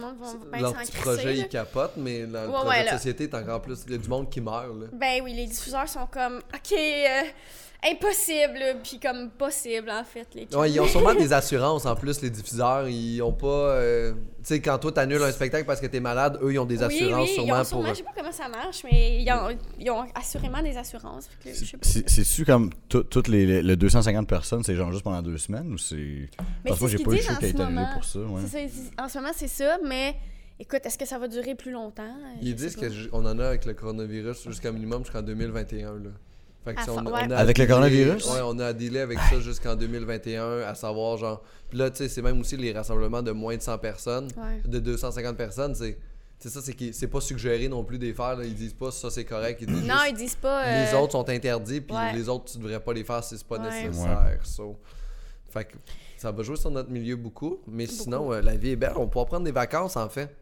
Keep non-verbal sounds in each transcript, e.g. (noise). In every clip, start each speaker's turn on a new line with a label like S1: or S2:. S1: leur
S2: s'en
S1: petit
S2: crisser,
S1: projet,
S2: là.
S1: ils capotent, mais dans le
S2: Ouais,
S1: projet
S2: ouais,
S1: de
S2: là.
S1: société, t'as encore plus. Il y a du monde qui meurt, là.
S2: Ben oui, les diffuseurs sont comme, OK, euh, impossible, là, puis comme possible, en fait. Les
S1: Ouais, ils
S2: (laughs)
S1: ont sûrement des assurances en plus, les diffuseurs. Ils ont pas. euh, tu sais, quand toi, t'annules un spectacle parce que t'es malade, eux, ils ont des assurances
S2: oui, oui, ils
S1: sûrement,
S2: ont sûrement
S1: pour. euh,
S2: Je sais pas comment ça marche, mais ils ont, ils ont assurément des assurances. fait que je sais pas.
S3: C'est- C'est-tu comme tout- toutes les, les- les 250 personnes, c'est genre juste pendant deux semaines ou c'est.
S2: Mais
S3: Parce que
S2: c'est ce
S3: j'ai
S2: qu'ils
S3: pas eu le
S2: disent
S3: show
S2: en
S3: qui a
S2: ce
S3: été annulé
S2: moment.
S3: pour ça. Ouais.
S2: C'est ça, ils disent- en ce moment, c'est ça, mais écoute, est-ce que ça va durer plus longtemps? Euh, Je sais
S1: Ils disent
S2: pas.
S1: qu'on en a avec le coronavirus jusqu'à minimum jusqu'en 2021, là. Fait que
S2: À
S1: si on,
S2: fond,
S1: on
S2: ouais.
S1: a à
S3: Avec le
S1: dealer-
S3: coronavirus?
S1: Ouais, on a à dealer avec ça jusqu'en 2021, à savoir, genre. Puis là, tu sais, c'est même aussi les rassemblements de moins de 100 personnes,
S2: Ouais.
S1: de 250 personnes, c'est. C'est ça, c'est qui- c'est pas suggéré non plus de les faire. Là. Ils disent pas ça, c'est correct. Ils disent
S2: Non,
S1: juste,
S2: ils disent pas.
S1: les
S2: euh,
S1: autres sont interdits, puis
S2: ouais.
S1: les autres, tu devrais pas les faire si c'est pas
S2: Ouais.
S1: nécessaire. So, Fait que ça va jouer sur notre milieu beaucoup, mais sinon, euh, la vie est belle. On pourra prendre des vacances, en fait.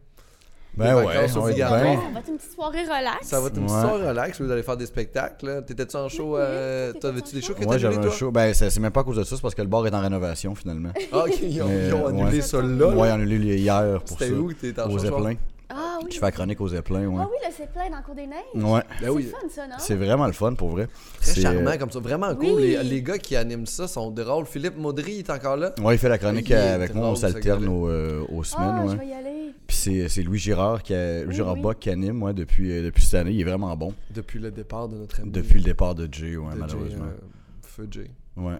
S3: Ben
S1: Les vacances
S3: ouais, on est
S1: obligatoires.
S3: bien.
S2: Ça va être une petite soirée relax.
S1: Ça va être une
S3: Ouais.
S1: histoire relax, vous allez faire des spectacles. là. T'étais-tu en show?
S2: Oui,
S1: euh,
S2: oui,
S1: T'avais-tu des shows
S2: j'étais
S1: que
S3: Moi,
S1: t'as
S3: j'avais
S1: annulés,
S3: un
S1: toi?
S3: show. Ben, c'est c'est même pas à cause de ça, c'est parce que le bar est en rénovation finalement.
S1: Ah, ok, ils ont,
S3: Mais, euh,
S1: ils ont
S3: ouais.
S1: annulé ça là.
S3: Ouais, on l'a lu hier pour ça.
S1: C'était où que t'étais en
S3: Aux
S1: show?
S3: Zeppelins.
S2: Ah oui.
S3: Je fais la chronique aux Zeppelins, ouais.
S2: Ah oui, là, c'est plein dans le cours des neiges.
S3: Ouais.
S1: Ben oui,
S2: C'est fun, ça, non?
S3: C'est vraiment le fun pour vrai.
S1: très
S3: C'est euh,
S1: charmant comme ça. Vraiment cool.
S2: Oui.
S1: Les, les gars qui animent ça sont drôles. Philippe Maudry est encore là.
S3: Ouais, il fait la chronique
S1: Il est
S3: avec moi, on
S1: drôle, ce
S3: s'alterne
S1: gars-là.
S3: aux, euh, aux semaines.
S2: Ah,
S3: ouais.
S2: je vais y aller.
S1: (laughs)
S3: Puis c'est, c'est Louis Girard, qui a, Louis
S2: Oui,
S3: Girard
S2: oui.
S3: Bock qui anime ouais, depuis, euh, depuis cette année. Il est vraiment bon.
S1: Depuis le départ de notre ami.
S3: Depuis le départ de Jay, ouais,
S1: de Jay,
S3: malheureusement.
S1: euh, Feu Jay.
S3: Ouais.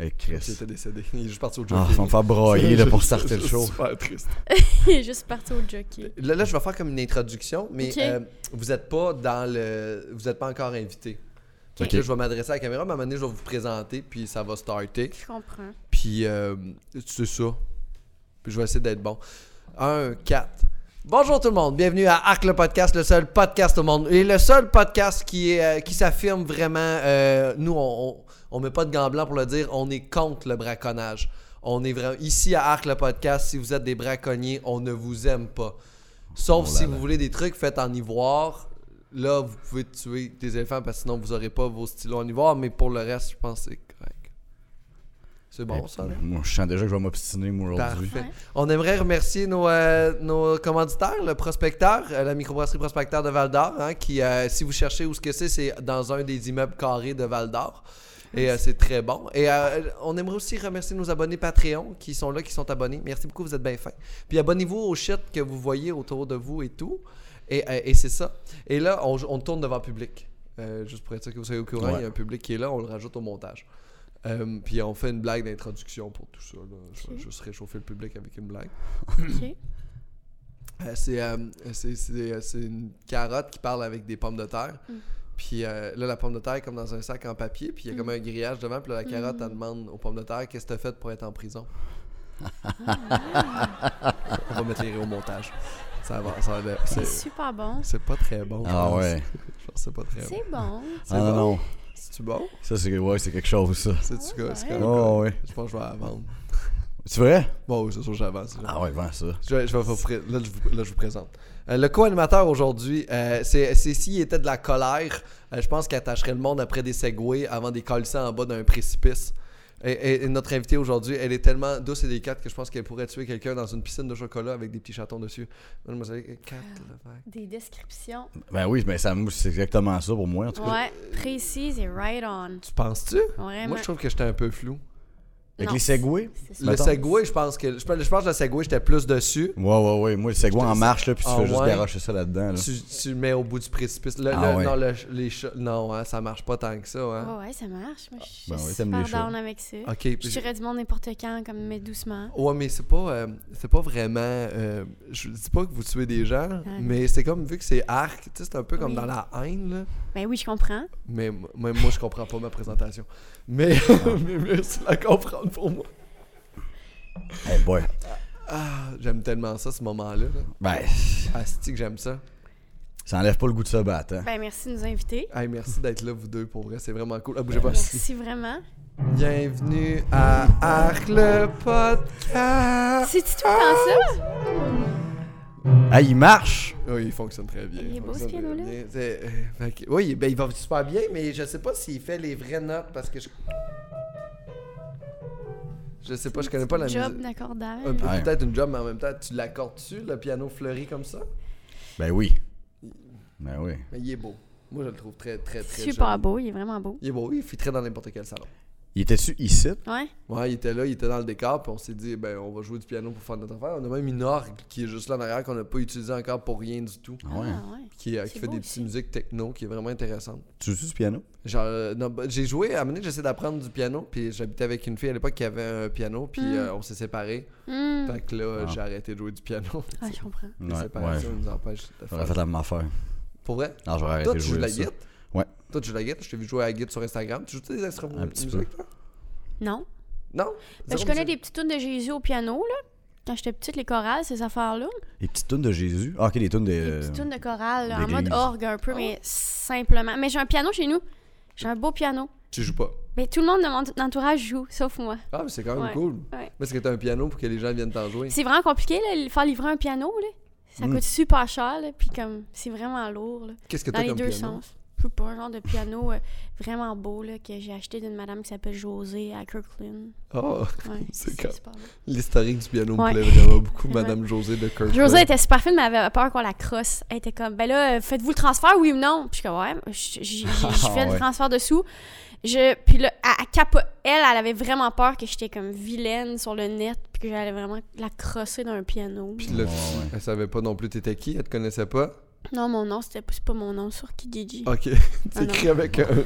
S3: Et
S1: Qui
S3: Chris.
S1: était décédé. (laughs) Il est juste parti au
S3: Ah,
S1: jockey.
S3: ça va me faire broyer là, pour
S1: Je-
S3: starter le
S1: je-
S3: show.
S1: (laughs) C'est super triste.
S2: Il est juste parti au jockey.
S1: Là, là, je vais faire comme une introduction, mais
S2: Ok.
S1: euh, vous n'êtes pas dans le. Vous n'êtes pas encore invité. Fait
S3: Ok.
S1: que là, je vais m'adresser à la caméra, mais à un moment donné, je vais vous présenter, puis ça va starter.
S2: Je comprends.
S1: Puis euh, c'est ça. Puis je vais essayer d'être bon. 1, 4. Bonjour tout le monde, bienvenue à Arc le podcast, le seul podcast au monde. Et le seul podcast qui, est, euh, qui s'affirme vraiment, euh, nous on, on, on met pas de gants blancs pour le dire, on est contre le braconnage. On est vraiment ici à Arc le podcast, si vous êtes des braconniers, on ne vous aime pas. Sauf
S3: Oh là
S1: si
S3: là.
S1: vous voulez des trucs faits en ivoire, là vous pouvez tuer des éléphants parce que sinon vous aurez pas vos stylos en ivoire, mais pour le reste, je pense que c'est correct. C'est bon ça. là?
S3: Eh, Moi, je sens déjà que je vais m'obstiner, moi, aujourd'hui.
S1: Parfait. On aimerait remercier nos, euh, nos commanditaires, le prospecteur, euh, la microbrasserie prospecteur de Val d'Or, hein, qui, euh, si vous cherchez où ce que c'est, c'est dans un des immeubles carrés de Val d'Or. Et euh, c'est très bon. Et euh, on aimerait aussi remercier nos abonnés Patreon qui sont là, qui sont abonnés. Merci beaucoup, vous êtes bien fins. Puis abonnez-vous aux shit que vous voyez autour de vous et tout. Et, euh, et c'est ça. Et là, on, on tourne devant le public. Euh, juste pour être sûr que vous soyez au courant,
S3: Ouais.
S1: il y a un public qui est là, on le rajoute au montage. Euh, puis on fait une blague d'introduction pour tout ça. là. Je vais juste réchauffer le public avec une blague.
S2: Ok.
S1: Euh, c'est, euh, c'est, c'est- c'est une carotte qui parle avec des pommes de terre. Puis euh, là, la pomme de terre est comme dans un sac en papier, puis il y a comme un grillage devant. Puis là, la carotte, elle demande aux pommes de terre Qu'est-ce que t'as fait pour être en prison On va mettre les rires au montage. Ça va, ça va.
S2: C'est
S1: C'est,
S2: super bon.
S1: c'est pas très bon. je
S3: Ah
S1: pense.
S3: ouais.
S1: Je pense que c'est pas très bon.
S2: C'est bon.
S3: Ah non, non.
S1: C'est-tu bon
S3: Ça, c'est, ouais, c'est quelque chose, ça.
S1: C'est-tu quoi? C'est
S2: ouais.
S1: comme-
S3: Oh, ouais.
S1: Je pense que je vais la vendre.
S3: C'est vrai?
S1: Bon, oui, c'est sûr, j'avance.
S3: Ah ouais, vends ça.
S1: Je, je vais vous pré- là, je vous, là, je vous présente. Euh, le co-animateur aujourd'hui, euh, c'est c'est- s'il était de la colère, euh, je pense qu'il attacherait le monde après des segways avant des colissants en bas d'un précipice. Et, et- et notre invitée aujourd'hui, elle est tellement douce et délicate que je pense qu'elle pourrait tuer quelqu'un dans une piscine de chocolat avec des petits chatons dessus. Mademoiselle euh, Kat Levesque.
S2: Des descriptions.
S3: Ben oui, mais ça, moi, c'est exactement ça pour moi, en tout cas.
S2: Ouais, précises et right on.
S1: Tu penses-tu?
S2: Vraiment.
S1: euh, Moi, je trouve que j'étais un peu flou.
S3: Avec
S2: Non,
S3: les segways.
S2: c'est
S1: Le
S3: mettons.
S1: segway, je pense que. Je pense je pense que le segway, j'étais plus dessus.
S3: Ouais, ouais, ouais. Moi, le segway en marche, là, puis tu
S1: Ah
S3: fais juste
S1: ouais.
S3: garocher ça là-dedans. Là.
S1: Tu, tu le mets au bout du précipice. Le-
S3: Ah
S1: le-
S3: ouais.
S1: Non, le- les chats- non hein, ça marche pas tant que ça. hein.
S2: Ouais, ouais, ça marche. Moi, je suis
S3: Ben ouais, t'aimes les
S2: super
S3: chats.
S2: down avec ça.
S1: Ok,
S2: Oh, Je
S1: puis-
S2: tirais du monde n'importe quand, comme, mais doucement.
S1: Ouais, mais c'est pas, euh, c'est pas vraiment. euh, je dis pas que vous tuez des gens, mais c'est comme vu que c'est arc, tu sais, c'est un peu comme
S2: Oui.
S1: dans la haine, là.
S2: Ben oui, je comprends.
S1: Mais m- même moi, je comprends pas ma présentation. Mais, (laughs) mais merci de la comprendre pour moi.
S3: Eh boy.
S1: Ah, j'aime tellement ça, ce moment-là. Là.
S3: Ben,
S1: Asti que j'aime ça.
S3: ça enlève pas le goût de se battre, hein.
S2: Ben merci de nous inviter.
S1: Hey, merci d'être là, vous deux, pour vrai. C'est vraiment cool. Ah, bougez pas.
S2: Merci vraiment.
S1: Bienvenue à Arc le podcast.
S2: C'est-tu tout le temps ça?
S3: Ah, il marche!
S1: Oui, il fonctionne très bien.
S2: Il est beau, ce
S1: fonctionne très
S2: piano-là.
S1: bien. C'est- euh, fait que- Oui, ben, il va super bien, mais je sais pas s'il fait les vraies notes parce que je. Je sais pas, je connais pas la
S2: Job
S1: musique.
S2: d'accordage.
S1: Un peu,
S3: Ouais.
S1: peut-être une job, mais en même temps, tu l'accordes dessus, le piano fleuri comme ça.
S3: Ben oui. Ben oui.
S1: Mais il est beau. Moi, je le trouve très, très, très
S2: Super
S1: joli.
S2: beau, il est vraiment beau.
S1: Il est beau, il fitterait dans n'importe quel salon.
S3: Il était-tu ici?
S2: Ouais.
S1: Ouais, il était là, il était dans le décor, puis on s'est dit, ben, on va jouer du piano pour faire notre affaire. On a même une orgue qui est juste là en arrière, qu'on n'a pas utilisé encore pour rien du tout,
S3: Ah ouais.
S2: Ah, ouais.
S1: qui, euh, qui
S2: C'est
S1: fait
S2: beau
S1: des
S2: aussi.
S1: petites musiques techno, qui est vraiment intéressante.
S3: Tu joues du piano?
S1: Genre, euh, non, bah, j'ai joué, à un moment donné, j'essaie d'apprendre du piano, puis j'habitais avec une fille à l'époque qui avait un piano, puis
S2: Mm.
S1: euh, on s'est séparés.
S2: Hmm.
S1: Fait que là,
S3: Ah.
S1: j'ai arrêté de jouer du piano. (laughs)
S2: Ah, je comprends.
S1: Les séparations nous empêchent de
S3: J'aurais
S1: faire.
S3: fait la même affaire.
S1: Pour vrai?
S3: Non, j'aurais arrêté
S1: Toi,
S3: de
S1: tu joues
S3: jouer.
S1: de la
S3: ça.
S1: guitare?
S3: Ouais.
S1: Toi, tu joues de la guitare? Je t'ai vu jouer à la guitare sur Instagram. Tu joues des instruments
S3: Un petit
S1: de musique, toi?
S2: Non.
S1: Non?
S2: Ben, je
S1: Zéro
S2: connais
S1: musique.
S2: des petites tunes de Jésus au piano, là. Quand j'étais petite, les chorales, ces affaires-là.
S3: Les petites tunes de Jésus. Ah, ok, les tunes
S2: Des
S1: Euh,
S3: de.
S2: petites tunes de chorale, là, en
S3: d'église.
S2: mode orgue un peu, mais simplement. Mais j'ai un piano chez nous. J'ai un beau piano.
S1: Tu joues pas.
S2: Mais tout le monde de mon entourage joue, sauf moi.
S1: Ah, mais c'est quand même
S2: Ouais.
S1: cool.
S2: Ouais.
S1: Parce que t'as un piano pour que les gens viennent t'en jouer.
S2: C'est vraiment compliqué, là, faire livrer un piano, là. Ça
S3: Mm.
S2: coûte super cher, là, puis comme, c'est vraiment lourd, là.
S1: Qu'est-ce que
S2: Dans
S1: t'as
S2: les
S1: comme
S2: deux
S1: piano?
S2: sens. Je sais pas, un genre de piano euh, vraiment beau, là, que j'ai acheté d'une madame qui s'appelle Josée à Kirkland.
S1: Oh,
S2: Ouais,
S1: (laughs) C'est
S2: c'est
S1: comme-
S2: super beau.
S1: l'historique du piano me
S2: Ouais.
S1: plaît vraiment
S2: (laughs)
S1: beaucoup,
S2: Ouais.
S1: Madame Josée de Kirkland.
S2: Josée était super fine, mais elle avait peur qu'on la crosse. Elle était comme, ben là, euh, faites-vous le transfert, oui ou non? Puis je suis comme, ouais, j- j- j- je fais
S3: Ouais.
S2: le transfert dessous. Je, puis là, à, elle, elle avait vraiment peur que j'étais comme vilaine sur le net, puis que j'allais vraiment la crosser d'un piano.
S1: Puis là,
S3: Ouais, ouais.
S1: elle savait pas non plus t'étais qui, elle te connaissait pas.
S2: Non, mon nom, c'était c'est pas mon nom sur Kijiji. (laughs)
S1: Ok,
S2: Ah
S1: t'es
S2: non.
S1: écrit avec un, un
S2: Non,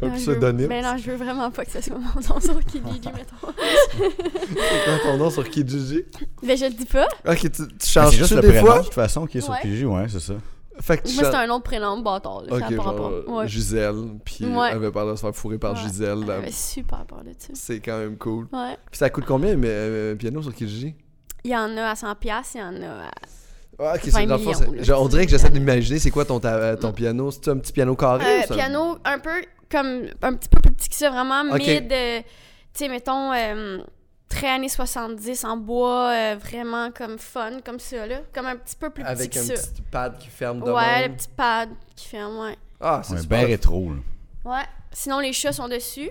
S2: je veux-
S1: pseudonyme.
S2: Mais non, je veux vraiment pas que ce soit mon nom sur Kijiji, mettons.
S1: C'est quoi ton nom
S2: (laughs)
S1: sur Kijiji?
S2: Mais Ben, je le dis pas.
S1: Ok, tu, tu
S3: Ah,
S1: changes
S3: C'est juste le
S1: des
S3: prénom,
S1: fois?
S3: de toute façon, qui est sur
S2: Ouais.
S3: PG, ouais, c'est ça.
S1: Fait que tu
S2: Moi, c'est
S1: changes-
S2: un autre prénom, bâtard. Là, ça a
S1: Ok,
S2: pas
S1: genre
S2: rapport.
S1: euh,
S2: Ouais.
S1: Gisèle, puis
S2: Ouais.
S1: elle avait peur de se faire fourrer par
S2: Ouais.
S1: Gisèle. là.
S2: J'avais super peur de ça.
S1: C'est quand même cool.
S2: Ouais.
S1: Puis ça coûte combien mais, euh, un piano sur Kijiji?
S2: Il y en a à 100$, piastres, il y en a à
S1: Ah, ok,
S2: 20
S1: c'est dans le fond, c'est-
S2: millions, là,
S1: genre, on
S2: c'est
S1: dirait
S2: un
S1: que j'essaie
S2: piano.
S1: d'imaginer c'est quoi ton, ta- euh, ton
S2: Mm.
S1: piano. C'est un petit piano carré
S2: Euh,
S1: ou ça?
S2: piano un peu comme un petit peu plus petit que ça vraiment
S1: Ok.
S2: mid euh, tu sais mettons euh, très années 70 en bois euh, vraiment comme fun comme ça là comme un petit peu plus petit
S1: Avec
S2: que
S1: un
S2: ça
S1: petit pad qui ferme de
S2: ouais
S1: même.
S2: le petit pad qui fait un ouais
S1: Ah, c'est
S3: C'est
S1: super.
S3: bien rétro, là.
S2: ouais sinon les chats sont dessus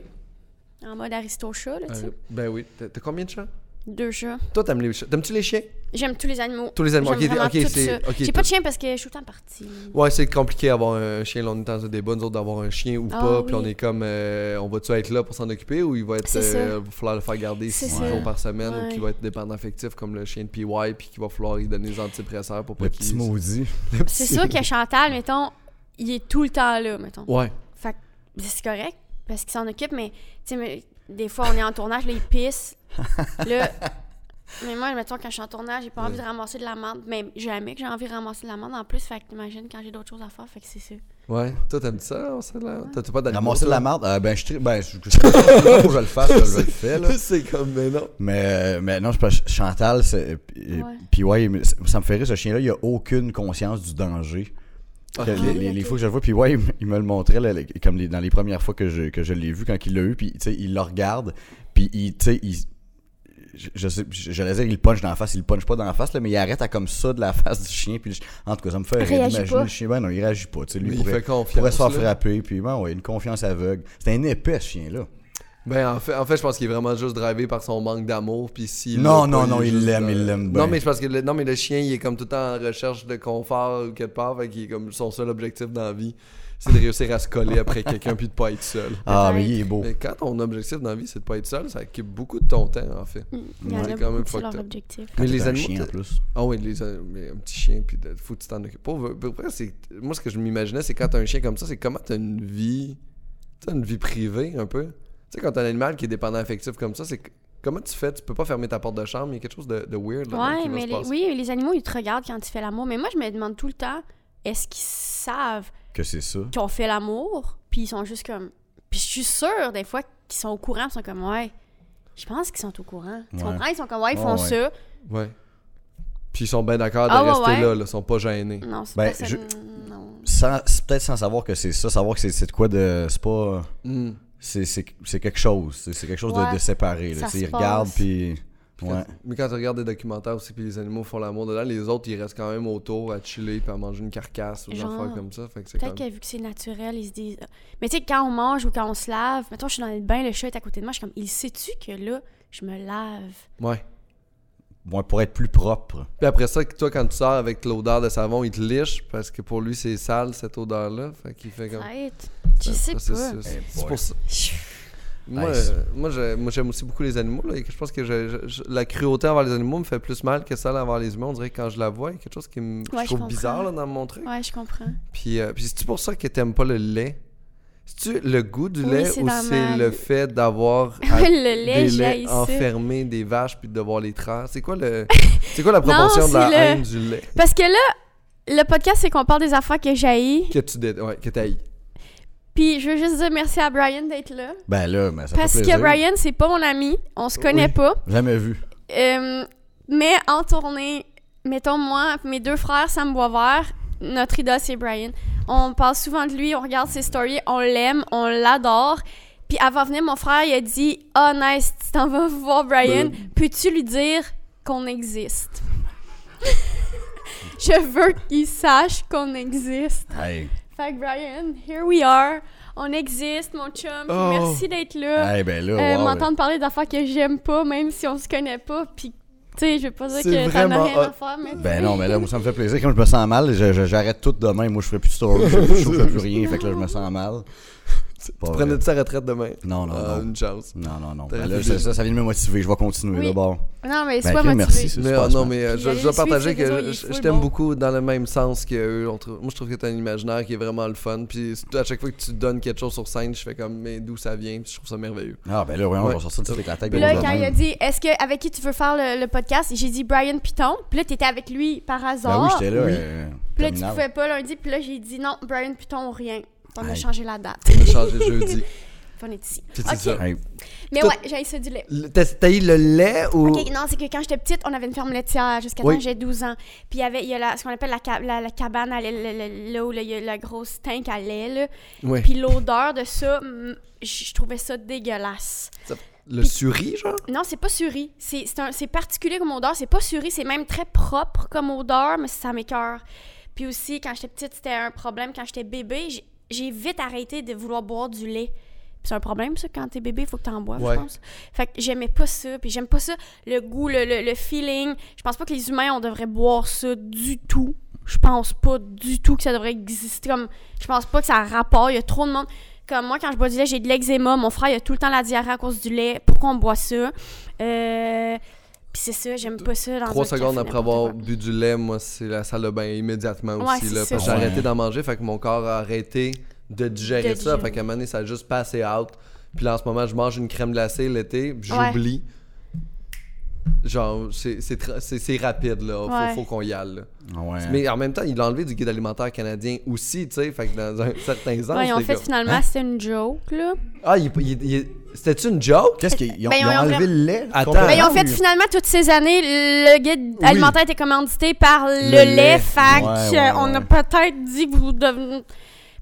S2: en mode aristo chat là tu sais
S1: Euh, ben oui. T'as t'as combien de chats?
S2: deux chats
S1: Toi, t'aimes les chats. T'aimes-tu les chiens?
S2: j'aime tous les animaux
S1: Tous les animaux.
S2: J'aime
S1: Ok,
S2: vraiment
S1: ok,
S2: tout
S1: c'est-
S2: ça.
S1: ok,
S2: j'ai
S1: tout-
S2: pas de chien parce que je suis tout le temps
S1: (laughs)
S2: partie
S1: Ouais, c'est compliqué d'avoir un chien. Là, on est dans un débat, nous autres, d'avoir un chien ou
S2: Ah,
S1: pas. Puis
S2: oui.
S1: on est comme, euh, on va-tu être là pour s'en occuper ou il va être,
S2: C'est
S1: euh,
S2: ça.
S1: va falloir le faire garder
S2: C'est
S1: six
S3: ça.
S1: jours par semaine ou
S2: Ouais.
S1: qu'il va être dépendant affectif comme le chien de PY puis qu'il va falloir lui donner des antidépresseurs pour pas
S3: Le
S1: qu'il.
S3: petit maudit.
S2: c'est sûr que Chantal mettons il est tout le temps là mettons
S1: Ouais.
S2: Fait que c'est correct parce qu'il s'en occupe, mais tu sais, mais des fois on est en tournage, là, il
S1: (laughs)
S2: pisse. Là, mais moi, mettons, quand je suis en tournage, j'ai pas envie de ramasser de la menthe. Mais jamais que j'ai envie de ramasser de la menthe en plus. Fait que t'imagines quand j'ai d'autres choses à faire, fait que c'est ça.
S1: Ouais. Toi, t'aimes ça? on sait, là? T'as t'as pas d'animaux?
S3: Ramasser de
S1: toi?
S3: la marde, euh, ben, je tri- ben, je je sais pas pourquoi je le fasse, là,
S1: (laughs)
S3: je le fais, (laughs) là.
S1: c'est comme, mais non.
S3: Mais, euh, mais non, je pense que Chantal, c'est- euh, puis-
S2: Ouais.
S3: puis ouais, mais c'est- ça me fait rire, ce chien-là, il a aucune conscience du danger.
S1: Ah,
S3: Que les,
S2: oui,
S3: les- les
S2: ok.
S3: fois que je le vois, puis ouais, il me- il me le montrait là, les- comme les- dans les premières fois que je, que je l'ai vu, quand il l'a eu, puis tu sais, il le regarde, puis il, tu sais, il- je, je sais, je, je dire, il le punch dans la face, il le punch pas dans la face, là, mais il arrête à comme ça de la (laughs) face du chien, puis le ch- en tout cas, ça me fait rire
S2: Réagit
S3: d'imaginer
S2: pas.
S3: le chien, ben non, il réagit pas, tu sais, lui,
S1: Mais
S3: il
S1: il
S3: pourrait,
S1: fait confiance,
S3: pourrait se faire
S1: là.
S3: frapper, puis ben ouais, une confiance aveugle. C'est un épais, ce chien-là.
S1: Ben, en fait, en fait, je pense qu'il est vraiment juste drivé par son manque d'amour. Puis si
S3: Non, non, non, il l'aime, il l'aime bien.
S1: Non, mais je pense que le, non, mais le chien, il est comme tout le temps en recherche de confort ou quelque part. Fait qu'il est comme son seul objectif dans la vie, c'est de réussir à se coller après quelqu'un puis de pas être seul.
S3: Ah,
S2: Peut-être.
S3: mais il est beau.
S1: Mais quand ton objectif dans la vie, c'est de pas être seul, ça occupe beaucoup de ton temps, en fait.
S2: Il y en
S1: Ouais.
S2: a
S1: C'est quand même
S2: beaucoup, c'est
S1: fucked
S2: leur
S1: up.
S2: objectif.
S3: Quand
S1: mais
S3: t'es
S1: les
S3: un
S1: animaux,
S3: chien, en
S1: t'as-
S3: plus.
S1: Ah oui, les, mais un petit chien, puis de- faut que tu t'en occupes. Pour, pour vrai, c'est- moi, ce que je m'imaginais, c'est quand t'as un chien comme ça, c'est comment t'as une vie. T'as une vie privée, un peu. Tu sais, quand t'as un animal qui est dépendant affectif comme ça, c'est. que- Comment tu fais Tu peux pas fermer ta porte de chambre, il y a quelque chose de, de weird là, qui
S2: Ouais,
S1: va
S2: mais
S1: se
S2: les,
S1: passer.
S2: oui, les animaux, ils te regardent quand tu fais l'amour. Mais moi, je me demande tout le temps, est-ce qu'ils savent
S3: Que c'est ça.
S2: qu'on fait l'amour? Puis ils sont juste comme. Puis je suis sûre, des fois, qu'ils sont au courant, ils sont comme, ouais. Je pense qu'ils sont au courant. Tu
S3: Ouais.
S2: comprends? Ils sont comme, ouais, ils
S3: Oh,
S2: font
S3: ouais.
S2: ça.
S1: Ouais. Puis ils sont bien d'accord de
S2: Ah, ouais,
S1: rester
S2: ouais.
S1: là, là, ils sont pas gênés.
S2: Non, c'est
S3: Ben,
S2: pas ça.
S3: je-
S2: Non.
S3: Sans- c'est peut-être sans savoir que c'est ça, savoir que c'est c'est de quoi de. C'est pas.
S1: Hmm.
S3: C'est c'est- c'est quelque chose. C'est c'est quelque chose de- de,
S2: Ouais.
S3: séparé. Là,
S2: Ça
S3: Tu sais, ils
S2: se
S3: regardent,
S2: passe.
S3: puis.
S1: Puis quand-
S3: Ouais.
S1: Mais quand tu regardes des documentaires aussi, puis les animaux font l'amour dedans, les autres ils restent quand même autour à chiller puis à manger une carcasse ou des
S2: Genre,
S1: affaires comme ça. Fait que c'est
S2: Peut-être
S1: comme...
S2: que vu que c'est naturel, ils se disent. Mais tu sais, quand on mange ou quand on se lave, mettons, je suis dans le bain, le chat est à côté de moi, je suis comme, il sait-tu que là, je me lave.
S1: Ouais.
S3: Moi, pour être plus propre.
S1: Puis après ça, toi, quand tu sors avec l'odeur de savon, il te liche parce que pour lui, c'est sale cette odeur-là. Fait qu'il fait comme.
S2: Arrête. Je sais
S1: Ça, c'est-
S2: pas.
S1: c'est-
S3: Eh
S1: C'est
S3: boy.
S1: pour ça. Moi,
S3: Nice.
S1: euh, moi, je- moi, j'aime aussi beaucoup les animaux. là, et que je pense que je- je- je- la cruauté envers les animaux me fait plus mal que celle envers les humains. On dirait que quand je la vois, il y a quelque chose qui me que
S2: Ouais,
S1: je
S2: je
S1: trouve
S2: comprends.
S1: bizarre là, dans mon truc.
S2: (laughs) Ouais, je comprends.
S1: Puis, euh, puis c'est-tu pour ça que t'aimes pas le lait? C'est-tu le goût du
S2: Oui,
S1: lait
S2: c'est
S1: ou
S2: dans
S1: c'est
S2: ma-
S1: le fait d'avoir à-
S2: (laughs) le lait,
S1: Ah, des
S2: je
S1: laits
S2: l'haïs ça.
S1: enfermés, des vaches, puis de voir les traces? C'est quoi,
S2: (laughs)
S1: le... c'est quoi la proportion de
S2: c'est
S1: la
S2: le-
S1: haine du lait
S2: Parce que là, le podcast, c'est qu'on parle des affaires que j'haïs.
S1: que tu dé... ouais, que t'haïs?
S2: Puis je veux juste dire merci à Brian d'être là.
S3: Ben là, mais ça
S2: Parce
S3: fait
S2: que
S3: plaisir.
S2: Brian, c'est pas mon ami. On se connaît
S1: Oui.
S2: pas.
S3: Jamais vu.
S2: Euh, mais en tournée, mettons moi, mes deux frères, Sam Boisvert, notre idole c'est Brian. On parle souvent de lui, on regarde ses stories, on l'aime, on l'adore. Puis avant de venir, mon frère, il a dit « Ah, nice, tu t'en vas voir Brian.
S1: Ben.
S2: Peux-tu lui dire qu'on existe? » (laughs) Je veux qu'il sache qu'on existe.
S3: Hey,
S2: Fait que Brian, here we are. On existe, mon chum. Puis
S1: Oh.
S2: Merci d'être là.
S3: hey ben là,
S2: Euh,
S3: wow,
S2: m'entendre parler d'affaires que j'aime pas, même si on se connaît pas, puis tu sais, je veux pas dire
S1: C'est
S2: que t'en
S1: vraiment
S2: as rien à
S1: hot.
S2: faire, mais...
S3: Ben non, mais là, moi, ça me fait plaisir. Comme je me sens mal, je- je- j'arrête tout demain. Moi, je ferai plus de story. Je je- je fais plus rien. Fait que là, je me sens mal. C'est
S1: (laughs)
S3: pas
S1: Tu
S3: vrai.
S1: prenais-tu sa retraite demain?
S3: Non, non,
S1: Ah,
S3: non.
S1: Une chance.
S3: Non, non, non.
S1: T'as
S3: Ben là,
S1: réfléchi.
S3: ça, ça, ça vient de me motiver. Je vais continuer
S2: Oui.
S3: d'abord.
S2: Non, mais
S3: Ben,
S2: sois
S3: Chris,
S2: motivé.
S3: merci. c'est
S1: Mais,
S3: super,
S1: ah, non,
S3: super.
S1: mais euh,
S2: Puis
S1: je,
S2: allez
S1: je dois
S2: le suivre
S1: partager
S2: sur
S1: que
S2: les réseaux, il est
S1: je,
S2: full
S1: je t'aime
S2: bon.
S1: beaucoup dans le même sens que eux. On trouve- moi, je trouve que t'as un imaginaire qui est vraiment le fun. Puis surtout, à chaque fois que tu donnes quelque chose sur scène, je fais comme, mais d'où ça vient? Puis je trouve ça merveilleux.
S3: Ah, ben là, vraiment,
S1: Ouais.
S3: on va sortir tout avec la tête.
S2: Puis
S3: de
S2: là,
S3: gros
S2: quand
S3: demain.
S2: il a dit « Est-ce que avec qui tu veux faire le, le podcast? » J'ai dit « Brian Piton », puis là, t'étais avec lui par
S3: Ben
S2: hasard.
S3: oui, j'étais là.
S1: Oui.
S3: euh,
S2: Puis là, tu
S3: terminale.
S2: pouvais pas lundi, puis là, j'ai dit « Non, Brian Piton ou rien. » On a
S3: Aïe.
S2: changé la date.
S3: (laughs)
S1: On a changé jeudi.
S2: Puis on est ici.
S1: Puis c'est
S2: Ok.
S1: ça.
S3: Hey,
S2: Mais
S1: Tout-
S2: ouais, j'ai ça du lait.
S1: Le- T'as t'as eu le lait ou.
S2: Ok, non, c'est que quand j'étais petite, on avait une ferme laitière jusqu'à
S1: Oui.
S2: quand j'ai 12 ans. Puis il y avait il y a la- ce qu'on appelle la, ca- la- la cabane à lait, le- le- là où là, il y a la grosse tank à lait. Là.
S1: Ouais.
S2: Puis l'odeur de ça, mm, je je trouvais ça dégueulasse.
S1: Le
S2: puis-
S1: suri, genre
S2: Non, c'est pas suri. C'est c'est un- c'est particulier comme odeur. C'est pas suri, c'est même très propre comme odeur, mais ça m'écœure. Puis aussi, quand j'étais petite, c'était un problème. Quand j'étais bébé, j'ai- j'ai vite arrêté de vouloir boire du lait. Puis c'est un problème, ça, quand t'es bébé, il faut que t'en boives,
S1: Ouais.
S2: je pense. Fait que j'aimais pas ça, puis j'aime pas ça, le goût, le, le- le feeling. Je pense pas que les humains, on devrait boire ça du tout. Je pense pas du tout que ça devrait exister. Comme, je pense pas que ça a rapport. Il y a trop de monde. Comme moi, quand je bois du lait, j'ai de l'eczéma. Mon frère, il a tout le temps la diarrhée à cause du lait. Pourquoi on boit ça? Euh, Puis c'est ça, j'aime pas ça. Dans un
S1: Trois
S2: café,
S1: secondes après
S2: n'importe
S1: avoir
S2: quoi.
S1: bu du lait, moi, c'est la salle de bain immédiatement
S2: Ouais,
S1: aussi.
S2: c'est
S1: Là,
S2: ça.
S1: parce que j'ai
S3: Ouais.
S1: arrêté d'en manger, fait que mon corps a arrêté de digérer
S2: De
S1: ça.
S2: digérer.
S1: Fait qu'à un moment donné, ça a juste passé out. Puis là, en ce moment, je mange une crème glacée l'été, puis
S2: Ouais.
S1: j'oublie. Genre, c'est- c'est tra- c'est c'est rapide, là. Faut,
S2: Ouais.
S1: faut qu'on y aille. là.
S3: ah ouais.
S1: Mais en même temps, il l'a enlevé du guide alimentaire canadien aussi, tu sais. Fait que dans un (laughs) certain sens,
S2: Ouais, en
S1: c'est
S2: fait,
S1: comme-
S2: finalement, c'était une joke, là.
S1: Ah, il- il- il- c'était-tu une joke?
S3: Qu'est-ce qu'ils ont,
S2: Ben,
S3: ils ont
S2: ils ont
S3: enlevé
S2: vraiment-
S3: le lait?
S1: Attends.
S3: Complètement,
S2: Ben, ils ont fait
S3: ou-
S2: finalement toutes ces années, le guide
S3: Oui.
S2: alimentaire était commandité par le,
S1: Le
S2: lait,
S1: lait.
S2: fac. euh,
S3: Ouais, ouais,
S2: on a
S3: ouais.
S2: peut-être dit que vous devenez.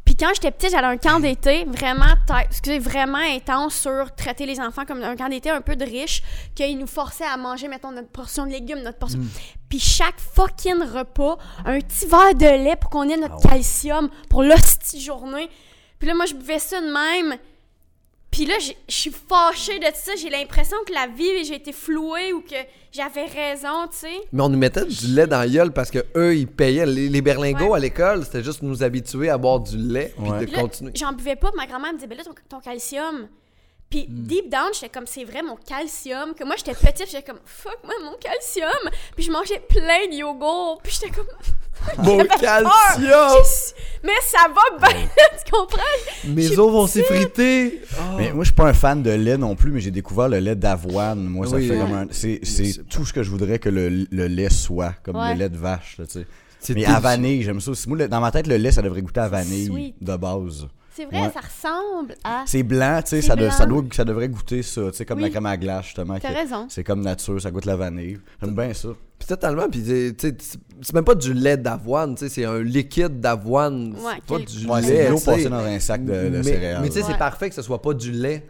S2: Puis quand j'étais petite, j'allais à un camp d'été vraiment, ta- excusez, vraiment intense sur traiter les enfants comme un camp d'été un peu de riche, qu'ils nous forçaient à manger, mettons, notre portion de légumes, notre portion.
S3: Mm.
S2: Puis chaque fucking repas, un petit verre de lait pour qu'on ait notre
S3: Ah ouais.
S2: calcium pour l'hostie journée. Puis là, moi, je buvais ça de même. Puis là, j'ai- je suis fâchée de ça. J'ai l'impression que la vie, j'ai été flouée ou que j'avais raison, tu sais.
S1: Mais on nous mettait du lait dans la gueule parce que eux ils payaient. Les, les berlingots à l'école, c'était juste nous habituer à boire du lait puis
S3: Ouais.
S1: de
S2: Puis là, (laughs)
S1: continuer.
S2: J'en buvais pas. puis Ma grand-mère me disait, ben là, ton, ton calcium. Puis
S1: Hmm.
S2: deep down, j'étais comme, c'est vrai, mon calcium. Que moi, j'étais petite, j'étais comme, fuck, moi, mon calcium. Puis je mangeais plein de yogourt. Puis j'étais comme,
S1: Mon calcium!
S2: mais ça va bien, (laughs) tu comprends?
S1: Mes os vont s'effriter! Ah.
S3: Mais moi, je suis pas un fan de lait non plus, mais j'ai découvert le lait d'avoine. Moi, ça
S1: Oui.
S3: fait comme un- C'est, c'est tout ce que je voudrais que le, le lait soit, comme
S2: Ouais.
S3: le lait de vache, là, tu sais.
S1: C'est
S3: Mais
S1: délicieux.
S3: à vanille, j'aime ça aussi. Moi, le- dans ma tête, le lait, ça devrait goûter à vanille
S2: sweet.
S3: de base.
S2: C'est vrai,
S3: Ouais.
S2: ça ressemble à.
S3: C'est blanc, tu sais,
S2: C'est
S3: ça, de-
S2: blanc.
S3: ça, doit, ça devrait goûter ça, tu sais, comme
S2: Oui.
S3: la crème à glace, justement.
S2: T'as
S3: que-
S2: raison.
S3: C'est comme nature, ça goûte la vanille. J'aime bien ça.
S1: Puis totalement, puis tu sais, c'est c'est même pas du lait d'avoine, tu sais, c'est un liquide d'avoine.
S2: Ouais,
S1: c'est pas
S2: quel-
S1: du
S3: Ouais,
S1: lait.
S3: c'est de l'eau
S1: tu sais.
S3: passée dans un sac de, de
S1: mais,
S3: céréales.
S1: Mais tu sais, c'est
S2: Ouais.
S1: parfait que ce soit pas du lait.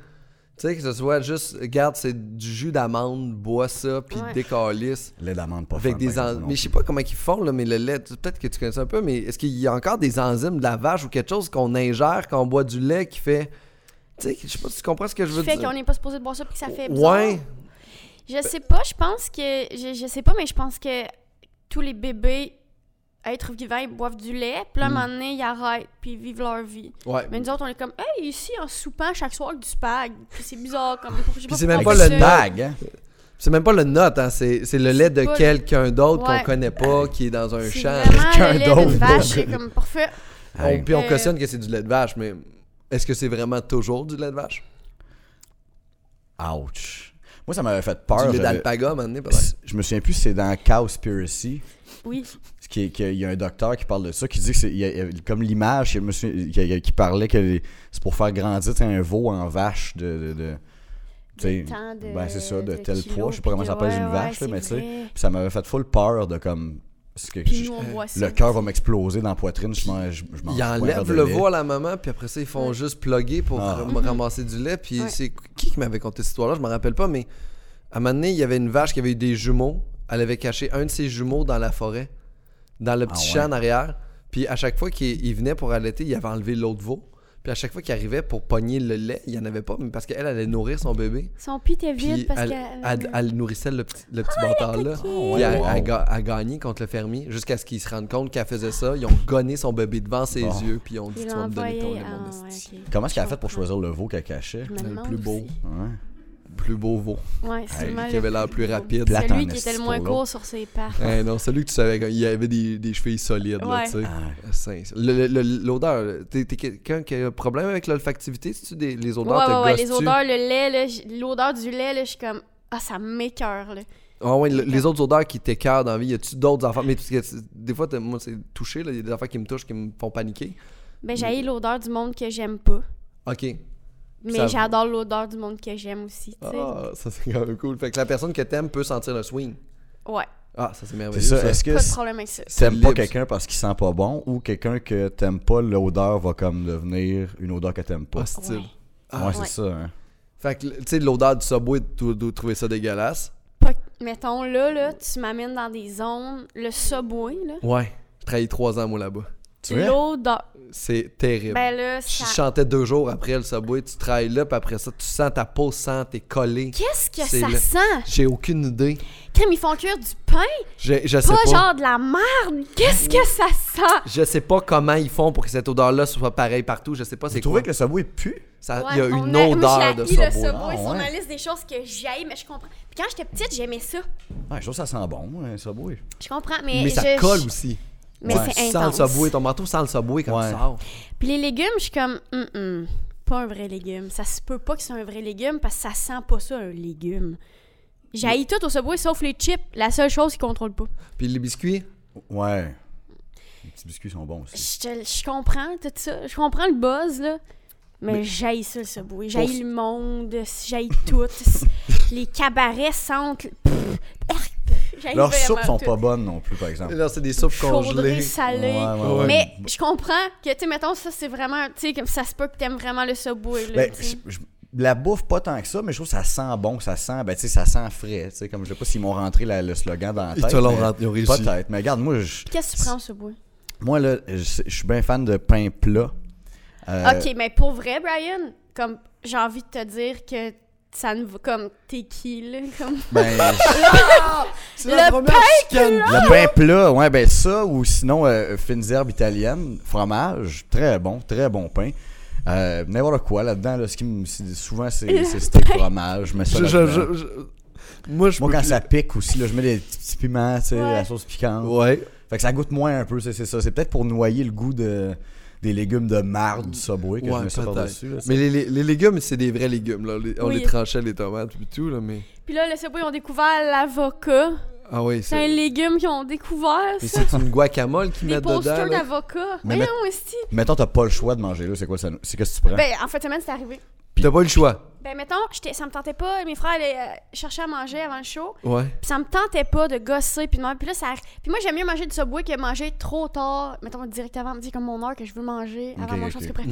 S1: Tu sais, que ce soit juste, regarde, c'est du jus d'amande, bois ça, puis
S2: Ouais.
S1: décalisse.
S3: lait d'amande, pas
S1: Avec
S3: fan,
S1: des
S3: par
S1: en-
S3: exemple, non
S1: Mais je sais pas comment ils font, là, mais le lait, tu- peut-être que tu connais ça un peu, mais est-ce qu'il y a encore des enzymes de la vache ou quelque chose qu'on ingère quand on boit du lait qui fait. Tu sais, je sais pas si tu comprends ce que je
S2: Qui
S1: veux
S2: fait
S1: dire.
S2: qu'on n'est pas supposé de boire ça puis que ça fait bizarre.
S1: ouais.
S2: Je sais pas, je pense que. Je, je sais pas, mais je pense que tous les bébés, êtres vivants, ils boivent du lait. Puis là, à un
S1: Hmm.
S3: Mm.
S2: moment donné, ils arrêtent, puis ils vivent leur vie.
S1: Ouais.
S2: Mais nous autres, on est comme, hey, ici, en soupant chaque soir avec du spag. Puis c'est bizarre, comme. je sais
S1: c'est même
S2: pourquoi
S1: pas
S2: on
S1: le
S2: fait ça.
S3: Tag, hein?
S1: C'est même pas le nôtre, hein, c'est, c'est le lait de
S2: C'est pas le-
S1: quelqu'un d'autre qu'on
S2: Ouais.
S1: connaît pas, qui est dans un
S2: C'est
S1: champ. (laughs)
S2: vraiment le lait
S3: d'autre.
S2: d'une vache, c'est comme parfait.
S1: On- puis on
S2: Euh,
S1: cautionne que c'est du lait de vache, mais est-ce que c'est vraiment toujours du lait de vache?
S3: Ouch. Moi, ça m'avait fait peur.
S1: du lait
S3: j'avais-
S1: d'alpaga, maintenant, peut-être.
S3: Je me souviens plus si c'est dans Cowspiracy.
S2: Oui.
S3: Ce qui est- qu'il y a un docteur qui parle de ça, qui dit que c'est il y a- il y a- comme l'image, je me souviens- qui, qui- qui parlait que les- c'est pour faire grandir tu sais, un veau en vache de. de, de- tu sais,
S2: Tant de-
S3: ben, c'est ça, de, tel
S2: kilos,
S3: poids. Je sais pas comment
S2: puis
S3: ça
S2: que-
S3: pèse
S2: ouais,
S3: une vache,
S2: ouais,
S3: là, mais tu
S2: c'est
S3: sais.
S2: vrai.
S3: puis Ça m'avait fait full peur de comme. parce que
S2: Puis
S3: je-
S2: nous, on boit ça.
S3: le cœur va m'exploser dans la poitrine, je m'en je- je m'en
S1: Ils
S3: fous, un verre
S1: enlèvent
S3: de
S1: le
S3: lait.
S1: veau à la maman, puis après ça, ils font
S2: Ouais.
S1: juste plugger pour
S3: Ah.
S1: ram- ramasser du lait. Puis
S2: Ouais.
S1: c'est qui qui m'avait conté cette histoire-là Je me rappelle pas, mais à un moment donné, il y avait une vache qui avait eu des jumeaux. Elle avait caché un de ses jumeaux dans la forêt, dans le petit
S3: Ah
S1: champ
S3: ouais.
S1: en arrière. Puis à chaque fois qu'il il venait pour allaiter, il avait enlevé l'autre veau. Puis à chaque fois qu'il arrivait pour pogner le lait, il n'y en avait pas, mais parce qu'elle allait nourrir son bébé.
S2: Son pit est
S1: Puis
S2: vide parce
S1: elle,
S2: que. euh,
S1: elle- elle nourrissait le petit, le petit bâtard-là.
S2: coquille.
S1: Puis
S3: Ah ouais,
S1: elle,
S3: wow.
S1: elle ga- elle gagnait contre le fermier jusqu'à ce qu'ils se rendent compte qu'elle faisait ça. Ils ont gonné son bébé devant ses
S3: Bon.
S1: yeux, puis ils ont dit
S2: Il
S1: Tu
S2: l'a
S1: vas me donner ton
S2: envoyé.
S1: lait,
S2: Ah,
S1: mon
S2: ouais,
S1: esti.
S2: ok.
S3: Comment est-ce qu'elle a
S2: Je
S3: fait pour
S2: comprends.
S3: choisir le veau qu'elle cachait
S2: Je me
S1: Le
S2: demande
S1: plus beau.
S2: aussi.
S3: Ouais.
S1: Plus beau veau.
S2: Ouais,
S3: Hey,
S2: sûrement
S1: qui
S2: le
S1: avait l'air plus
S2: beau.
S1: rapide.
S3: Plate en
S2: Celui qui
S3: esti
S2: était le
S3: pour
S2: moins
S3: l'autre.
S2: court sur ses pattes.
S1: (laughs) Eh non, celui que tu savais, quand il avait des, des chevilles solides, là,
S2: Ouais.
S1: tu sais.
S3: Ah.
S1: Saint- le- le- le- L'odeur, là. t'es t'es quelqu'un qui a un problème avec l'olfactivité, si tu des les
S2: Ouais,
S1: odeurs,
S2: ouais,
S1: te
S2: ouais. Les
S1: gosses-tu?
S2: odeurs, le lait, là, j- l'odeur du lait, là, je suis comme. Ah, ça m'écœure, là.
S1: Ah ouais, le- les autres odeurs qui t'écœurent dans la vie, y a-tu d'autres affaires? Mais parce que c'est- des fois, t'as- moi, c'est touché, là, y a des affaires qui me touchent, qui me font paniquer.
S2: Ben,
S1: Mm.
S2: j'ai l'odeur du monde que j'aime pas.
S1: Ok.
S2: Mais
S1: Ça-
S2: j'adore l'odeur du monde que j'aime aussi, tu sais.
S1: Ah, ça c'est quand même cool. Fait que la personne que t'aimes peut sentir le swing.
S2: Ouais,
S1: Ah, ça c'est
S3: C'est
S1: merveilleux.
S3: ça. Est-ce que
S2: pas de problème avec ça.
S3: t'aimes
S1: libre,
S3: pas
S1: ça.
S3: quelqu'un parce qu'il sent pas bon ou quelqu'un que t'aimes pas, l'odeur va comme devenir une odeur que t'aimes pas?
S1: Hostile.
S2: Ouais.
S1: Ah,
S3: ouais, c'est
S2: ouais.
S3: ça. hein.
S1: Fait que, tu sais, l'odeur du subway, tu dois trouver ça dégueulasse.
S2: Pas- Mettons, là, là, tu m'amènes dans des zones, le subway, là.
S1: Ouais. J'ai travaillé trois ans, moi, là-bas.
S3: Tu vois?
S2: L'odeur.
S1: C'est terrible.
S2: Ben là,
S1: Je
S2: ça.
S1: chantais deux jours après le subway, tu travailles là, puis après ça, tu sens ta peau sent, t'es collé.
S2: Qu'est-ce que
S1: C'est
S2: ça
S1: le-
S2: sent?
S1: J'ai aucune idée.
S2: Crème, ils font cuire du pain,
S1: Je, je sais
S2: pas
S1: pas.
S2: genre de la merde. Qu'est-ce que ça sent?
S1: Je sais pas comment ils font pour que cette odeur-là soit pareille partout. Je sais pas c'est
S3: Tu
S1: quoi.
S3: trouvais que le sabot pue?
S1: Ça-
S2: Ouais,
S1: Il y a
S2: on
S1: une
S2: moi,
S1: odeur
S2: j'ai
S1: de
S2: haï le
S1: subway.
S2: subway
S3: Ah,
S2: sur
S3: ouais.
S2: ma liste des choses que j'aille, mais je comprends. Puis quand j'étais petite, j'aimais ça.
S3: Ouais, je trouve que ça sent bon, hein, un sabot.
S2: Je comprends, mais.
S1: Mais ça
S2: je-
S1: colle
S2: je-
S1: aussi.
S2: Mais
S1: Ouais.
S2: c'est
S1: Tu sens le
S2: intense.
S1: subway, ton manteau sent le subway quand
S3: Ouais.
S1: tu sors.
S2: Puis les légumes, je suis comme, Hum, hum, pas un vrai légume. Ça se peut pas que c'est un vrai légume parce que ça sent pas ça, un légume. J'haïs tout au Subway sauf les chips, la seule chose qu'ils contrôlent pas.
S1: Puis les biscuits,
S3: Ouais. Les petits biscuits sont bons aussi.
S2: Je, te- je comprends tout ça, je comprends le buzz, là. Mais, j'haïs ça, le Subway. J'haïs le monde, j'haïs tout. (laughs) les cabarets sentent... pff, arc, j'haïs
S3: Leurs
S2: vraiment
S3: soupes sont
S2: tout.
S3: pas bonnes non plus,
S2: (laughs)
S3: par exemple.
S1: là, c'est des soupes
S2: Chaudrées,
S1: congelées.
S2: salées.
S3: Ouais, ouais, ouais.
S2: Mais je comprends que, tu sais, mettons, ça, c'est vraiment... Tu sais, comme ça se peut que t'aimes vraiment le Subway, là.
S3: Ben,
S2: tu sais.
S3: je- je- la bouffe, pas tant que ça, mais je trouve que ça sent bon, ça sent, ben, tu sais, ça sent frais. tu sais, Comme je sais pas s'ils m'ont rentré la- le slogan dans la
S1: Ils
S3: tête.
S1: te l'ont
S3: mais-
S1: rentré, ils ont réussi.
S3: Peut-être, mais regarde, moi, je,
S2: Qu'est-ce que tu prends au Subway?
S3: moi là, je, je suis bien fan de pain plat. Euh,
S2: Ok, mais pour vrai, Brian, comme j'ai envie de te dire que ça ne va comme t'es qui là, (laughs) comme
S3: ben,
S1: C'est
S2: Le
S1: première chicane.
S3: Le pain plat, ouais, ben ça, ou sinon, euh, fines herbes italiennes, fromage, très bon, très bon pain. Euh, N'importe quoi là-dedans, là, ce qui me- c'est- souvent
S2: (laughs)
S3: c'est c'est steak fromage, mais ça.
S1: Je- je-
S3: là-dedans.
S1: je- je- Moi, je
S3: Moi,
S1: peux
S3: quand
S1: plus-
S3: ça pique aussi, là, je mets des petits petits piments, tu sais,
S2: Ouais.
S3: la sauce piquante.
S1: Ouais.
S3: Fait que ça goûte moins un peu, c'est c'est ça. C'est peut-être pour noyer le goût de, des légumes de marde du Subway que
S1: Ouais,
S3: je mets ça
S1: peut-être.
S3: par-dessus. là.
S1: Mais les, les- les légumes, c'est des vrais légumes. là. Les- on
S2: Oui.
S1: les tranchait, les tomates et tout, là, mais...
S2: Puis là, le Subway, ils ont découvert l'avocat.
S1: Ah oui,
S2: C'est un
S1: c'est...
S2: légume qu'ils ont découvert,
S1: Mais
S2: ça.
S1: c'est une guacamole qu'ils
S2: Des
S1: mettent dedans.
S2: posters
S1: là.
S2: d'avocat.
S3: Mais
S2: Mais non, esti.
S3: Mettons, t'as pas le choix de manger là, c'est quoi ça? C'est qu'est-ce que tu prends?
S2: Ben, en fait, semaine, c'est arrivé.
S1: T'as pas le choix.
S2: Ben, mettons, j'étais- ça me tentait pas. Mes frères allaient euh, chercher à manger avant le show.
S1: Ouais.
S2: Puis ça me tentait pas de gosser. Puis, de manger. puis là, ça. arri- Puis moi, j'aime mieux manger du Subway que manger trop tard. Mettons, direct avant, me dire comme mon heure que je veux manger avant
S3: Ok,
S2: mon
S3: ok.
S2: chose que près.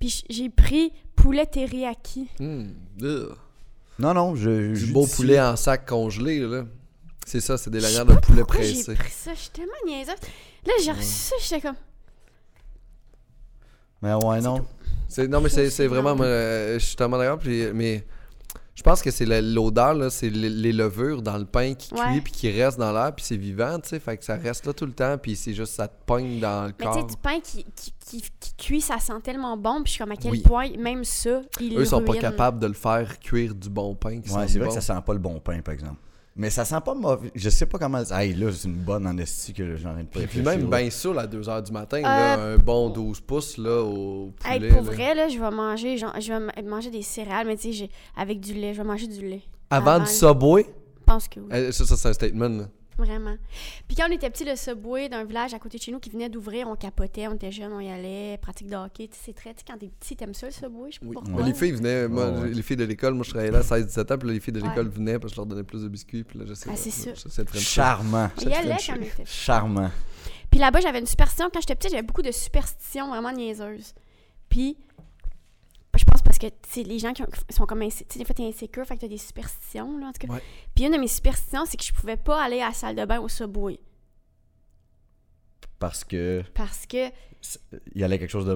S2: Puis j- j'ai pris poulet teriyaki.
S1: Hmm. Ugh.
S3: Non, non, je.
S1: Du
S3: je-
S1: beau poulet en sac congelé, là. C'est ça, c'est des lanières de poulet
S2: Pourquoi j'ai
S1: pressé.
S2: pris ça? Je suis tellement niaiseuse. Là, j'ai reçu ça, j'étais comme...
S3: Mais ouais, non.
S1: C'est- Non, euh, mais c'est c'est vraiment... moi, euh, je suis tellement d'accord, puis- mais... Je pense que c'est la- l'odeur, là, c'est les les levures dans le pain qui
S2: Ouais. Mm.
S1: cuit puis qui reste dans l'air puis c'est vivant, tu sais. Fait que ça reste là tout le temps puis c'est juste ça te pogne dans le
S2: Mais tu sais,
S1: corps.
S2: du pain qui, qui, qui- qui cuit, ça sent tellement bon. Puis je suis comme à quel
S1: Oui.
S2: point, même ça, ils
S1: Eux
S2: le
S1: sont pas
S2: ruinent.
S1: capables de le faire cuire du bon pain. Qui
S3: Ouais,
S1: sent
S3: c'est vrai
S1: bon.
S3: que ça sent pas le bon pain, par exemple. Mais ça sent pas mauvais. Je sais pas comment. Ah, là, c'est une bonne anesthie que j'en ai pas hein.
S1: Puis même ben, bien saoul à 2h du matin, là, un bon 12 pouces là, au poulet.
S2: Euh, Hey, pour
S1: là.
S2: vrai, là, je vais manger, genre, je vais ma- manger des céréales, mais tu sais, j'ai- avec du lait, je vais manger du lait.
S1: Avant
S2: avant.
S1: du Subway,
S2: Je pense que oui,
S1: euh, ça, ça c'est un statement. là.
S2: vraiment. Puis quand on était petit, le subway d'un village à côté de chez nous qui venait d'ouvrir, on capotait, on était jeunes, on y allait, pratique de hockey. Tu sais, c'est très, tu sais, quand t'es petit, t'aimes ça le subway, je sais pas
S1: Oui.
S2: pourquoi.
S1: Les filles venaient, moi,
S3: Ouais, ouais.
S1: les filles de l'école, moi je travaillais là à 16-17 ans, puis là, les filles de
S2: Ouais.
S1: l'école venaient, puis je leur donnais plus de biscuits, puis là j'essayais.
S2: Ah, c'est sûr.
S1: j'essayais de faire ça.
S3: Charmant.
S2: On y allait
S1: Frenchie.
S2: quand on était
S3: Charmant.
S2: Puis là-bas, j'avais une superstition. Quand j'étais petite, j'avais beaucoup de superstitions vraiment niaiseuses. Puis, je pense parce que tu sais, les gens qui ont- qui sont comme insé- tu sais, des fois, t'es insécure, fait que t'as des superstitions, là, en tout cas.
S1: Ouais.
S2: Puis une de mes superstitions, c'est que je pouvais pas aller à la salle de bain au subway
S3: Parce que
S2: parce que
S3: c'est- il y allait quelque chose de.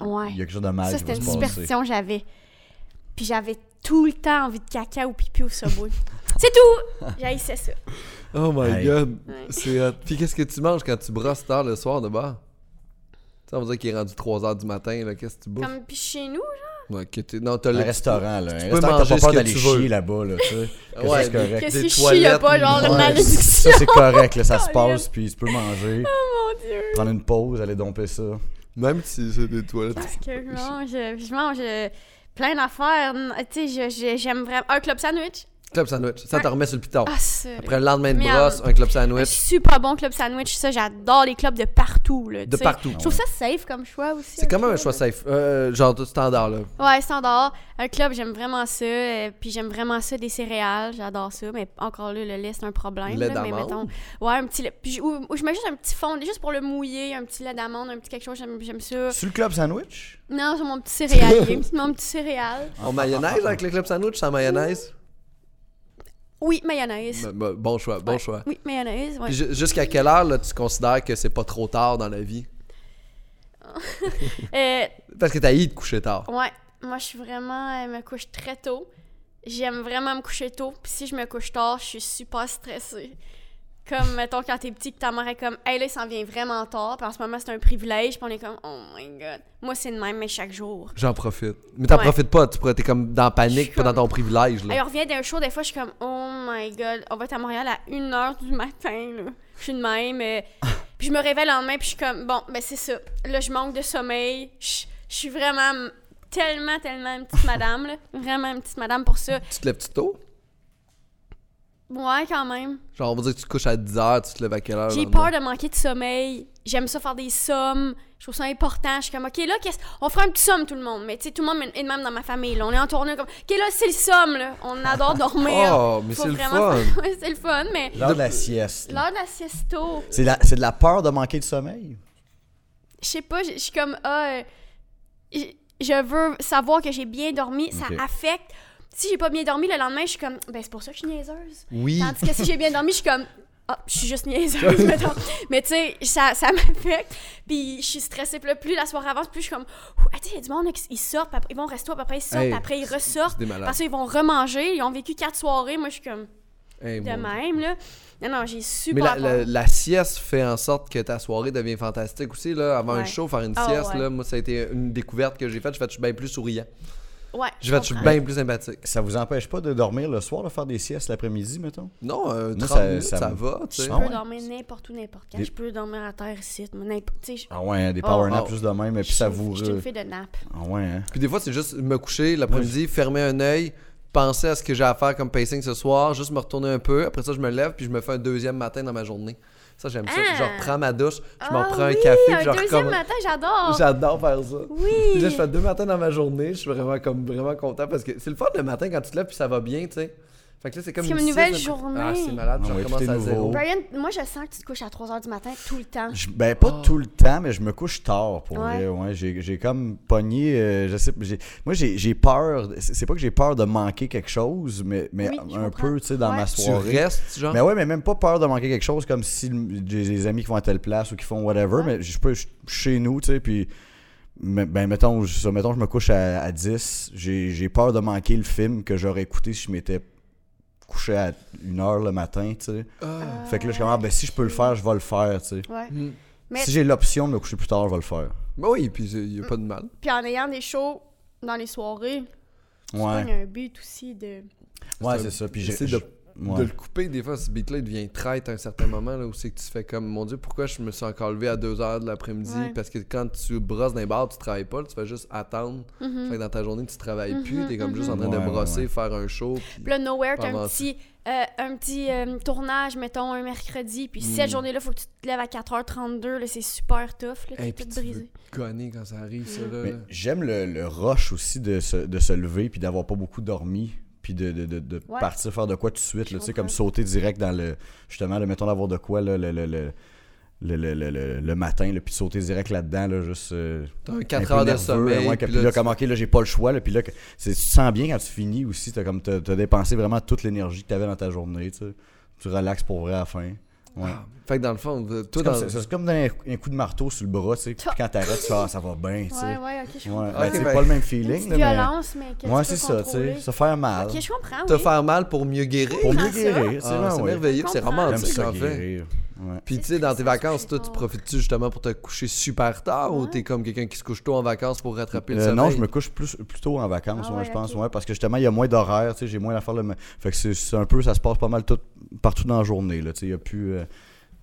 S2: Ouais.
S3: Il y a quelque chose de mal
S2: ça,
S3: qui va
S2: c'était une
S3: se passer.
S2: superstition que j'avais. Puis j'avais tout le temps envie de caca ou pipi au subway. (laughs) c'est tout! J'haïssais ça.
S1: Oh my
S3: Hey.
S1: god,
S2: Ouais.
S1: c'est hot. Puis qu'est-ce que tu manges quand tu brosses tard le soir de bord? Tu sais, on va dire qu'il est rendu 3h du matin, là, qu'est-ce que tu bouffes?
S2: Comme, puis chez nous, genre,
S1: Ouais, que t'es- non, t'as
S3: Un
S1: le-
S3: restaurant, là. Un
S1: peux
S3: restaurant que t'as
S1: manger
S3: pas
S1: ce
S3: peur
S1: que
S3: d'aller
S1: tu veux.
S3: chier là-bas, là,
S1: (laughs)
S3: tu sais. Que ça,
S1: Ouais,
S3: c'est
S1: mais-
S3: correct.
S2: que si
S1: des
S2: je chie, y a pas
S1: toilettes,
S2: genre de
S1: ouais,
S3: Ouais,
S2: malédiction.
S3: (laughs)
S2: Oh,
S3: ça, c'est correct, là, ça se
S2: Colin.
S3: passe, puis tu peux manger,
S2: Mon Dieu!
S3: prendre une pause, aller domper ça.
S1: Même si c'est des toilettes.
S2: Parce que je mange, je mange euh, plein d'affaires. N- Tu sais, je- je- j'aime vraiment. Un club sandwich.
S1: Club sandwich, ça t'en remet sur le piton.
S2: Ah, ça.
S1: Après le lendemain de
S2: Mais
S1: brosse,
S2: en-
S1: un club
S2: Un
S1: sandwich.
S2: super bon club sandwich. Ça, j'adore les clubs de partout. Là, tu
S1: De
S2: sais.
S1: partout.
S2: Je trouve ça safe comme choix aussi.
S1: C'est quand même un choix safe. Euh, genre tout standard là.
S2: Ouais, standard. Un club, j'aime vraiment ça. euh, puis j'aime vraiment ça, des céréales. J'adore ça. Mais encore là, le lait, c'est un problème.
S1: Lait
S2: là, mais
S1: d'amande.
S2: mettons. Ouais, un petit lait. Puis j- ou, ou je mets juste un petit fond, juste pour le mouiller. Un petit lait d'amande, un petit quelque chose. J'aime j'aime ça.
S3: Sur le club sandwich?
S2: Non, c'est mon petit
S1: (laughs)
S2: céréalier. mon petit céréal.
S1: En mayonnaise avec le club sandwich sans mayonnaise?
S2: Oui, mayonnaise.
S1: Ben, ben, Bon choix, bon
S2: Mm. Ouais.
S1: choix.
S2: Oui, mayonnaise. Ouais.
S1: Puis ju- jusqu'à quelle heure là, tu considères que c'est pas trop tard dans la vie?
S2: Euh,
S1: Parce que t'as haï de coucher tard.
S2: Ouais, moi je suis vraiment, elle me couche très tôt. J'aime vraiment me coucher tôt. Puis si je me couche tard, je suis super stressée. Comme, mettons, quand t'es petit, que ta mère est comme, hey là, il s'en vient vraiment tard. Puis en ce moment, c'est un privilège. Puis on est comme, oh my god. Moi, c'est le même, mais chaque jour.
S1: J'en profite. Mais t'en
S2: Ouais.
S1: profites pas, tu pourrais- t'es comme dans la panique,
S2: Je suis
S1: pas dans ton privilège là.
S2: Elle revient d'un show, des fois, je suis comme, oh my god, on va être à Montréal à 1h du matin. Là. Je suis de même.
S1: (laughs)
S2: euh. puis je me réveille le lendemain, puis je suis comme, bon, ben c'est ça. Là, je manque de sommeil. Je je suis vraiment m- tellement, tellement une petite madame. là. Vraiment une petite madame pour ça.
S1: Tu te lèves-tu tôt?
S2: Ouais, quand même.
S1: Genre on va dire que tu te couches à 10h, tu te lèves à quelle heure? le
S2: J'ai
S1: lendemain?
S2: peur de manquer de sommeil. J'aime ça faire des sommes. Je trouve ça important. Je suis comme, OK, là, qu'est-ce... on fera un petit somme, tout le monde. Mais tu sais, tout le monde est de même dans ma famille. Là. On est en tournée comme, OK, là, c'est le somme, là. On
S1: (laughs)
S2: adore dormir.
S1: Oh, mais
S2: Faut
S1: c'est le
S2: vraiment-
S1: fun.
S2: (laughs) Ouais, c'est le fun, mais
S3: L'heure de la sieste. là.
S2: l'heure de la siesto,
S3: C'est la- c'est de la peur de manquer de sommeil?
S2: je sais pas, je je suis comme, ah, euh, je- je veux savoir que j'ai bien dormi. Ça
S3: Ok.
S2: affecte. Si j'ai pas bien dormi le lendemain, je suis comme, ben, c'est pour ça que je suis niaiseuse.
S1: Oui.
S2: Tandis que si j'ai bien dormi, je suis comme. Ah, je suis juste niaiseuse,
S1: (laughs)
S2: mettons. Mais tu sais, ça, ça m'affecte. Puis je suis stressée. Puis là, plus la soirée avance, plus je suis comme. Ouh, ah, tu sais, il y a du monde, là, qui s- ils sortent, puis après, ils vont au resto, puis après ils sortent,
S1: Hey,
S2: puis après ils
S1: c'est-
S2: ressortent.
S1: c'est des malades.
S2: Parce qu'ils vont remanger. Ils ont vécu quatre soirées. Moi, je suis comme.
S1: Hey,
S2: De
S1: mon-
S2: même, là. Non, non, j'ai
S1: Mais la,
S2: super.
S1: la-
S2: peur.
S1: la sieste fait en sorte que ta soirée devient fantastique aussi. Là. Avant un
S2: Ouais.
S1: show, faire une
S2: Ah,
S1: sieste,
S2: ouais.
S1: là, moi, ça a été une découverte que j'ai faite. Je fais, je suis bien plus souriant.
S2: Ouais.
S1: Je ben fais, je suis
S2: comprends.
S1: bien plus sympathique.
S3: Ça vous empêche pas de dormir le soir, de faire des siestes l'après-midi, mettons?
S1: Non, euh,
S3: Moi,
S1: 30
S3: ça-
S1: minutes,
S3: ça
S1: ça,
S3: me-
S1: va. tu sais.
S2: Je
S3: Ah
S2: peux
S3: ouais.
S2: dormir n'importe où, n'importe quand.
S3: Des-
S2: Je peux dormir à terre ici. mais n'importe- Tu sais, je-
S3: Ah ouais, des
S2: Oh.
S3: power naps
S1: Oh.
S3: juste de même, et puis
S2: je
S3: ça
S2: suis-
S3: vous...
S2: Je suis
S3: re-
S2: une fille de nappe.
S3: Ah ouais, hein?
S1: Puis des fois, c'est juste me coucher l'après-midi, fermer un œil, penser à ce que j'ai à faire comme pacing ce soir, juste me retourner un peu. Après ça, je me lève, puis je me fais un deuxième matin dans ma journée. Ça, j'aime ça.
S2: Ah.
S1: Genre, prends ma douche, je m'en
S2: Ah
S1: prends un
S2: oui,
S1: café,
S2: Un
S1: puis je
S2: deuxième
S1: recommence.
S2: matin, j'adore.
S1: J'adore faire ça.
S2: Oui.
S1: (laughs) Puis là, je fais deux matins dans ma journée, je suis vraiment comme vraiment content parce que c'est le fun le matin quand tu te lèves puis ça va bien, tu sais. Fait que là, c'est comme
S2: C'est comme une
S1: sieste,
S2: nouvelle
S1: mais-
S2: journée.
S1: Ah, c'est malade,
S3: Ah
S1: je
S3: ouais, tout
S1: recommence
S3: est
S1: à
S3: nouveau.
S1: zéro.
S2: Brian, moi, je sens que tu te couches à 3 h du matin tout le temps.
S3: Je- ben, pas
S1: Oh.
S3: tout le temps, mais je me couche tard pour
S2: Ouais.
S3: vrai. Ouais, j'ai, j'ai comme pogné. euh, je sais, j'ai- moi, j'ai, j'ai peur. C'est c'est pas que j'ai peur de manquer quelque chose, mais, mais
S2: Oui, je
S3: un
S2: comprends.
S3: peu, tu sais, dans
S2: Ouais.
S3: ma
S1: Tu
S3: soirée.
S1: restes, genre.
S3: Mais ouais, mais même pas peur de manquer quelque chose, comme si le- j'ai des amis qui vont à telle place ou qui font whatever, mais je peux, je suis chez nous, tu sais, puis me- ben mettons, je, ça, mettons, je me couche à, à 10, j'ai j'ai peur de manquer le film que j'aurais écouté si je m'étais couché à 1h le matin, tu sais.
S1: Ah.
S3: Fait que là, je suis comme, ah, ben si je peux le faire, je vais le faire, tu sais.
S2: Ouais.
S1: Mm.
S2: Mais-
S3: Si j'ai l'option de me coucher plus tard, je vais le faire.
S1: Ben oui, puis il n'y a pas de mal.
S2: Puis en ayant des shows dans les soirées, il y
S3: Ouais,
S2: a un but aussi de.
S3: ouais c'est ça. Puis j'ai-
S1: J'essaie
S3: je-
S1: de,
S3: ouais.
S1: de le couper. Des fois, ce beat-là, il devient traite à un certain moment là, où c'est que tu fais comme, mon Dieu, pourquoi je me suis encore levé à 2h de l'après-midi?
S2: Ouais.
S1: Parce que quand tu brosses d'un bar, tu travailles pas, tu fais juste attendre.
S2: Mhm.
S1: Fait que dans ta journée, tu travailles
S2: Mm-hmm,
S1: plus, t'es comme juste en train
S3: mm-hmm. Ouais,
S1: de
S3: ouais,
S1: brosser,
S3: ouais.
S1: faire un show. puis-
S2: Puis là, Nowhere, t'as un
S1: Avancer.
S2: petit, euh, un petit euh, tournage, mettons, un mercredi. Puis cette journée-là, faut que tu te lèves à 4h32. Là, c'est super tough. Là, t'es
S1: Hey, puis
S2: toute
S1: tu veux
S2: brisée.
S1: gonner quand ça arrive, ça, là.
S3: Mais
S2: Euh.
S3: j'aime le, le rush aussi de se, de se lever puis d'avoir pas beaucoup dormi puis de, de, de, de
S2: Ouais.
S3: partir faire de quoi tout de suite,
S2: Je
S3: là, tu sais,
S2: comprends.
S3: comme sauter direct dans le. Justement, le mettons d'avoir de quoi là, le, le, le, le, le, le- le- le matin, là, puis de sauter direct là-dedans, là, juste. euh,
S1: T'as un
S3: un
S1: 4
S3: peu
S1: heures de
S3: nerveux,
S1: sommeil.
S3: ouais, que-
S1: puis
S3: puis là,
S1: tu-
S3: comme, ok, là, j'ai pas le choix, là, puis là, que- c'est- tu te sens bien quand tu finis aussi, t'as comme, t'as, t'as dépensé vraiment toute l'énergie que t'avais dans ta journée, tu sais. Tu relaxes pour vrai à la fin. Ouais.
S1: Ah, Fait que dans le fond, toi,
S3: C'est
S1: dans...
S3: comme, c'est- c'est comme donner un, un coup de marteau sur le bras, tu sais. Puis quand t'arrêtes, tu fais, ah, ça va bien, tu sais.
S2: Ouais, ouais, ok, je
S3: Ouais,
S2: comprends.
S3: ben,
S1: Ok,
S3: c'est
S1: ben,
S3: pas le même
S2: Une
S3: feeling.
S2: petite
S3: là, mais-
S2: violence, mais que
S3: Ouais,
S2: tu peux
S3: c'est ça, tu sais.
S2: contrôler.
S3: Se faire mal.
S2: Ok, je comprends,
S1: te
S2: oui.
S1: faire mal pour mieux guérir.
S3: Pour
S2: Ah, ça.
S3: mieux guérir,
S1: Ah,
S3: c'est vraiment,
S1: c'est
S3: ouais.
S1: merveilleux, puis c'est
S2: Comprends.
S3: J'aime
S1: romantique
S3: ça
S1: en fait.
S3: guérir. Ouais.
S1: Puis tu
S2: C'est
S1: sais, dans
S2: ça,
S1: tes
S2: ça,
S1: vacances,
S2: c'est
S1: toi, tu
S2: bon.
S1: profites-tu justement pour te coucher super tard ou
S2: Ouais.
S1: t'es comme quelqu'un qui se couche tôt en vacances pour rattraper le
S3: Euh,
S1: sommeil?
S3: non, je me couche plus, plus tôt en vacances,
S2: Ah
S3: ouais,
S2: ouais,
S3: je pense,
S2: ok.
S3: ouais, parce que justement, il y a moins d'horaire, tu sais, j'ai moins d'affaires. le ma- Fait que c'est- c'est un peu, ça se passe pas mal tout, partout dans la journée, là, tu sais, il y a plus. euh,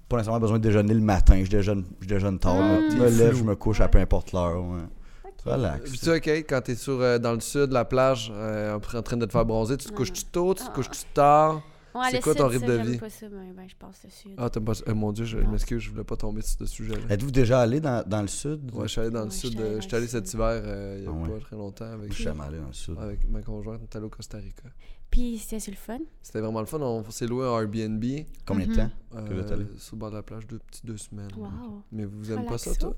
S3: pas nécessairement besoin de déjeuner le matin, je déjeune, je déjeune tard,
S2: Ah,
S3: là. je
S1: t'es
S3: me lève,
S1: flou.
S3: je me couche à peu importe l'heure, ouais. Relax.
S1: Puis tu sais, ok, quand t'es sur, euh, dans le sud, la plage, euh, en train de te faire bronzer, tu te
S2: Ouais.
S1: couches-tu tôt, tu te
S2: Ah.
S1: couches-tu tard?
S2: Ouais,
S1: C'est
S2: le
S1: quoi ton
S2: sud, ça,
S1: rythme de
S2: j'aime
S1: vie?
S2: pas ça, mais ben, je passe dessus.
S1: Ah, t'aimes pas ça? Euh, mon dieu, je
S2: Non.
S1: m'excuse, je voulais pas tomber sur ce sujet-là.
S3: Êtes-vous déjà allé dans, dans le sud?
S1: Ouais, je suis allé dans le
S2: Ouais,
S1: sud,
S2: j'étais allée
S1: euh,
S2: dans
S1: j'étais allé
S2: le
S1: cet
S2: sud.
S1: hiver, euh, il y a
S3: Ah ouais.
S1: pas très longtemps, avec,
S3: Je suis jamais allé dans le sud.
S1: avec ma conjointe, on est allé au Costa Rica.
S2: Puis c'était sur le fun.
S1: C'était vraiment le fun, on s'est loué un Airbnb
S3: Combien de
S2: Mhm.
S3: temps? vous êtes allé?
S1: euh, sur le bord de la plage, deux petites deux semaines.
S2: Wow.
S1: Mais vous aimez pas ça,
S2: Relaxo.
S1: toi?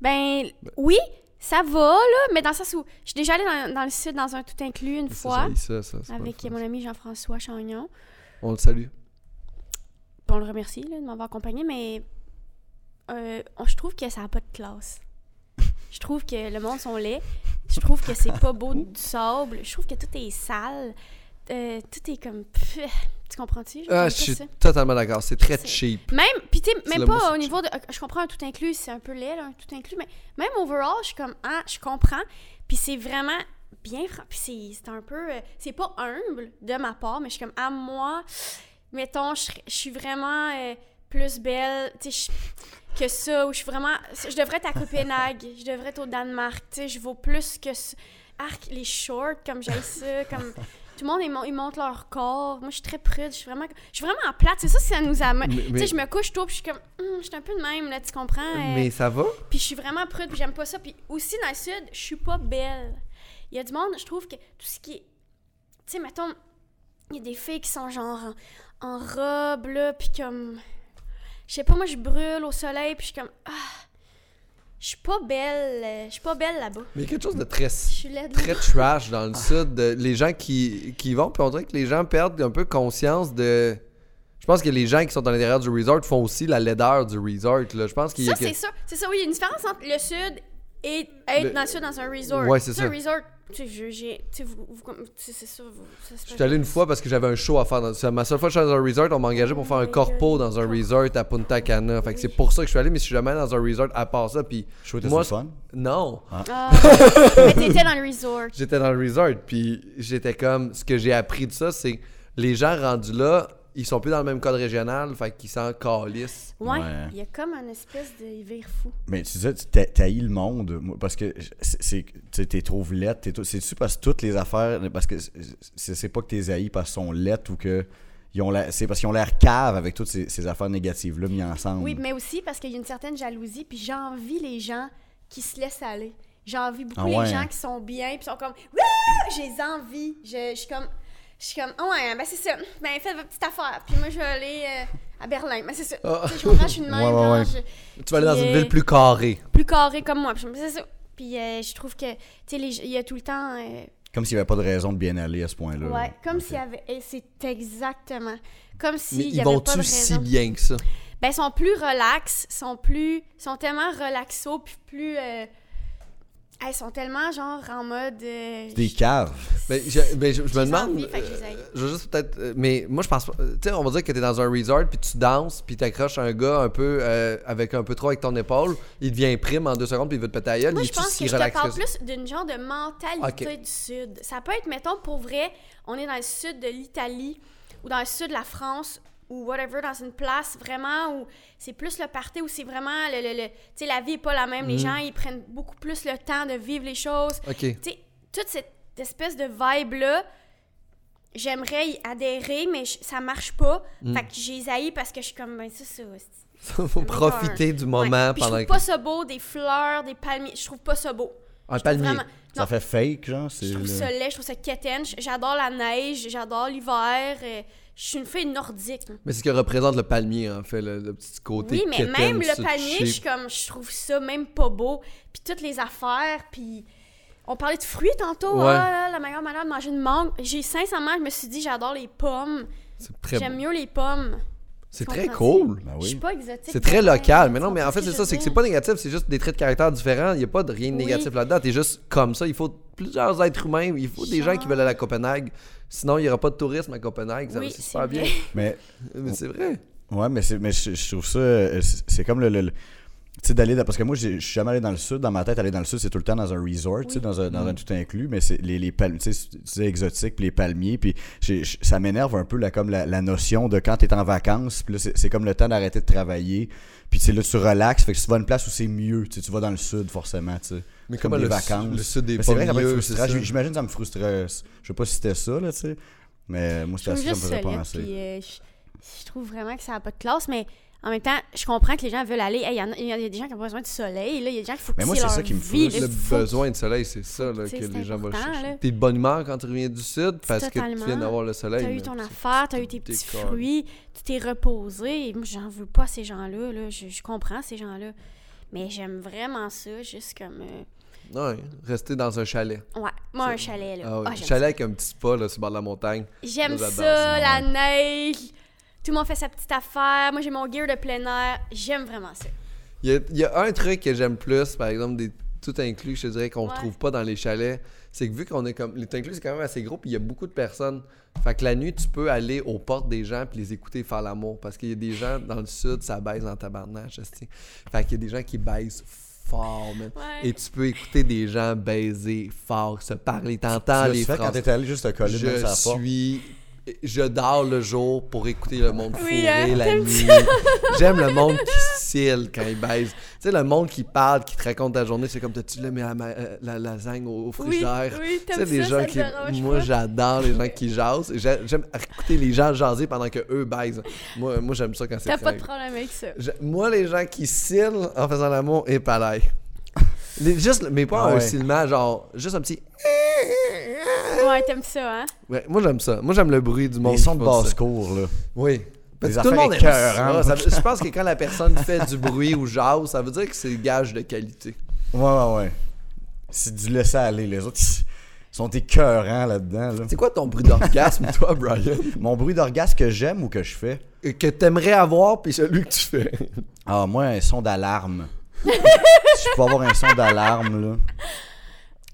S2: Ben, oui, ça va, là, mais dans le sens où je suis déjà allée dans, dans le sud dans un tout inclus une
S1: C'est
S2: fois
S1: ça, ça, ça, c'est pas le
S2: avec
S1: fun,
S2: mon
S1: ça.
S2: ami Jean-François Chagnon.
S1: On le salue.
S2: Puis on le remercie là, de m'avoir accompagné, mais euh, on- je trouve que ça n'a pas de
S1: (laughs)
S2: classe. Je trouve que le monde sont laids. Je trouve que c'est pas beau du sable. Je trouve que tout est sale. Euh, tout est comme. pff, Tu comprends-tu? J'aime
S1: Ah,
S2: pas
S1: je suis
S2: ça.
S1: totalement d'accord. C'est très
S2: C'est-
S1: cheap.
S2: Même, pis tu sais,
S1: le
S2: même
S1: mot,
S2: pas
S1: c'est
S2: au niveau de. Je comprends un tout inclus, c'est un peu laid, là, un tout inclus, mais même overall, je suis comme, ah, je comprends. Puis c'est vraiment bien. fra- Puis c'est- c'est un peu. euh, C'est pas humble de ma part, mais je suis comme, ah, moi, mettons, je serais- je suis vraiment euh, plus belle, tu sais, je- que ça, ou je suis vraiment. Je devrais être à Copenhague, je devrais être au Danemark, tu sais, je vaux plus que. ça. Arc, les shorts, comme j'aille ça, comme. Tout le monde, ils, mon- ils montent leur corps. Moi, je suis très prude. Je suis vraiment, je suis vraiment plate. C'est ça, ça nous amène.
S1: Mais-
S2: Tu
S1: mais-
S2: sais, je me couche tôt, puis je suis comme, Hum, je suis un peu de même, là, tu comprends? euh,
S1: Mais ça va?
S2: Puis je suis vraiment prude, puis j'aime pas ça. Puis aussi, dans le sud, je suis pas belle. Il y a du monde, je trouve que tout ce qui est. Tu sais, mettons, il y a des filles qui sont genre en, en robe, là, puis comme. Je sais pas, moi, je brûle au soleil, puis je suis comme, ah, je suis pas belle. euh, Je suis pas belle là-bas.
S1: Mais il y a quelque chose de très,
S2: Je suis laide. là.
S1: très trash dans le sud. de- Les gens qui, qui y vont, puis on dirait que les gens perdent un peu conscience de. Je pense que les gens qui sont à l'intérieur du resort font aussi la laideur du resort. là. Je pense qu'il y a.
S2: Ça, c'est
S1: quelque-
S2: ça. C'est ça, oui, il y a une différence entre le sud et être
S1: Le-
S2: dans le sud dans un resort.
S1: Ouais, c'est
S2: Tu sais,
S1: ça.
S2: Un resort, tu sais, je- j'ai. Tu sais, vous. vous comme- tu sais, c'est ça. Vous, ça se
S1: Je
S2: fait-
S1: suis allé une fois parce que j'avais un show à faire. Dans... C'est ma seule fois que je suis allé dans un resort. On m'a engagé pour faire un corpo dans un resort à Punta Cana. Fait que c'est pour ça que je suis allé, mais je suis jamais allé dans un resort à part ça. Puis
S3: Je trouvais que
S1: Moi,
S3: c'était fun.
S1: non.
S2: Ah, mais t'étais dans le resort.
S1: J'étais dans le resort, puis j'étais comme, ce que j'ai appris de ça, c'est les gens rendus là, ils sont plus dans le même code régional, fait qu'ils s'en calissent.
S2: Ouais,
S3: Ouais.
S2: il y a comme un espèce de vire fou.
S3: Mais tu disais, tu t'a- t'haïs le monde, moi, parce que c'est- c'est- tu sais, t'es trop lettre, t'es tout- c'est-tu parce que toutes les affaires, parce que c'est c'est pas que t'es haïs parce qu'ils sont lettres ou que ils ont l'air- c'est parce qu'ils ont l'air cave avec toutes ces, ces affaires négatives-là mises ensemble.
S2: Oui, mais aussi parce qu'il y a une certaine jalousie, puis j'envie les gens qui se laissent aller. J'envie beaucoup
S3: Ah ouais.
S2: les gens qui sont bien, puis sont comme Wouh! J'ai envie. Je, je suis comme. Je suis comme, Ah ouais, ben c'est ça. Ben faites votre petite affaire. Puis moi, je vais aller euh, à Berlin. Ben c'est ça.
S1: Ah.
S2: Tu sais, Je comprends, je suis une même.
S3: Ouais, ouais,
S2: genre,
S3: ouais.
S2: je-
S1: Tu vas aller dans
S2: Puis,
S1: une
S2: euh,
S1: ville plus carrée.
S2: plus carré comme moi. Puis je me disais ça. Puis euh, je trouve que, tu sais, les- il y a tout le temps. euh,
S3: Comme s'il n'y avait pas de raison de bien aller à ce point-là.
S2: ouais, comme s'il y avait. et C'est exactement. Comme
S1: Mais
S2: s'il y
S1: ils
S2: avait pas de
S1: vont-tu
S2: raison.
S1: si bien que ça?
S2: Ben, ils sont plus relax, sont plus. sont tellement relaxaux, puis plus. euh, Elles sont tellement genre en mode. euh,
S3: C'est des caves.
S1: Mais je, mais je- je
S2: j'ai
S1: me
S2: envie,
S1: demande.
S2: fait que je les haïs.
S1: euh, je veux juste peut-être. euh, Mais moi, je pense pas. Tu sais, on va dire que t'es dans un resort, puis tu danses, puis t'accroches un gars un peu. euh, avec un peu trop avec ton épaule. Il devient prime en deux secondes, puis il veut te péter la gueule.
S2: Moi,
S1: il
S2: je
S1: est
S2: pense
S1: si
S2: que je te
S1: relax
S2: parle
S1: ça?
S2: plus d'une genre de mentalité
S1: Ok.
S2: du Sud. Ça peut être, mettons, pour vrai, on est dans le sud de l'Italie ou dans le sud de la France ou whatever, dans une place vraiment où c'est plus le party, où c'est vraiment le. le- le- tu sais, la vie n'est pas la même.
S1: Mm.
S2: Les gens, ils prennent beaucoup plus le temps de vivre les choses.
S1: Ok.
S2: Tu sais, toute cette espèce de vibe-là, j'aimerais y adhérer, mais je- ça marche pas.
S1: Mm.
S2: Fait que j'ai haï parce que je suis comme, ben ça, ça. c'est-
S1: (laughs) Faut profiter du moment
S2: Ouais. Puis
S1: pendant
S2: Je
S1: que.
S2: trouve pas ça beau, des fleurs, des palmiers. Je trouve pas ça beau.
S1: Un palmier.
S2: Vraiment.
S3: Ça
S2: Non,
S3: fait fake, genre. c'est
S2: je trouve
S3: le-
S2: ça laid, je trouve ça quétaine. J- J'adore la neige, j'adore l'hiver. euh, Je suis une fille nordique.
S1: Mais c'est ce que représente le palmier, en fait, le, le petit côté.
S2: Oui, mais
S1: quétaine,
S2: même le
S1: ce
S2: palmier, je
S1: cheap.
S2: suis comme, je trouve ça même pas beau. Puis toutes les affaires, puis on parlait de fruits tantôt.
S1: Ouais.
S2: Ah, là, la meilleure manière de manger une mangue. J'ai sincèrement, je me suis dit, j'adore les pommes.
S1: C'est très,
S2: J'aime mieux les pommes.
S1: c'est
S2: tu
S1: très
S2: comprends-tu?
S1: cool.
S3: Ben
S2: Je suis
S3: oui.
S2: pas exotique.
S1: C'est très
S2: Ouais,
S1: local.
S2: hein, tu
S1: Mais non, mais en
S2: comprends
S1: fait,
S2: ce
S1: c'est
S2: que
S1: ça,
S2: je
S1: c'est que
S2: veux
S1: c'est
S2: dire?
S1: pas négatif, c'est juste des traits de caractère différents. Il n'y a pas de rien de
S2: Oui.
S1: négatif là-dedans. T'es juste comme ça. Il faut plusieurs êtres humains. Il faut des gens qui
S2: Genre.
S1: veulent aller à Copenhague. Sinon, il n'y aura pas de tourisme à Copenhague. Ça,
S2: Oui,
S1: c'est
S2: c'est
S1: super bien.
S2: vrai.
S3: Mais
S1: Mais c'est vrai.
S3: Ouais, mais, c'est, mais je, je trouve ça. euh, C'est c'est comme le. le- le- tu sais, d'aller. dans- Parce que moi, j'ai- je suis jamais allé dans le sud. Dans ma tête, aller dans le sud, c'est tout le temps dans un resort, tu sais, dans, un, dans
S1: Mm.
S3: un tout inclus. Mais c'est les, les palmiers, tu sais, tu sais, exotiques, puis les palmiers. Puis j'ai- j- ça m'énerve un peu, là, comme la, la notion de quand t'es en vacances. Puis là, c'est c'est comme le temps d'arrêter de travailler. Puis tu sais, là, tu relaxes. Fait que si tu vas à une place où c'est mieux, tu sais, tu vas dans le sud, forcément, tu sais.
S1: Mais
S3: comme
S1: comment
S3: des
S1: le-
S3: vacances.
S1: le sud est
S3: Mais
S1: pas
S3: c'est vrai que ça peut être
S1: mieux,
S3: frustrant.
S1: c'est ça.
S3: J- J'imagine que ça me frustrait. Je sais pas si c'était ça, là, tu sais. Mais euh, moi,
S2: Je trouve
S3: c'était ça, ça me
S2: juste
S3: faisait
S2: solide,
S3: penser.
S2: puis euh, je, je trouve vraiment que ça n'a pas de classe, mais en même temps, je comprends que les gens veulent aller. Hey, Il y en a- il y, a des gens qui ont besoin du soleil, là, il y a des gens qui faut
S3: Mais moi,
S2: pousser
S3: c'est ça
S2: leur
S3: qui me
S2: vie,
S3: frustre,
S2: là,
S1: Le
S2: faut-
S1: besoin de soleil, c'est ça là,
S2: tu
S1: que
S2: sais, c'est
S1: les gens vont
S2: important,
S1: chercher.
S2: là.
S1: T'es de bonne humeur quand tu reviens du sud parce que tu viens
S2: totalement.
S1: d'avoir le soleil.
S2: T'as
S1: mais
S2: eu ton
S1: c'est-
S2: affaire, t'as
S1: c'est
S2: eu tes
S1: des
S2: petits
S1: cordes.
S2: fruits, tu t'es reposé. Moi, J'en veux pas à ces gens-là, là. Je, je comprends ces gens-là. Mais j'aime vraiment ça, juste comme. euh,
S1: Ouais, rester dans un chalet.
S2: Ouais, moi, un chalet, là.
S1: Ah ouais.
S2: Ah, j'aime
S1: chalet avec un petit spa là, sur le bord de la montagne.
S2: J'aime
S1: J'adore
S2: ça,
S3: ça,
S2: la neige. Tout le monde fait sa petite affaire. Moi, j'ai mon gear de plein air. J'aime vraiment ça.
S1: Il y, a, il y a un truc que j'aime plus, par exemple, des tout inclus, je te dirais, qu'on
S2: Ouais.
S1: trouve pas dans les chalets, c'est que vu qu'on est comme. Les tout inclus, c'est quand même assez gros, puis il y a beaucoup de personnes. Fait que la nuit, tu peux aller aux portes des gens puis les écouter faire l'amour. Parce qu'il y a des gens dans le sud, ça baise en tabarnage, esti. Fait qu'il y a des gens qui baisent fort, man.
S2: Ouais.
S1: Et tu peux écouter des gens baiser fort, se parler, t'entends
S3: Tu l'as
S1: les
S3: fait quand
S1: phrases.
S3: t'es allé juste te coller dans
S1: Je
S3: sa porte.
S1: suis. Je dors le jour pour écouter le monde fourrer
S2: Oui, hein,
S1: la
S2: t'aimes
S1: nuit. J'aime le monde qui cille quand il baise. Tu sais, le monde qui parle, qui te raconte ta journée, c'est comme t'as-tu le la, ma- euh, la lasagne au, au
S2: Oui,
S1: frigidaire?
S2: oui,
S1: Tu
S2: t'aimes
S1: sais, des
S2: ça,
S1: gens
S2: ça te
S1: qui.
S2: dérange
S1: Moi,
S2: pas?
S1: j'adore les gens qui jasent. Et j'a- J'aime écouter les gens jaser pendant que eux baisent. Moi, moi j'aime ça quand c'est
S2: T'as pas de
S1: correct.
S2: problème avec
S3: (laughs)
S2: ça.
S1: Je- moi, les gens qui cillent en faisant l'amour et palais. Les- juste, mais pas
S3: Ah
S1: un
S3: ouais.
S1: ciment, genre, juste un petit.
S2: Ouais, t'aimes ça, hein?
S1: Ouais, moi, j'aime ça. Moi, j'aime le bruit du monde.
S3: Les sons de
S1: qui font ça.
S3: basse-cour, là.
S1: Oui. Parce que
S3: Des
S1: tout le
S3: affaires
S1: monde aime ça.
S3: écœurantes.
S1: Ça veut- je pense que quand la personne fait du bruit ou jase, ça veut dire que c'est gage de qualité.
S3: Ouais, ouais, ouais. C'est du laisser aller. Les autres, ils sont écœurants là-dedans, là.
S1: C'est quoi ton bruit d'orgasme, toi, Brian?
S3: Mon bruit d'orgasme que j'aime ou que je fais?
S1: Et Euh, Que t'aimerais avoir, puis celui que tu fais.
S3: Ah, moi, un son d'alarme.
S1: (laughs)
S3: si je peux avoir un son d'alarme, là.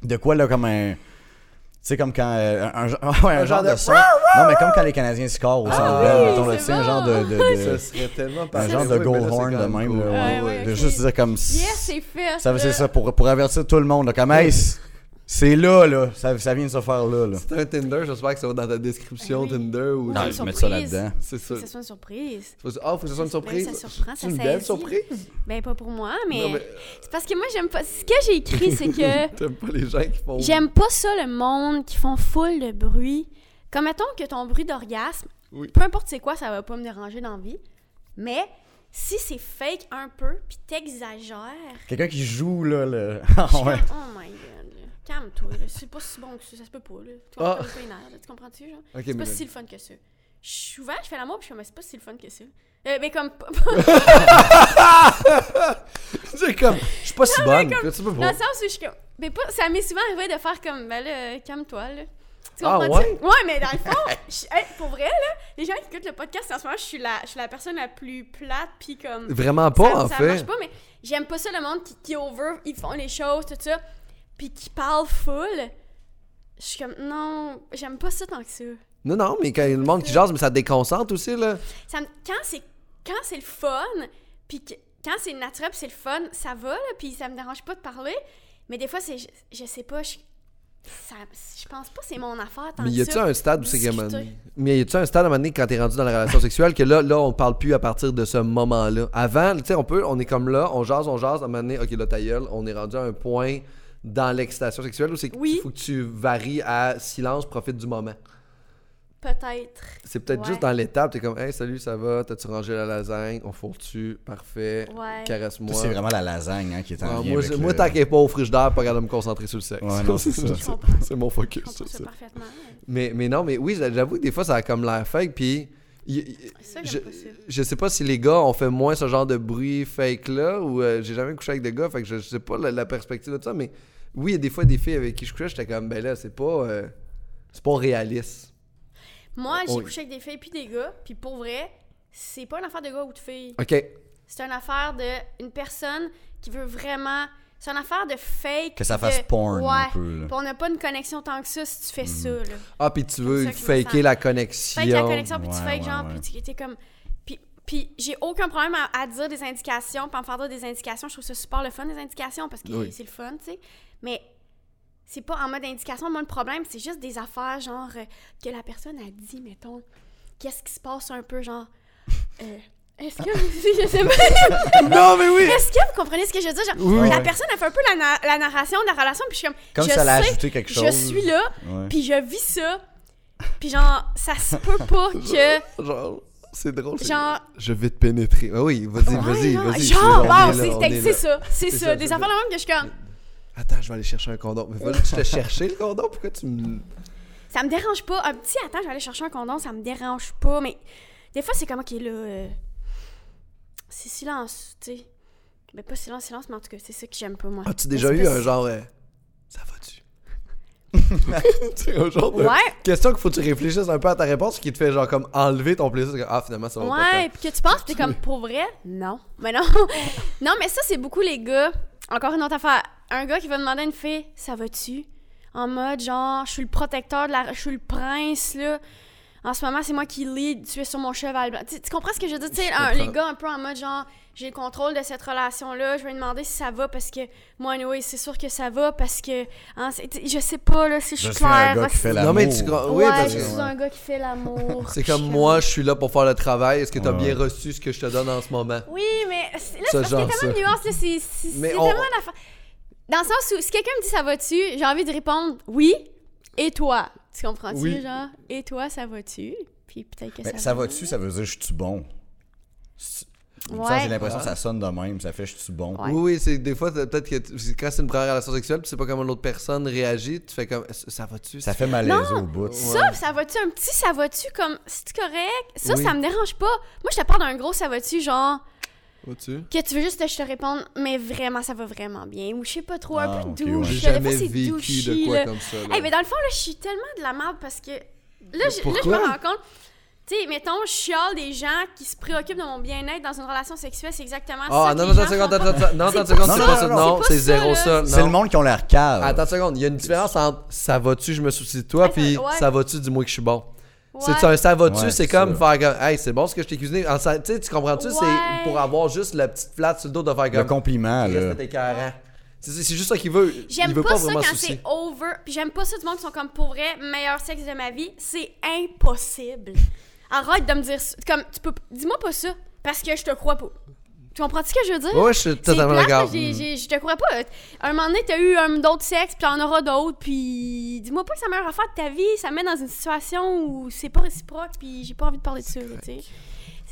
S3: De quoi, là, comme un... Tu sais, comme quand. euh, un, un- (laughs) ouais, un
S1: Un genre
S3: genre de
S1: de Ah
S3: son. Non, mais comme quand les Canadiens scorent au centre Bell,
S1: oui,
S3: mettons, là,
S2: c'est
S3: tu sais, un
S2: bon.
S3: genre de. de- de-
S1: (laughs) Ça serait tellement
S3: un
S1: parfait.
S3: genre de
S1: Oui, mais là,
S3: goal
S1: c'est
S3: horn de
S1: quand même
S3: même,
S1: cool.
S3: là. ouais,
S2: Ouais,
S3: ouais.
S2: ouais,
S3: De
S2: ok.
S3: juste dire comme.
S2: Yes, c'est fait.
S3: Ça, c'est
S2: là.
S3: ça, pour, pour avertir tout le monde. là, comme, hey, c'est- c'est là, là. Ça, ça vient de se faire là, là.
S1: C'est un Tinder, j'espère que ça va dans ta description
S2: Oui.
S1: Tinder. Ou...
S2: Non,
S3: Ah,
S2: une
S3: je vais mettre ça
S2: surprise.
S3: là-dedans.
S1: C'est
S2: Faut
S1: ça.
S2: que ce soit une surprise.
S1: Faut- Ah, faut que ce soit une surprise.
S2: Ça surprend, ça
S1: C'est une
S2: saisit.
S1: belle surprise.
S2: Ben, pas pour moi, mais.
S1: Non, mais-
S2: C'est parce que moi, j'aime pas. Ce que j'ai écrit, c'est
S3: (laughs) Oh.
S2: que.
S1: T'aimes pas les gens qui font.
S2: J'aime pas ça, le monde qui font full de bruit. Comme mettons que ton bruit d'orgasme,
S1: Oui.
S2: peu importe c'est quoi, ça va pas me déranger dans la vie. Mais si c'est fake un peu, puis t'exagères.
S3: Quelqu'un qui joue, là, (laughs) le.
S2: Je
S3: Ah,
S2: suis
S3: ouais.
S2: comme, oh my god, là. calme-toi, là. c'est pas si bon que ça, ça se peut pas. Là. Tu
S1: Ah.
S2: comprends pas une heure, là. tu comprends-tu? Genre?
S1: Ok,
S2: c'est
S1: mais-
S2: pas si le fun que ça. Je- Souvent, je fais l'amour, puis je suis comme, c'est pas si le fun que ça. Euh, mais comme,
S1: C'est comme. Je suis pas si bonne. Tu peux
S2: dans
S1: pas.
S2: le sens où je suis comme, mais pas, ça m'est souvent arrivé de faire comme, ben là, euh, calme-toi, là. Tu
S1: Ah,
S2: comprends-tu?
S1: ouais?
S2: mais dans le
S1: (laughs)
S2: fond, je- hey, pour vrai, là, les gens qui écoutent le podcast, en ce moment, je suis la, je suis la personne la plus plate, puis comme.
S1: Vraiment pas,
S2: ça,
S1: en
S2: ça
S1: fait.
S2: marche pas, mais j'aime pas ça le monde qui, qui over, ils font les choses, tout ça. puis qui parle full, je suis comme, non, j'aime pas ça tant que ça.
S1: Non, non, mais quand il y a le monde qui jase, mais ça déconcentre aussi, là.
S2: ça me- quand c'est quand c'est le fun puis que- quand c'est naturel puis c'est le fun ça va là puis ça me dérange pas de parler mais des fois c'est je, je sais pas je, ça- je pense pas que c'est mon affaire tant
S1: Mais y
S2: que
S1: a-tu
S2: ça
S1: un stade où c'est que.
S2: discuter.
S1: Mais y a-tu un stade à un moment donné quand t'es rendu dans la relation sexuelle que là, là, on parle plus à partir de ce moment-là. Avant, tu sais, on peut, on est comme là, on jase, on jase, à un moment donné, ok, là, ta gueule, on est rendu à un point dans l'excitation sexuelle où c'est qu'il
S2: Oui.
S1: faut que tu varies à silence, profite du moment.
S2: peut-être
S1: C'est peut-être
S2: Ouais.
S1: juste dans l'étape, t'es comme, hey, salut, ça va, t'as-tu rangé la lasagne, on fourre-tu, parfait,
S2: Ouais.
S1: caresse-moi.
S3: Toi, C'est vraiment la lasagne hein, qui est en
S1: Ah,
S3: lien
S1: moi,
S3: avec
S1: je-
S3: le-
S1: moi
S3: (laughs)
S1: tant qu'elle est pas au frigidaire, pas capable de me concentrer sur le sexe. (laughs)
S3: Ouais, non, c'est ça.
S2: Je comprends.
S1: C'est mon
S2: je
S1: focus.
S2: comprends
S1: ça.
S2: ça parfaitement
S1: Mais, mais non, mais oui, j'a- j'avoue que des fois, ça a comme l'air fake, puis... y- y-
S2: ça
S1: je,
S2: j'aime pas ça
S1: je sais pas si les gars ont fait moins ce genre de bruit fake-là, ou euh, j'ai jamais couché avec des gars, fait que je, je sais pas la, la perspective de ça, mais oui, il y a des fois des filles avec qui je couchais, j'étais comme, ben là, c'est pas... euh, c'est pas réaliste.
S2: moi j'ai
S1: Oh, oui.
S2: couché avec des filles puis des gars puis pour vrai c'est pas une affaire de gars ou de filles
S1: OK.
S2: c'est une affaire de une personne qui veut vraiment c'est une affaire de fake
S3: Que ça
S2: de-
S3: fasse porn un
S2: ouais.
S3: peu. là.
S2: Puis on n'a pas une connexion tant que ça si tu fais ça là
S1: Ah, puis tu veux
S2: ça que je me
S1: faker
S2: sens.
S1: la connexion.
S2: fake la connexion, puis tu
S3: Ouais,
S2: fakes,
S3: ouais,
S2: genre,
S3: ouais.
S2: puis tu t'es comme... Puis, puis j'ai aucun problème à, à dire des indications, puis à me faire dire des indications. Je trouve ça super le fun, des indications, parce que
S1: Oui.
S2: c'est le fun, tu sais. Mais c'est pas en mode indication. Moi, le problème, c'est juste des affaires, genre, euh, que la personne a dit, mettons. Qu'est-ce qui se passe un peu, genre... euh, Est-ce que... (laughs) je sais pas.
S1: non, mais oui!
S2: Est-ce que vous comprenez ce que je veux dire? Genre,
S1: Oui, oui.
S2: La
S3: Ouais.
S2: personne, elle fait un peu la, na- la narration de la relation, puis je suis comme...
S3: Comme
S2: je
S3: ça l'a
S2: sais,
S3: ajouté quelque chose.
S2: Je suis là,
S3: Ouais.
S2: puis je vis ça. Puis genre, ça se peut
S3: (laughs)
S2: pas que...
S1: Genre, c'est drôle. c'est-
S2: Genre-
S1: Je vais te pénétrer. Ah oui, vas-y,
S2: Ouais,
S1: vas-y,
S2: genre,
S1: vas-y.
S2: Genre,
S1: c'est- on
S2: wow,
S1: est là, on
S2: c'est
S1: est
S2: c'est
S1: là.
S2: ça, c'est
S1: C'est
S2: ça.
S1: ça,
S2: Des
S1: c'est
S2: affaires de même que je suis comme.
S1: Attends, je vais aller chercher un condom. Mais vas-y, je te chercher le condom. Pourquoi tu me.
S2: Ça me dérange pas. Un petit attends, je vais aller chercher un condom, ça me dérange pas. Mais des fois, c'est comme, ok, là. euh, c'est silence, tu sais. Mais pas silence, silence, mais en tout cas, c'est ça que j'aime pas, moi.
S1: As-tu déjà
S2: Mais
S1: eu
S2: c'est pas-
S1: un genre. euh, ça
S2: (laughs)
S1: va-tu? c'est un genre de.
S2: Ouais.
S1: Question qu'il faut que tu réfléchisses un peu à ta réponse qui te fait genre comme enlever ton plaisir. comme, Ah, finalement, ça va pas.
S2: Ouais,
S1: tant.
S2: puis que tu penses, puis t'es
S1: (laughs)
S2: comme, pour vrai? Non. Mais non. (laughs) non, mais ça, c'est beaucoup les gars. Encore une autre affaire. Un gars qui va demander à une fille, ça va-tu? En mode, genre, je suis le protecteur de la. Je suis le prince, là. En ce moment, c'est moi qui lead, tu es sur mon cheval blanc. Tu, tu comprends ce que je veux dire? Tu sais,
S1: Je
S2: un-
S1: comprends.
S2: les gars, un peu en mode, genre, j'ai le contrôle de cette relation-là, je vais lui demander si ça va parce que moi, anyway, c'est sûr que ça va parce que. hein, c'est- je sais pas, là, si je
S3: Je
S2: suis
S3: suis un
S2: claire.
S3: gars qui
S2: parce-
S3: fait
S1: Non,
S3: l'amour.
S1: mais tu. gra- Oui,
S2: ouais,
S1: parce
S2: je
S1: que.
S2: suis un gars qui fait l'amour.
S1: C'est
S2: Puis je
S1: comme
S2: suis
S1: moi, je suis là pour faire le travail. Est-ce que t'as
S3: Ouais.
S1: bien reçu ce que je te donne en ce moment?
S2: Oui, mais c'est- là, c'est
S1: Ce
S2: parce qu'il y a
S1: genre,
S2: tellement de nuances. là, C'est c'est-
S1: Mais
S2: c'est
S1: on-
S2: tellement d'affaires. Dans le sens où, si quelqu'un me dit ça va-tu, j'ai envie de répondre oui, et toi. Tu comprends-tu,
S1: Oui. Ben,
S2: genre, et toi, ça va-tu? Puis peut-être que
S3: Mais
S2: ça,
S3: Ben, ça va-tu, ça veut dire je suis bon. C'est- Ça,
S2: Ouais.
S3: j'ai l'impression que ça sonne de même. Ça fait je suis bon.
S2: Ouais.
S1: Oui, oui, c'est des fois, t'as- peut-être que t- c'est quand c'est une première relation sexuelle, tu sais pas comment l'autre personne réagit, tu fais comme ça ça va-tu?
S3: Ça
S1: ça?
S3: fait malaise au bout.
S2: Ça, ça va-tu un petit ça va-tu comme c'est correct? Ça,
S1: Oui.
S2: ça me dérange pas. Moi, je te parle d'un gros ça va-tu, genre,
S1: Va-tu?
S2: que tu veux juste que je te réponde, mais vraiment, ça va vraiment bien. Ou je sais pas trop, un
S3: Ah,
S2: peu
S3: ok, ouais.
S2: douche.
S1: J'ai
S2: là, des fois,
S1: jamais
S2: c'est
S1: vécu de
S2: douchy,
S1: quoi
S2: là.
S1: comme ça. là.
S2: Hey, mais dans le fond, là, je suis tellement de la merde parce que. Là, je, là, je me
S1: pourquoi?
S2: rends compte. Tu sais, mettons, je chiale des gens qui se préoccupent de mon bien-être dans une relation sexuelle, c'est exactement ça.
S1: Ah,
S2: que
S1: non,
S2: les
S1: non,
S2: gens
S1: attends, seconde,
S2: font
S1: attends,
S2: pas.
S1: attends, non, attends,
S2: C'est
S1: seconde,
S3: pas
S1: c'est
S3: ça,
S1: pas ça,
S3: non,
S1: non,
S2: c'est pas
S1: c'est
S2: ça,
S1: zéro
S2: là.
S1: ça,
S3: C'est le
S1: non.
S3: monde qui ont l'air cave.
S1: Attends, seconde, il y a une différence entre ça va-tu, je me soucie de toi,
S2: Ouais,
S1: puis
S2: ouais.
S1: ça va-tu, dis-moi que je suis bon.
S2: Ouais.
S1: C'est un ça va-tu,
S3: Ouais,
S1: c'est
S3: c'est
S1: comme
S3: ça.
S1: faire comme, hey, c'est bon ce que je t'ai cuisiné. En sa- Tu sais, tu comprends-tu, c'est
S2: Ouais.
S1: pour avoir juste la petite flatte sur le dos de faire
S3: Le
S1: comme.
S3: compliment,
S1: Chris,
S3: là.
S1: t'es écœurant. C'est c'est- c'est juste ça qu'il veut.
S2: J'aime
S1: Il veut
S2: pas,
S1: pas,
S2: ça
S1: vraiment
S2: quand
S1: soucier.
S2: c'est over. Puis j'aime pas ça du monde qui sont comme pour vrai, meilleur sexe de ma vie. C'est impossible. Arrête de me dire ça. Comme, tu peux. Dis-moi pas ça parce que je te crois pas. Tu comprends-tu ce que je veux dire?
S1: Ouais, je suis
S2: C'est
S1: totalement
S2: plate,
S1: d'accord. Hmm.
S2: j'ai- j'ai- Je te crois pas. À un moment donné, t'as eu un d'autres sexes, puis t'en auras d'autres, puis dis-moi pas que c'est la meilleure affaire de ta vie. Ça me met dans une situation où c'est pas réciproque, puis j'ai pas envie de parler de ça, là, tu sais.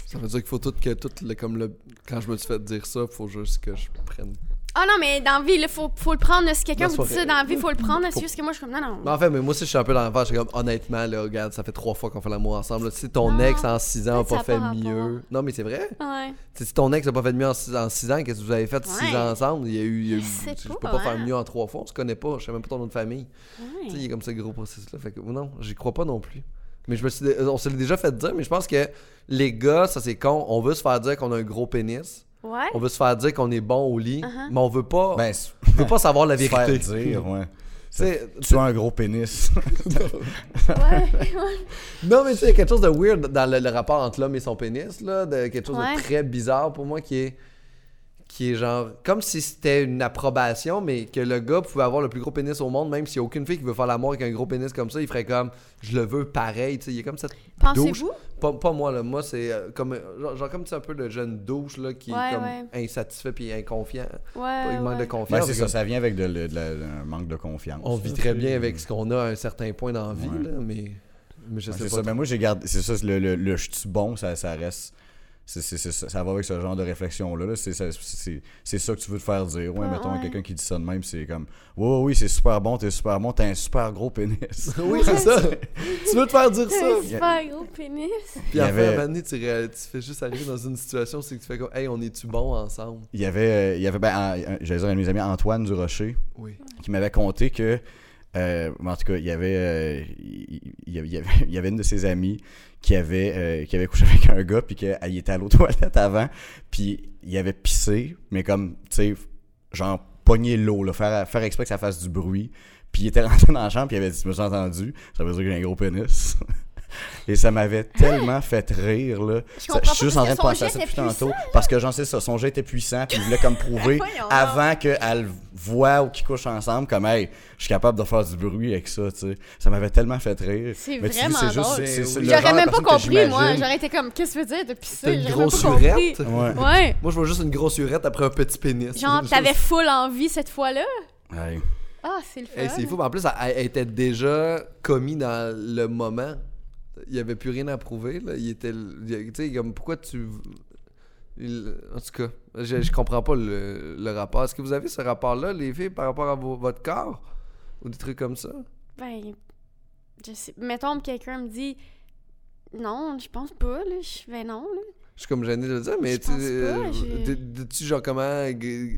S1: Ça veut dire qu'il faut tout que tout le, comme le quand je me suis fait dire ça, faut juste que je prenne.
S2: Ah non, mais dans la vie, il faut, faut le prendre. là, Si quelqu'un
S1: Non,
S2: vous dit
S1: c'est
S2: ça
S1: vrai.
S2: dans la vie, faut le prendre. là,
S1: Mmh.
S2: C'est
S1: Faut- Bah.
S2: juste que moi, je suis comme, non, non.
S1: Mais en fait, mais moi aussi je suis un peu dans l'enfer, je suis comme honnêtement là, regarde, ça fait trois fois qu'on fait l'amour ensemble. là. Si ton
S2: Non,
S1: ex en six ans a
S2: peut-être
S1: pas
S2: ça a
S1: fait
S2: pas rapport. hein.
S1: mieux. Non mais c'est vrai.
S2: Ouais.
S1: Tu sais, si ton ex a pas fait de mieux en six, en six ans, qu'est-ce que vous avez fait six
S2: Ouais.
S1: ans ensemble? Il y a eu. il y a eu-
S2: Je sais
S1: tu
S2: pas,
S1: peux pas faire
S2: hein.
S1: mieux en trois fois, on se connaît pas, je sais même pas ton nom de famille.
S2: ouais.
S1: Tu sais, il y a comme ce gros processus-là. Fait que non, j'y crois pas non plus. Mais je me euh, suis, dé- on se l'est déjà fait dire, mais je pense que les gars, ça c'est con, on veut se faire dire qu'on a un gros pénis.
S2: Ouais.
S1: On veut se faire dire qu'on est bon au lit,
S2: Uh-huh.
S1: mais on veut pas, (laughs)
S3: Ben, se
S1: on veut pas savoir la
S3: faire
S1: vérité. (laughs)
S3: dire, ouais.
S1: Tu sais,
S3: Tu as un gros pénis.
S2: Ouais. ouais.
S1: (laughs)
S2: (laughs)
S1: Non, mais tu sais, quelque chose de weird dans le, le rapport entre l'homme et son pénis, là, de, quelque chose
S2: Ouais.
S1: de très bizarre pour moi qui est, qui est genre, comme si c'était une approbation, mais que le gars pouvait avoir le plus gros pénis au monde, même s'il n'y a aucune fille qui veut faire l'amour avec un gros pénis comme ça, il ferait comme, je le veux pareil, tu sais, il est comme cette douche.
S2: Pensez-vous?
S1: Pas, pas moi, là, moi c'est euh, comme, euh, genre, genre comme tu sais, un peu le jeune douche, là, qui
S2: Ouais,
S1: est comme
S2: ouais.
S1: insatisfait puis inconfiant.
S2: Ouais.
S1: il manque de
S2: ouais.
S1: confiance.
S3: Ben, c'est ça,
S1: Comme-
S3: ça vient avec de, le- de la- un manque de confiance.
S1: On vit très bien avec ce qu'on a à un certain point dans la vie,
S3: Ouais.
S1: là, mais, mais je
S3: Ouais,
S1: sais
S3: c'est
S1: pas.
S3: ça. Mais moi, j'ai gardé. C'est ça, c'est le, le, le je suis bon, ça, ça reste. c'est- c'est- c'est ça, ça va avec ce genre de réflexion-là. là. C'est ça, c'est- c'est ça que tu veux te faire dire. Ouais,
S2: Ah,
S3: mettons,
S2: ouais.
S3: quelqu'un qui dit ça de même, c'est comme Ouais, ouais, oui, c'est super bon, t'es super bon, t'as un super gros pénis.
S1: (laughs) Oui, c'est ça. tu veux te faire dire ça,
S2: T'as un super gros pénis.
S1: Puis
S3: Il y
S1: à la fin,
S3: avait-
S1: un moment donné, tu, ré- tu fais juste arriver dans une situation, c'est que tu fais comme, hey, on est-tu bon ensemble?
S3: il y avait, euh, il y avait ben, un- un- j'allais dire un de mes amis, Antoine Durocher,
S1: Oui.
S3: qui m'avait conté que. euh, en tout cas, il y avait, euh, il, il y avait- (laughs) il y avait- il y avait une de ses amies qui avait, euh, qui avait couché avec un gars, puis qu'elle était à (laughs) l'eau toilette avant, puis il avait pissé, mais comme, tu sais, genre pogner l'eau, là, faire, faire exprès que ça fasse du bruit. Puis il était (laughs) rentré dans la chambre, puis il avait dit Je me suis entendu, ça veut dire que j'ai un gros pénis. (laughs) Et ça m'avait tellement fait rire, là.
S2: Ah! Je
S3: Ça,
S2: comprends
S3: Je
S2: pas
S3: suis juste en train
S2: parce
S3: de
S2: que son jet
S3: penser à ça depuis
S2: était puissant,
S3: tantôt. Parce que, genre, c'est ça, son jet était puissant, puis il voulait comme
S2: (laughs)
S3: prouver,
S2: Voyons
S3: avant qu'elle voit ou qu'ils couchent ensemble, comme, hey, je suis capable de faire du bruit avec ça, tu sais. Ça m'avait tellement fait rire.
S2: C'est
S3: Mais tu dis,
S2: vraiment
S3: c'est juste-
S2: drôle.
S3: c'est- c'est le genre
S2: J'aurais
S3: de
S2: même pas
S3: personne que
S2: compris, moi.
S3: j'imagine.
S2: J'aurais été comme, qu'est-ce que tu veux dire de pisser?
S1: T'as une
S2: J'aurais même
S1: grosse
S2: pas compris.
S1: surette?
S3: Ouais.
S1: (laughs)
S2: Ouais.
S1: Moi, je vois juste une grosse surette après un petit pénis.
S2: Genre,
S1: Juste-
S2: t'avais full envie cette fois-là?
S3: Ouais.
S2: Ah, c'est le fun.
S1: Hey, c'est fou. mais En plus, elle, elle était déjà commis dans le moment. Il n'y avait plus rien à prouver. Là. Il était. il- Tu sais, comme, pourquoi tu. il- en tout cas, je, je comprends pas le, le rapport. Est-ce que vous avez ce rapport-là, les filles, par rapport à vo- votre corps? Ou des trucs comme ça?
S2: Ben, je sais. Mettons que quelqu'un me dit, non, je pense pas, là. Je ben non, là.
S1: Je suis comme gêné de le dire, mais
S2: Je
S1: tu
S2: pense pas,
S1: euh,
S2: j'ai-
S1: de- de- tu genre comment g-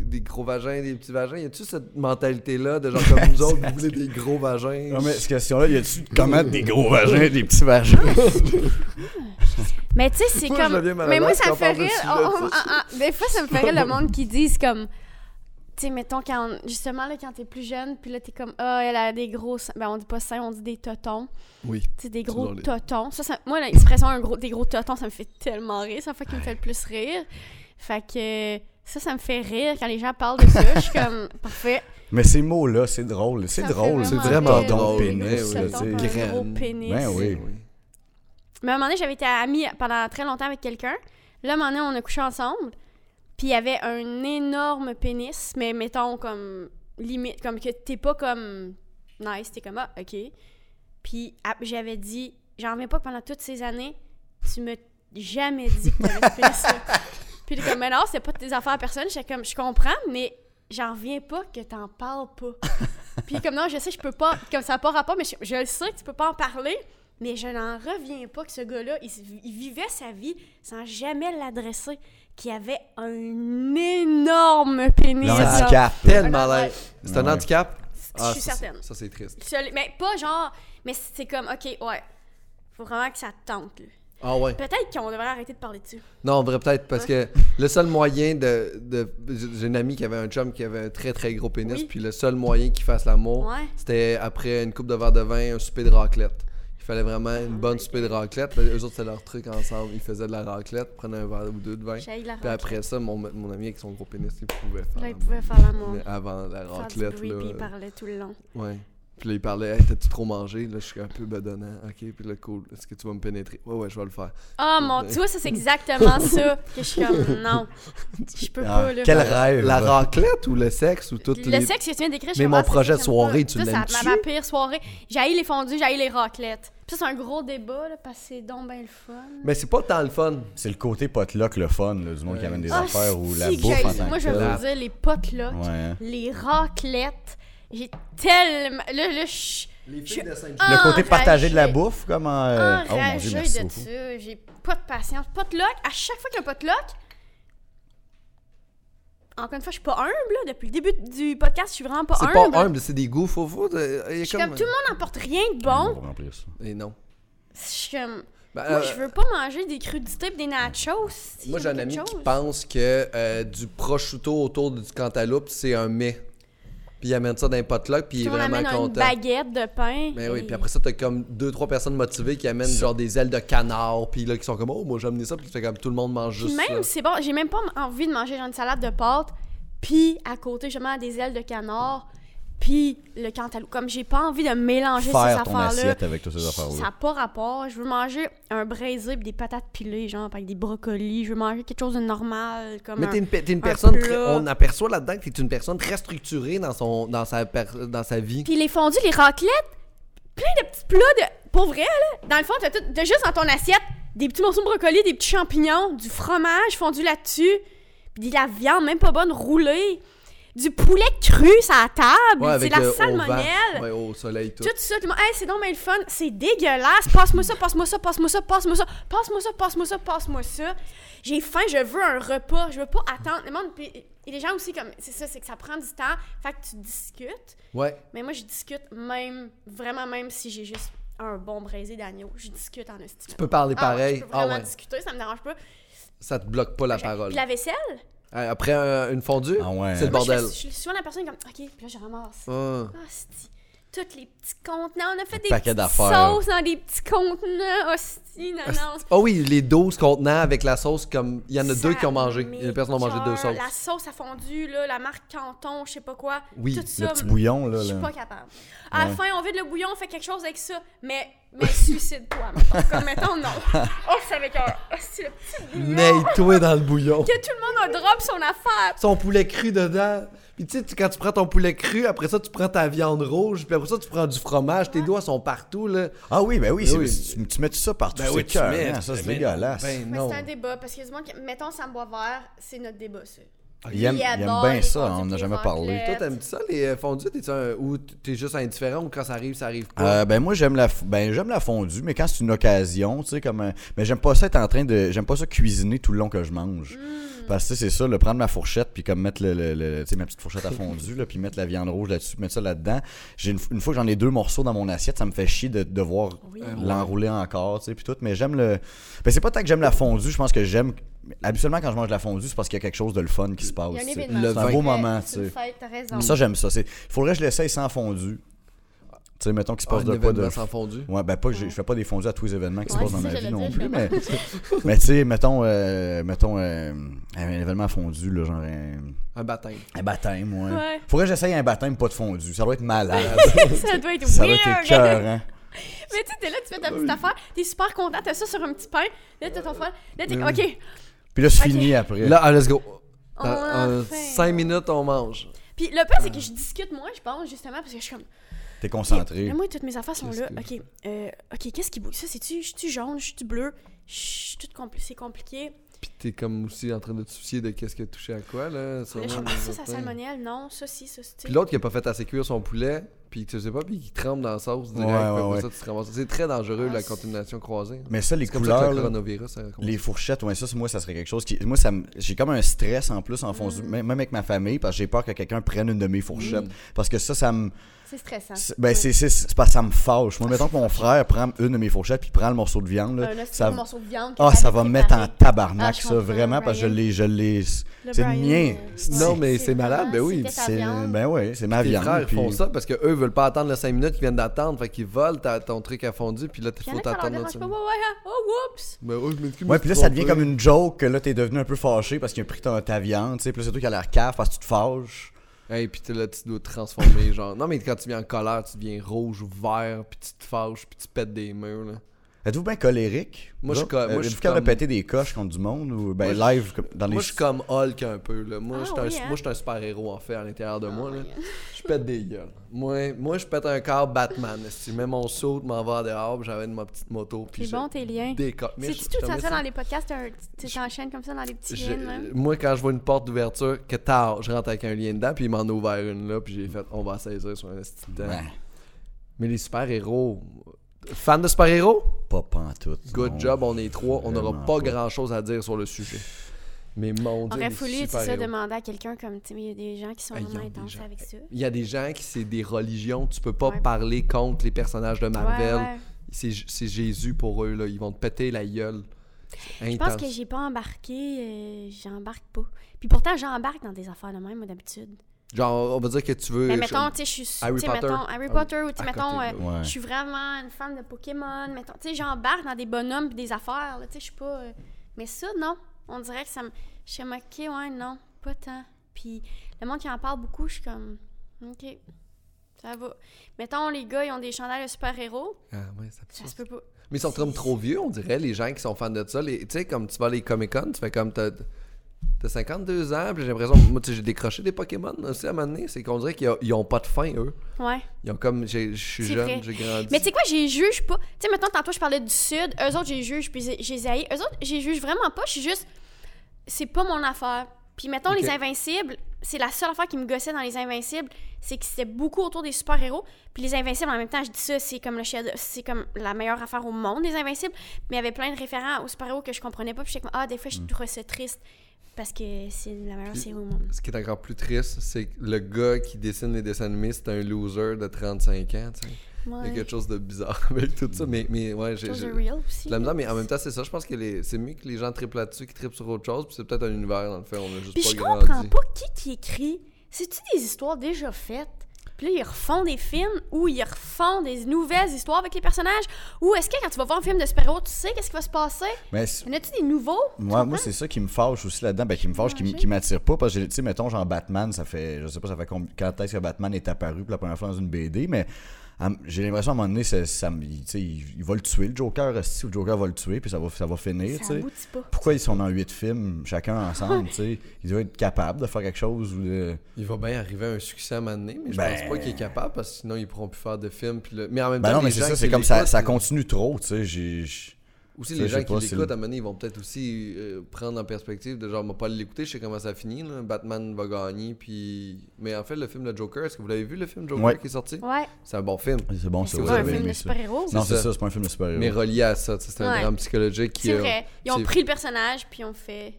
S1: des gros vagins, des petits vagins, y a-tu cette mentalité là de genre comme nous autres, vous voulez des gros vagins
S3: Non, mais cette question-là, y a-tu comment des gros vagins, des
S2: (laughs)
S3: petits vagins
S2: Mais tu sais, c'est
S1: (laughs) Moi, je
S2: comme.
S1: deviens mal à
S2: Mais moi,
S1: l'aise
S2: ça
S1: quand
S2: me
S1: on
S2: fait
S1: parle de
S2: rire.
S1: sujet,
S2: on- on-
S1: tu sais.
S2: ah, ah, des fois, ça me fait rire le monde qui disent comme. Tu sais, mettons, quand, justement, là, quand t'es plus jeune, puis là, t'es comme, ah, elle a des gros. seins. Ben, on dit pas seins, on dit des totons.
S1: Oui.
S2: Tu sais, des gros
S1: drôle.
S2: totons. Ça, ça- moi, l'expression un gros, des gros totons, ça me fait tellement rire. C'est la fois qui me fait le plus rire. Fait que ça, ça me fait rire quand les gens parlent de ça. Je suis
S1: (laughs)
S2: comme, parfait.
S3: Mais ces mots-là, c'est drôle. C'est
S2: Ça me
S3: drôle.
S2: fait
S1: C'est vraiment
S2: rire,
S1: drôle,
S2: des gros
S1: mais oui,
S2: totons,
S1: c'est
S2: puis un gros
S1: grand.
S2: pénis.
S3: Ben oui.
S2: Mais à un moment donné, j'avais été amie pendant très longtemps avec quelqu'un. Là, à un moment donné, on a couché ensemble. Puis il y avait un énorme pénis, mais mettons comme limite, comme que t'es pas comme nice, t'es comme ah, ok. Puis ah, j'avais dit, j'en reviens pas que pendant toutes ces années, tu m'as jamais dit que t'avais ce pénis-là. Puis il est comme, mais non, c'est pas de tes affaires à personne. J'étais comme, je comprends, mais j'en reviens pas que t'en parles pas. Puis comme, non, je sais, je peux pas, comme ça n'a pas rapport, mais je, je le sais que tu peux pas en parler, mais je n'en reviens pas que ce gars-là, il, s- il vivait sa vie sans jamais l'adresser, qu'il avait un énorme pénis.
S3: Le
S2: là.
S3: handicap.
S1: Tellement
S2: Ouais.
S1: l'air. C'est un
S3: Ouais.
S1: handicap?
S2: Je suis
S1: Ah, ça, c'est-
S2: certaine.
S1: Ça, c'est
S2: (laughs)
S1: triste.
S2: Seul- mais pas genre, mais c'est comme, ok, ouais, faut vraiment que ça te tente. là.
S1: Ah ouais.
S2: Peut-être qu'on devrait arrêter de parler dessus.
S1: Non, on devrait peut-être parce que le seul moyen de, de- j'ai une amie qui avait un chum qui avait un très très gros pénis,
S2: Oui.
S1: puis le seul moyen qu'il fasse l'amour,
S2: Ouais.
S1: c'était après une coupe de verre de vin, un souper de raclette. Il fallait vraiment une bonne souper de raclette. Les eux autres c'était leur truc ensemble, ils faisaient de la raclette, prenaient un verre ou deux de vin.
S2: J'ai la
S1: Puis
S2: raclette.
S1: après ça, mon, mon ami avec son gros pénis, il pouvait faire.
S2: Là, il
S1: l'amour.
S2: pouvait faire l'amour.
S1: Mais avant la
S2: Faire du
S1: raclette,
S2: bruit, puis il
S1: là.
S2: parlait tout le
S1: (laughs)
S2: long.
S1: Ouais. Puis là, il parlait, hey, t'as-tu trop mangé? Là, je suis un peu bedonnant. Ok, puis là, cool. Est-ce que tu vas me pénétrer? Ouais, ouais, je vais le faire.
S2: Ah mon
S1: Ouais.
S2: dieu, ça c'est exactement ça que je suis
S1: (laughs)
S2: comme non. Je peux
S3: Ah,
S2: pas là.
S3: quel rêve.
S1: La raclette ou le sexe ou toutes
S2: le
S1: les.
S2: sexe que tu viens d'écrire, je
S1: Mais
S2: suis
S1: mon
S2: comme, ah,
S1: projet
S2: ça,
S1: de
S2: j'aime
S1: soirée,
S2: pas.
S1: tu
S2: Ça, Ça,
S1: l'aimes-tu?
S2: ma pire soirée. J'ai les fondus, j'ai les raclettes. Puis ça, c'est un gros débat, là, parce que c'est donc ben le fun.
S1: Mais c'est pas tant le fun.
S3: C'est le côté potluck, le fun, là, du monde qui amène des
S2: Ah,
S3: affaires ou la
S2: si que
S3: bouffe en
S2: j'ai-
S3: tant
S2: Moi,
S3: que
S2: je
S3: telle.
S2: veux vous dire, les potes, là,
S3: Ouais, hein.
S2: les raclettes, j'ai tellement... Là, là, je Ah,
S1: Les
S2: filles de
S1: Saint-Jean.
S3: Le côté
S2: Enragé.
S3: partagé de la bouffe, comme en. euh, oh, mon
S2: enragée
S3: Dieu,
S2: Ah, de
S3: merci beaucoup.
S2: ça. J'ai pas de patience. Potluck, à chaque fois qu'il y a un potluck, encore une fois, je suis pas humble. là. Depuis le début du podcast, je suis vraiment pas
S1: C'est
S2: humble.
S1: pas humble, c'est des goûts faux faux. de- il y a
S2: Je suis comme, tout le monde n'emporte rien de
S3: On
S2: bon.
S3: va remplir ça.
S1: Et non.
S2: Je suis comme,
S1: Ben,
S2: Moi,
S1: Mm. euh,
S2: je veux pas manger des crudités pis des nachos. si
S1: Moi,
S2: j'aime
S1: j'ai un
S2: quelque
S1: ami qui
S2: chose.
S1: pense que euh, du prosciutto autour du cantaloupe, c'est un mets. Puis il amène ça dans un potluck, puis il est
S2: Tout le monde
S1: vraiment
S2: amène une
S1: content.
S2: baguette de pain.
S1: Mais oui,
S2: et-
S1: puis après ça, t'as comme deux, trois personnes motivées qui amènent genre des ailes de canard, puis là, qui sont comme, oh, moi, j'ai amené ça, puis c'est comme tout le monde mange
S2: Puis
S1: juste
S2: même,
S1: ça.
S2: c'est bon, j'ai même pas envie de manger genre une salade de pâtes, puis à côté, justement, des ailes de canard, puis le cantaloupe. Comme j'ai pas envie de mélanger ces
S3: Faire ton
S2: affaires-là.
S3: assiette avec toutes ces affaires-là.
S2: Ça n'a pas rapport. Je veux manger un braisé pis des patates pilées, genre, avec des brocolis. Je veux manger quelque chose de normal. Comme
S1: Mais
S2: un-
S1: t'es une, pe- t'es une
S2: un
S1: personne,
S2: plat.
S1: très- on aperçoit là-dedans que t'es une personne très structurée dans, son, dans, sa, per- dans sa vie.
S2: Puis les fondus, les raclettes, plein de petits plats de. Pour vrai, là. Dans le fond, t'as tout. T'as juste dans ton assiette des petits morceaux de brocoli, des petits champignons, du fromage fondu là-dessus, puis de la viande, même pas bonne, roulée, du poulet cru sur la table, c'est la
S1: le- au vent.
S2: salmonelle.
S1: Ouais, au soleil, tout.
S2: Tout ça, tout le monde, hey, c'est donc bien le fun, c'est dégueulasse, passe-moi ça, passe-moi ça, passe-moi ça, passe-moi ça, passe-moi ça, passe-moi ça, passe-moi ça. J'ai faim, je veux un repas, je veux pas attendre. Le monde, puis- et les gens aussi, comme, c'est ça, c'est que ça prend du temps, fait que tu discutes.
S1: Ouais.
S2: Mais moi, je discute même, vraiment même si j'ai juste un bon braisé d'agneau, je discute en estime.
S1: Tu peux parler pareil.
S2: Je peux
S1: Ah
S2: vraiment
S1: ouais.
S2: discuter, ça me dérange pas.
S1: Ça te bloque pas la
S2: J'ai-
S1: parole.
S2: Puis la vaisselle,
S1: Euh, Après un- une fondue,
S3: Ah ouais.
S1: c'est le
S2: moi, je,
S1: bordel.
S2: fais- je suis souvent la personne comme, OK, puis là, je ramasse.
S1: Hum.
S2: Ah, c'est tous les petits contenants, on a fait des
S3: paquet
S2: petites
S3: d'affaires.
S2: sauces dans des petits contenants, hostie, non, non.
S1: Ah oui, les 12 contenants avec la sauce, comme il y en a deux qui ont mangé. Il y a des personnes qui ont mangé deux
S2: sauces.
S1: sauces.
S2: La sauce à fondu, là, la marque Canton, je sais pas quoi.
S1: Oui,
S2: tout
S1: le
S2: ça,
S3: Le petit bouillon, là.
S2: Je suis
S3: là.
S2: pas capable. À la
S3: Ouais.
S2: fin, on vide le bouillon, on fait quelque chose avec ça, mais, mais suicide-toi, mettons.
S3: (laughs)
S2: Comme, mettons, non. Oh, c'est avec un... oh, c'est le petit
S1: (laughs)
S2: bouillon.
S1: Naille-toi dans le bouillon.
S2: Que tout le monde a drop son affaire.
S1: Son poulet cru dedans. Puis tu sais, tu- quand tu prends ton poulet cru, après ça, tu prends ta viande rouge, puis après ça, tu prends du fromage. Tes doigts sont partout, là.
S3: Ah oui, ben oui, c'est-
S1: Oui. Ben
S3: c'est- Tu, tu mets tout ça partout. c'est
S1: tu
S3: cœur,
S1: mets-
S3: hein, ça,
S1: tu
S3: c'est
S1: mets-
S3: dégueulasse.
S1: Ben
S2: Mais
S1: non.
S2: c'est un débat, parce qu'il y a du monde qui... Mettons, ça me boit vert, c'est notre débat, ça.
S3: il aime,
S2: il
S3: il aime
S2: adore les
S3: bien ça,
S2: fondus
S3: on n'a
S2: pour
S3: jamais
S2: les
S3: parlé.
S2: raclettes.
S1: Toi, t'aimes ça, les fondus? T'es-tu un- Ou t'es juste indifférent, ou quand ça arrive, ça arrive pas?
S3: Euh, ben moi j'aime la f- ben j'aime la fondue mais quand c'est une occasion tu sais comme un- mais j'aime pas ça être en train de j'aime pas ça cuisiner tout le long que je mange
S2: Mmh.
S3: parce que tu sais, c'est ça le prendre ma fourchette puis comme mettre le, le- le- tu sais ma petite fourchette à fondue là puis mettre la viande rouge là-dessus mettre ça là-dedans j'ai une, f- une fois que j'en ai deux morceaux dans mon assiette ça me fait chier de de devoir
S2: Oui.
S3: l'enrouler encore tu sais puis tout mais j'aime le ben c'est pas tant que j'aime la fondue je pense que j'aime habituellement quand je mange de la fondue c'est parce qu'il y a quelque chose de le fun qui se passe
S2: Il y a un
S3: tu sais.
S2: événement.
S1: le
S3: c'est un
S1: vin.
S3: beau moment tu
S2: C'est une
S3: sais
S2: fête, t'as raison.
S3: ça j'aime ça c'est faudrait que je l'essaye sans fondue tu sais mettons qu'il se
S1: Ah,
S3: passe
S1: un
S3: de quoi de
S1: événement sans fondu.
S3: Ouais, ben pas, que j'ai- je fais pas des fondus à tous les événements qui
S2: Ouais,
S3: se passent dans
S2: c'est
S3: ma
S2: ça,
S3: vie
S2: j'allais
S3: non
S2: dire,
S3: plus, mais,
S2: (laughs)
S3: mais tu sais, mettons, euh, mettons euh, un événement fondu, là, genre un,
S1: Un baptême.
S3: un baptême, ouais.
S2: Ouais.
S3: Faudrait que j'essaye un baptême pas de fondu, ça doit
S2: (laughs)
S3: être malade,
S2: ça doit être
S3: ça doit
S2: weird.
S3: être écœurant.
S2: (laughs) Mais tu sais, t'es là, tu fais ta petite affaire, t'es super content, t'as ça sur un petit pain, là, t'as ton
S3: Euh,
S2: frère, là, t'es... OK,
S3: Puis là, c'est
S2: Ok.
S3: fini après.
S1: Là, ah, let's go.
S2: On
S3: euh,
S1: En- en
S2: a faim.
S1: cinq minutes, on mange.
S2: Puis le pire, c'est que je discute moins, je pense, justement, parce que je suis comme.
S3: t'es
S2: Mais
S3: concentré.
S2: moi, toutes mes affaires sont là.
S1: Qu'est-ce
S2: Ok, euh, ok, qu'est-ce qui bouge Ça, c'est-tu, je suis jaune, je suis bleu, je suis toute compli- c'est compliqué.
S1: Puis t'es comme aussi en train de te soucier de qu'est-ce qui a touché à quoi, là.
S2: Là, je suis
S1: sûrement,
S2: comme, ah, ça,
S1: les
S2: ça
S1: baptêmes.
S2: salmonelle, non, ça, si, ça, c'est.
S1: Puis l'autre qui a pas fait assez cuire son poulet, puis tu sais pas, puis qui trempe dans la sauce direct.
S3: Ouais,
S1: puis après
S3: ouais,
S1: ça, tu te ramasses. C'est très dangereux,
S2: Ah,
S1: la
S2: c'est-
S1: contamination croisée.
S3: Mais ça, les
S1: C'est comme ça que
S3: couleurs,
S1: le
S3: là,
S1: coronavirus, ça raconte.
S3: les fourchettes, ouais, ça, c'est- moi, ça serait quelque chose qui. Moi, ça me- j'ai comme un stress en plus en fondu,
S2: Mm.
S3: même même avec ma famille, parce que j'ai peur que quelqu'un prenne une de mes fourchettes. Parce que ça, ça me.
S2: C'est stressant.
S3: C'est- Ben, c'est, c'est, c'est parce que ça me fâche. Moi, mettons que mon frère prend une de mes fourchettes puis prend le morceau de viande. Là,
S2: Euh, Un hostie
S3: ça,
S2: de morceau de viande. que
S3: ah, ça
S2: t'avais
S3: va me mettre
S2: préparé.
S3: en tabarnak,
S2: Ah, je
S3: ça,
S2: comprends,
S3: vraiment, parce que je
S2: Brian.
S3: l'ai. Je l'ai c'est
S2: Le
S3: c'est le
S2: Brian,
S3: mien.
S2: euh,
S3: C'est-
S1: Non, mais c'est
S2: vraiment,
S1: malade, ben oui,
S2: c'était ta
S3: c'est-
S2: viande.
S3: ben oui, c'est ma
S1: Tes
S3: viande.
S1: frères
S3: puis-
S1: font ça parce que eux veulent pas attendre les 5 minutes qu'ils viennent d'attendre, fait qu'ils volent ta- ton truc à fondu, puis là,
S2: Puis
S1: il
S2: y en
S1: faut
S2: a qui ça leur
S1: t'attendre
S2: dérange pas. Ouais, ouais, hein. oh, whoops.
S1: Mais oh, je m'excuse,
S3: Ouais, puis là, ça devient comme
S1: une.
S3: une joke que là, t'es devenu un peu fâché parce qu'il a pris ta, ta viande, tu sais. Puis là, c'est toi qui a l'air cave parce que tu te fâches.
S1: Hey, puis t'es là, tu dois te transformer, genre. Non, mais quand tu viens en colère, tu deviens rouge ou vert, puis tu te fâches, puis tu pètes des murs, là.
S3: Êtes-vous bien colérique?
S1: Moi, je suis co- moi,
S3: comme.
S1: je
S3: Êtes-vous
S1: suis
S3: capable de
S1: comme-
S3: péter des coches contre du monde ou, ben,
S1: Moi,
S3: live, comme dans les.
S1: Moi, je suis comme Hulk un peu, là. Moi,
S2: Ah,
S1: je suis un-
S2: oui, hein?
S1: moi, je suis un, super-héros, en fait, à l'intérieur de moi, là.
S2: oui, hein?
S1: Je pète des gueules. Moi, moi je pète un corps Batman. Si je mets mon saut, m'en va dehors, puis j'avais ma petite moto, puis
S2: C'est
S1: je
S2: bon, tes liens.
S1: décolle. Mais je-
S2: C'est-tu
S1: je te
S2: tout ça
S1: mets
S2: ça
S1: ça-
S2: dans hein? les podcasts, t'as un- tu t'enchaînes comme ça dans les petits
S1: je-
S2: liens, même?
S1: moi, quand je vois une porte d'ouverture, que tard, je rentre avec un lien dedans, puis il m'en a ouvert une là, puis j'ai fait, on va saisir sur un esti de temps.
S3: Ouais,
S1: Mais les super-héros. Fan de super-héros?
S3: pas pantoute.
S1: Good
S3: non.
S1: job, on est trois. On n'aura
S3: Vraiment
S1: pas,
S3: pas.
S1: grand chose à dire sur le sujet. Mais mon
S2: On
S1: dieu,
S2: aurait
S1: les
S2: fallu, tu sais,
S1: super-héros.
S2: demander à quelqu'un comme, tu sais, il y a des gens qui sont
S1: Ah, il y a
S2: vraiment
S1: des
S2: intenses
S1: gens-
S2: avec ça.
S1: Il y a des gens qui c'est des religions, tu peux pas
S2: Ouais.
S1: parler contre les personnages de
S2: Ouais,
S1: Marvel.
S2: ouais.
S1: C'est c'est Jésus pour eux, là. Ils vont te péter la gueule. C'est
S2: Je pense
S1: intense.
S2: que j'ai pas embarqué, euh, j'embarque pas. Puis pourtant, j'embarque dans des affaires de même, moi, d'habitude.
S1: Genre, on va dire que tu veux.
S2: Mais mettons, tu sais, je suis. tu
S1: Harry
S2: sais,
S1: Potter.
S2: mettons, Harry
S1: Ah oui,
S2: Potter, ou tu sais,
S1: à côté,
S2: mettons,
S1: là,
S2: euh,
S3: Ouais.
S2: je suis vraiment une fan de Pokémon. Mettons, tu sais, j'embarque dans des bonhommes pis des affaires, là, tu sais, je suis pas. euh, Mais ça, non. On dirait que ça me. Je suis comme, ok, ouais, non, pas tant. Puis le monde qui en parle beaucoup, je suis comme, ok, ça va. Mettons, les gars, ils ont des chandelles de super-héros.
S1: Ah, ouais, ça peut-
S2: Ça se peut pas.
S1: Mais ils sont comme trop vieux, on dirait, les gens qui sont fans de ça. Les- Tu sais, comme tu vas à les Comic-Con, tu fais comme. T'as t'as 52 ans, puis j'ai l'impression. Moi, tu sais, j'ai décroché des Pokémon aussi à un moment donné. C'est qu'on dirait qu'ils ont- ils ont pas de fin, eux.
S2: Ouais.
S1: Ils ont comme. j'ai- Je suis
S2: C'est vrai.
S1: jeune, j'ai grandi.
S2: Mais tu sais quoi, j'ai juge pas. Tu sais, maintenant, tantôt, je parlais du Sud. Eux autres, j'ai juge, puis j'ai j'ai haï. Eux autres, j'ai juge vraiment pas. Je suis juste. C'est pas mon affaire. Puis mettons,
S1: Ok.
S2: les Invincibles, c'est la seule affaire qui me gossait dans les Invincibles, c'est que c'était beaucoup autour des super-héros. Puis les Invincibles, en même temps, je dis ça, c'est comme le chef- c'est comme la meilleure affaire au monde, les Invincibles. Mais il y avait plein de référents aux super-héros que je comprenais pas. Puis j'étais comme, ah, des fois, je trouve ça triste parce que Ah, c'est la meilleure
S1: Hmm. Puis-
S2: série au monde.
S1: Ce qui est encore plus triste, c'est que le gars qui dessine les dessins animés, c'est un loser de 35 ans. tu sais. Il y a
S2: Ouais.
S1: quelque chose de bizarre (laughs) avec tout ça. Mais, mais ouais, j'ai.
S2: Chose de
S1: j'ai-
S2: real aussi.
S1: de la misère, mais en même temps, c'est ça. Je pense que les- c'est mieux que les gens trippent là-dessus, qui trippent sur autre chose. Puis c'est peut-être un univers, dans le fait. On a juste
S2: Puis
S1: pas
S2: je
S1: grandi.
S2: comprends pas qui qui écrit. C'est-tu des histoires déjà faites? Puis là, ils refont des films ou ils refont des nouvelles histoires avec les personnages? Ou est-ce que quand tu vas voir un film de super-héros, tu sais qu'est-ce qui va se passer?
S3: Mais c-
S2: Y en a-tu des nouveaux?
S3: Moi, moi c'est ça qui me fâche aussi là-dedans. Ben, qui me fâche, qui, m- qui m'attire pas. Parce que, tu sais, mettons, genre Batman, ça fait, je sais pas, ça fait combien, quand est-ce que Batman est apparu pour la première fois dans une BD, mais à m- j'ai l'impression à un moment donné, ça, ça me- il, tu sais, il, il va le tuer, le Joker, si le Joker va le tuer, puis ça va, ça va finir, tu
S2: Ça
S3: sais.
S2: aboutit pas.
S3: Pourquoi ils sont dans huit films, chacun ensemble, tu sais? Ils doivent être capables de faire quelque chose ou de.
S1: Il va bien arriver à un succès à un moment donné, mais je
S3: Ben-
S1: pense pas qu'il est capable parce que sinon ils pourront plus faire de films. Puis le- Mais en même
S3: Ben
S1: temps,
S3: non, mais
S1: les
S3: c'est
S1: gens
S3: ça,
S1: qui euh,
S3: c'est comme ça,
S1: l'écoutent,
S3: ça
S1: c'est-
S3: continue trop, tu sais. j'ai- j'ai-
S1: Aussi,
S3: Ça,
S1: les
S3: je
S1: gens
S3: sais
S1: qui
S3: pas, c'est
S1: l'écoutent,
S3: le-
S1: à un moment donné, ils vont peut-être aussi euh, prendre en perspective de genre, on va pas l'écouter, je sais comment ça finit. là. Batman va gagner, puis. Mais en fait, le film de Joker, est-ce que vous l'avez vu le film Joker
S3: Ouais.
S1: qui est sorti
S2: Ouais.
S1: C'est un bon film.
S3: C'est bon,
S2: C'est
S3: ça, vous
S2: pas un
S3: avez
S2: film
S3: aimé
S2: de
S3: ça.
S2: super-héros.
S3: Non,
S1: C'est
S3: c'est
S1: ça.
S3: ça, c'est pas un film de super-héros.
S1: Mais relié à ça, tu sais, c'est un
S2: Ouais.
S1: drame psychologique qui.
S2: C'est
S1: euh,
S2: vrai. Ils
S1: c'est-
S2: ont pris le personnage puis ils ont fait.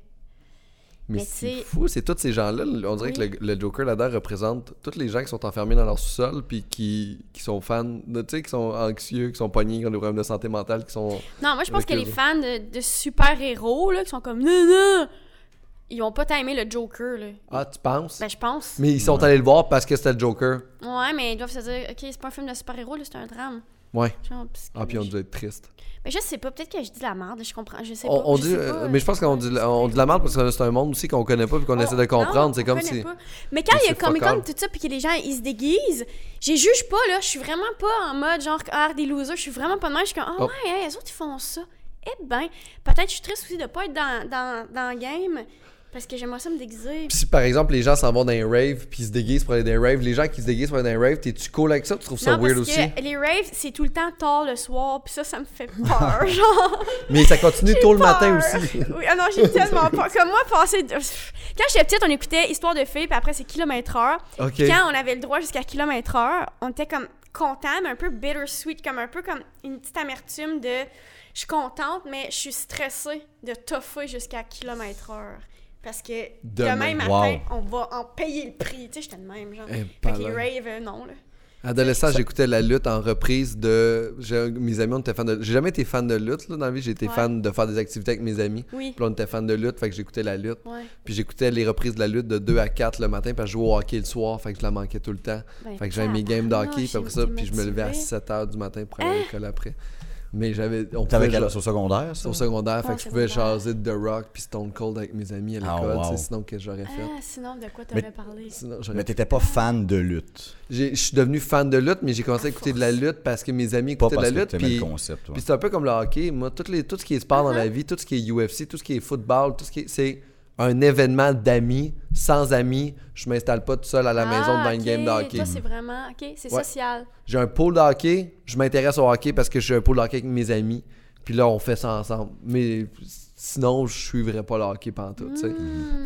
S1: Mais
S2: Mais
S1: c'est
S2: c'est-
S1: fou, c'est tous ces gens-là. On dirait que le, le Joker là-dedans représente tous les gens qui sont enfermés dans leur sous-sol puis qui, qui sont fans, de, tu sais, qui sont anxieux, qui sont pognés, qui ont des problèmes de santé mentale, qui sont.
S2: Non, moi, je pense
S1: Avec
S2: que les
S1: eux.
S2: fans de, de super-héros, là, qui sont comme. Non, non! Ils ont pas tant aimé le Joker, là.
S1: Ah, tu penses?
S2: Ben, je pense.
S1: Mais ils sont allés le voir parce que c'était le Joker.
S2: Ouais, mais ils doivent se dire, OK, c'est pas un film de super-héros, là, c'est un drame.
S1: Ouais.
S2: Genre,
S1: Ah, puis on
S2: psychologique.
S1: devait être triste.
S2: Mais je sais pas, peut-être que je dis de la merde, je comprends, je sais pas.
S1: On, on
S2: je
S1: dit,
S2: sais
S1: euh,
S2: pas,
S1: mais je pense qu'on dit, on dit de la merde parce que c'est un monde aussi qu'on connaît pas puis qu'on
S2: On-
S1: essaie de
S2: non,
S1: comprendre. C'est
S2: on
S1: comme
S2: connaît
S1: si.
S2: pas. Mais quand il y
S1: c'est
S2: a
S1: fuck
S2: Comic Con
S1: all.
S2: tout ça puis que les gens ils se déguisent, je les juge pas là, je suis vraiment pas en mode genre ah des losers, je suis vraiment pas de même, je suis comme ah
S1: Oh.
S2: ouais, hey, les autres ils font ça. Eh ben, peut-être je suis triste aussi de pas être dans dans dans le game parce que j'aimerais ça me déguiser.
S1: Puis si par exemple les gens s'en vont dans un rave puis ils se déguisent pour aller dans un rave, les gens qui se déguisent pour aller dans un rave, t'es-tu cool avec ça? Tu trouves ça
S2: non,
S1: weird
S2: parce
S1: aussi?
S2: que les raves, c'est tout le temps tard le soir, puis ça, ça me fait peur, (laughs) genre.
S1: Mais ça continue
S2: J'ai
S1: tôt le
S2: peur.
S1: matin
S2: (laughs)
S1: aussi.
S2: Oui, ah non, j'ai tellement peur. Comme moi, passer. de- Quand j'étais petite, on écoutait Histoire de filles, puis après, c'est kilomètre heure.
S1: Ok.
S2: Puis Quand on avait le droit jusqu'à kilomètre heure, on était comme content, mais un peu bittersweet, comme un peu comme une petite amertume de je suis contente, mais je suis stressée de toffer jusqu'à kilomètre heure. Parce que
S1: Demain.
S2: demain, matin,
S3: Wow.
S2: on va en payer le prix. Tu sais, j'étais de même, genre.
S1: Eh,
S2: Fait que les
S1: palin.
S2: raves, euh, non, là.
S1: Adolescent, j'écoutais la lutte en reprise de. j'ai- Mes amis, on était fans de. J'ai jamais été fan de lutte, là, dans la vie. J'ai été
S2: Ouais.
S1: fan de faire des activités avec mes amis.
S2: Oui.
S1: Puis là, on était fan de lutte, fait que j'écoutais la lutte.
S2: Ouais.
S1: Puis j'écoutais les reprises de la lutte de 2 à 4 le matin, parce que je jouais au hockey le soir, fait que je la manquais tout le temps.
S2: Ben,
S1: fait que j'avais mes games
S2: tabarnak,
S1: d'hockey, puis après
S2: j'ai
S1: ça,
S2: été
S1: puis je me levais à
S2: motivée.
S1: 7 h du matin pour aller
S2: hein?
S1: à l'école après. Mais j'avais. On
S3: T'avais
S1: pouvait
S3: quel
S1: genre-
S3: âge au secondaire, ça?
S1: au secondaire, fait
S2: Ouais,
S1: que je pouvais
S2: secondaire.
S1: jaser de The Rock puis Stone Cold avec mes amis à
S3: Ah,
S1: l'école, tu sais,
S3: wow.
S1: sinon qu'est-ce que j'aurais fait.
S2: Ah, sinon, de quoi
S3: Mais-
S2: t'aurais parlé?
S1: Sinon, j'aurais
S3: Mais t'étais pas fan de lutte.
S1: J'ai- Je suis devenu fan de lutte, mais j'ai commencé à écouter de la lutte parce que mes amis
S3: Pas
S1: écoutaient de la
S3: parce que
S1: lutte.
S3: t'aimais
S1: Puis,
S3: le concept. ouais.
S1: puis c'est un peu comme le hockey. Moi, tout, les, tout ce qui est sport
S2: Uh-huh.
S1: dans la vie, tout ce qui est UFC, tout ce qui est football, tout ce qui est- c'est un événement d'amis, sans amis. Je m'installe pas tout seul à la maison
S2: Ah,
S1: dans une
S2: ok.
S1: game de hockey.
S2: Toi, c'est vraiment. OK, c'est
S1: Ouais.
S2: social.
S1: J'ai un pool de hockey. Je m'intéresse au hockey parce que je suis un pool de hockey avec mes amis. Puis là, on fait ça ensemble. Mais sinon, je suivrais pas le hockey pantoute, tu sais.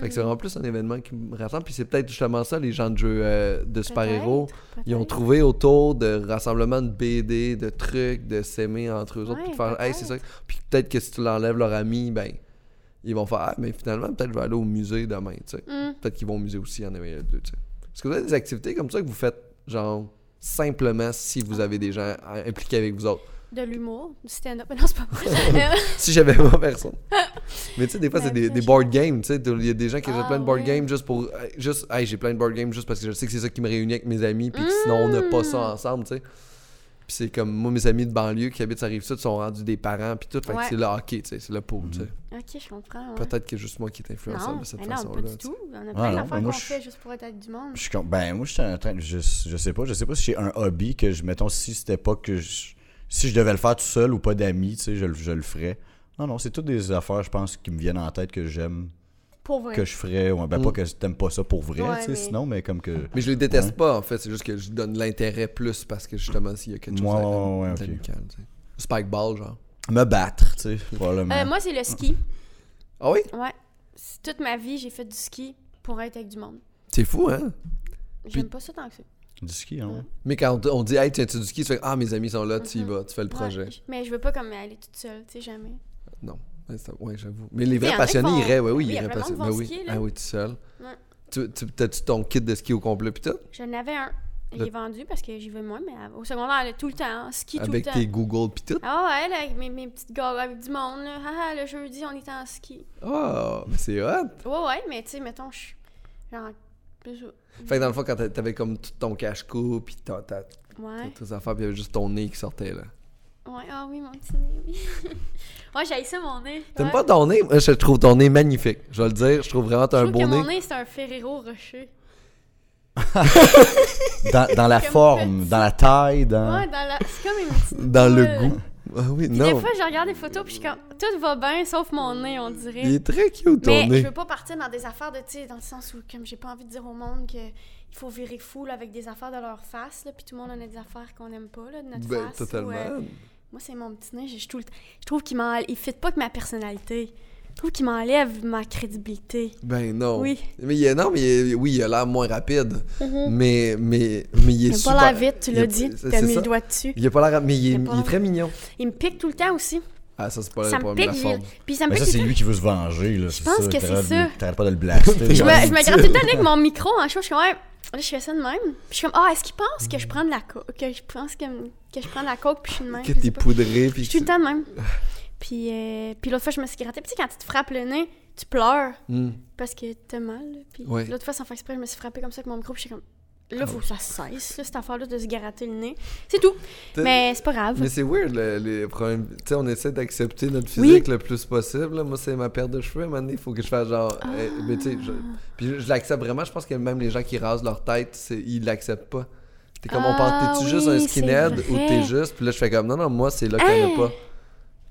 S1: Fait que c'est vraiment plus un événement qui me rassemble. Puis c'est peut-être justement ça, les gens de jeux euh, de super-héros.
S2: peut-être.
S1: Ils ont trouvé autour de rassemblements de BD, de trucs, de s'aimer entre eux autres. Puis de
S2: Ouais,
S1: faire, hey, c'est ça. Puis peut-être que si tu l'enlèves leur ami, ben, ils vont faire, ah, mais finalement, peut-être je vais aller au musée demain, tu sais.
S2: Hmm.
S1: Peut-être qu'ils vont au musée aussi en ayant deux, tu sais. Est-ce que vous avez
S2: Ah.
S1: des activités comme ça que vous faites, genre, simplement si vous avez des gens euh, impliqués avec vous autres?
S2: de l'humour, du stand-up. (laughs) Mais Non, c'est pas vrai.
S1: (laughs) si j'avais pas
S2: (laughs)
S1: personne. Mais tu sais, des fois,
S2: Mais
S1: c'est des,
S2: ça,
S1: des
S2: je-
S1: board games. Tu sais, il y a des gens qui
S2: Ah,
S1: achètent plein de board
S2: ouais.
S1: games juste pour. euh, Juste, hey, j'ai plein de board games juste parce que je sais que c'est ça qui me réunit avec mes amis. Puis que sinon, on n'a pas ça
S2: Hmm.
S1: ensemble, tu sais. Puis c'est comme moi, mes amis de banlieue qui habitent sur rive sud sont rendus des parents. Puis tout. Fait
S2: Ouais.
S1: que c'est le hockey, tu sais. C'est le pool, tu sais.
S2: ok, je comprends. ouais.
S1: Peut-être que juste moi qui est
S2: non,
S1: influençable de cette
S2: mais non,
S1: façon-là.
S2: pas du
S1: tu sais.
S2: tout. On a
S3: Ah,
S2: plein
S3: non, mais
S2: d'affaires
S3: moi,
S2: qu'on
S3: je-
S2: fait juste pour être avec du monde.
S3: Je suis con- ben moi j'étais en train de- je, je sais pas, je sais pas si j'ai un hobby que je mettons si c'était pas que je, si je devais le faire tout seul ou pas d'amis, tu sais, je, le- je le ferais. Non non, c'est toutes des affaires je pense qui me viennent en tête que j'aime
S2: Pour vrai.
S3: que je ferais ouais, ben
S1: Mm.
S3: pas que t'aimes pas ça pour vrai,
S2: Ouais,
S3: tu sais,
S2: mais-
S3: sinon mais comme que
S1: Mais je les déteste pas, en fait. C'est juste que je donne l'intérêt plus parce que justement, s'il y a quelque chose
S3: Ouais,
S1: à-
S3: ouais, ouais, ok.
S1: d'amical, tu sais. Spike ball, genre.
S3: me battre, tu sais, probablement.
S2: Euh, moi, c'est le ski.
S1: Ah oui?
S2: Ouais. C'est- Toute ma vie, j'ai fait du ski pour être avec du monde.
S1: C'est fou, hein?
S2: J'aime pas ça tant que ça.
S3: Du ski hein. ouais.
S1: Mais quand on dit, hey, tiens, tu du ski, tu fais, ah, mes amis sont là, tu y vas, tu fais le
S2: Mm-hmm. Ouais,
S1: projet.
S2: j- mais je veux pas comme aller toute seule, tu sais, jamais.
S1: Non. Ouais, ça- ouais, j'avoue. Mais les
S2: y en
S1: vrais
S2: a
S1: passionnés,
S2: qui font-
S1: ils iraient, ouais, oui,
S2: Oui,
S1: ils
S2: y a
S1: iraient
S2: plein de monde
S1: passionnés. Ah
S2: qui vont
S1: oui,
S2: skier, là.
S1: ah oui, tout seul.
S2: Ouais.
S1: Tu, tu, T'as-tu ton kit de ski au complet, pis tout?
S2: J'en avais un. Il
S1: Le-
S2: est vendu parce que j'y vais moins, mais à- au secondaire, là, tout le temps, hein, ski tout le
S1: Avec
S2: temps.
S1: tes Google, pis tout?
S2: Ah ouais, là, avec mes, mes petites gars avec du monde, là. Ah, ah, le jeudi, on était en ski.
S1: Oh, mais c'est hot!
S2: Ouais, ouais, mais tu sais, mettons, je suis. Genre. plus-
S1: Fait que dans le fond, quand t'a- t'avais comme tout ton cache-cou, pis ta- ta-
S2: Ouais.
S1: toutes tes affaires, pis il y avait juste ton nez qui sortait, là.
S2: Ouais, ah oui, mon petit nez, oui. (laughs) ouais, j'ai ça, mon nez.
S1: T'aimes
S2: ouais.
S1: pas ton nez? Moi, je trouve ton nez magnifique. Je vais le dire, je trouve vraiment t'as
S2: Je
S1: un
S2: trouve
S1: beau
S2: que
S1: nez.
S2: mon nez, c'est un Ferrero Rocher.
S3: Dans, dans la
S2: Comme
S3: forme, dans la taille, dans
S2: Ouais, dans la... c'est comme une petite.
S1: Ah. (laughs) Dans le
S2: boule.
S1: goût. Ah oui,
S2: Puis
S1: non.
S2: Des fois, je regarde des photos, puis je suis comme. Tout va bien, sauf mon nez, on dirait.
S1: Il est très cute, ton
S2: Mais
S1: nez.
S2: je veux pas partir dans des affaires de, tu sais, dans le sens où, comme j'ai pas envie de dire au monde qu'il faut virer fou là, avec des affaires de leur face, là, puis tout le monde en a des affaires qu'on aime pas là, de notre
S1: Ben,
S2: face. ou,
S1: totalement.
S2: euh, moi, c'est mon petit nez, je, je tout le temps- je trouve qu'il m'en- il fit pas avec ma personnalité. Je trouve qu'il m'enlève ma crédibilité.
S1: Ben non.
S2: Oui.
S1: Mais il est, non, mais il est- oui, il a l'air moins rapide. Mais, mais, mais il est
S2: Il a
S1: super...
S2: pas l'air vite, tu
S1: il a-
S2: l'as dit,
S1: c'est-
S2: t'as
S1: c'est
S2: mis
S1: ça.
S2: le doigt dessus.
S1: Il a pas l'air rapide, mais il est,
S2: Il a pas
S1: il est
S2: l'air-
S1: très mignon.
S2: Il me pique tout le temps aussi.
S1: Ah, ça, c'est pas
S2: ça
S1: le
S2: me
S1: problème,
S2: pique,
S1: la
S2: j'ai-
S1: forme. Ben
S2: puis ça me
S3: mais ça
S2: pique.
S3: c'est
S2: tout-
S3: lui qui veut se venger là, c'est
S2: pense
S3: ça,
S2: que
S3: t'arrêtes
S2: c'est ça.
S3: de- T'arrêtes pas de le blaster.
S2: Je
S3: genre.
S2: me, je me gratte tout le temps
S1: (laughs)
S2: avec mon micro en chaud, je suis comme, ouais, là, je fais ça de même. Puis je suis comme, ah, est-ce qu'il pense que je prends de la coke, que je pense que, que je prends de la coke, puis je suis de même.
S1: Que
S2: je sais
S1: t'es
S2: pas.
S1: poudré,
S2: Je
S1: puis
S2: suis tout
S1: tu...
S2: le temps de même. Puis, euh, puis l'autre fois, je me suis grattée. Puis tu sais, quand tu te frappes le nez, tu pleures
S1: Hmm.
S2: parce que t'as mal. là. Puis
S1: Ouais. Ah
S2: l'autre fois, sans faire exprès, je me suis frappée comme ça avec mon micro. Puis j'étais comme, là, faut que ça cesse, là, cette affaire-là, de se gratter le nez. C'est tout.
S1: T'as-
S2: Mais c'est pas grave.
S1: Mais c'est weird, le- les problèmes... Tu sais, on essaie d'accepter notre physique le plus possible. là. Moi, c'est ma paire de cheveux, à un moment donné, il faut que je fasse genre...
S2: Ah.
S1: eh, Mais tu sais, je... Puis je, je l'accepte vraiment. Je pense que même les gens qui rasent leur tête, c'est- ils l'acceptent pas. T'es comme, on
S2: Ah,
S1: pense, t'es-tu juste un
S2: oui, c'est
S1: skinhead ou
S2: vrai.
S1: t'es juste... Puis là, je fais comme, non, non, moi, c'est là que t'en
S2: Hein?
S1: as pas.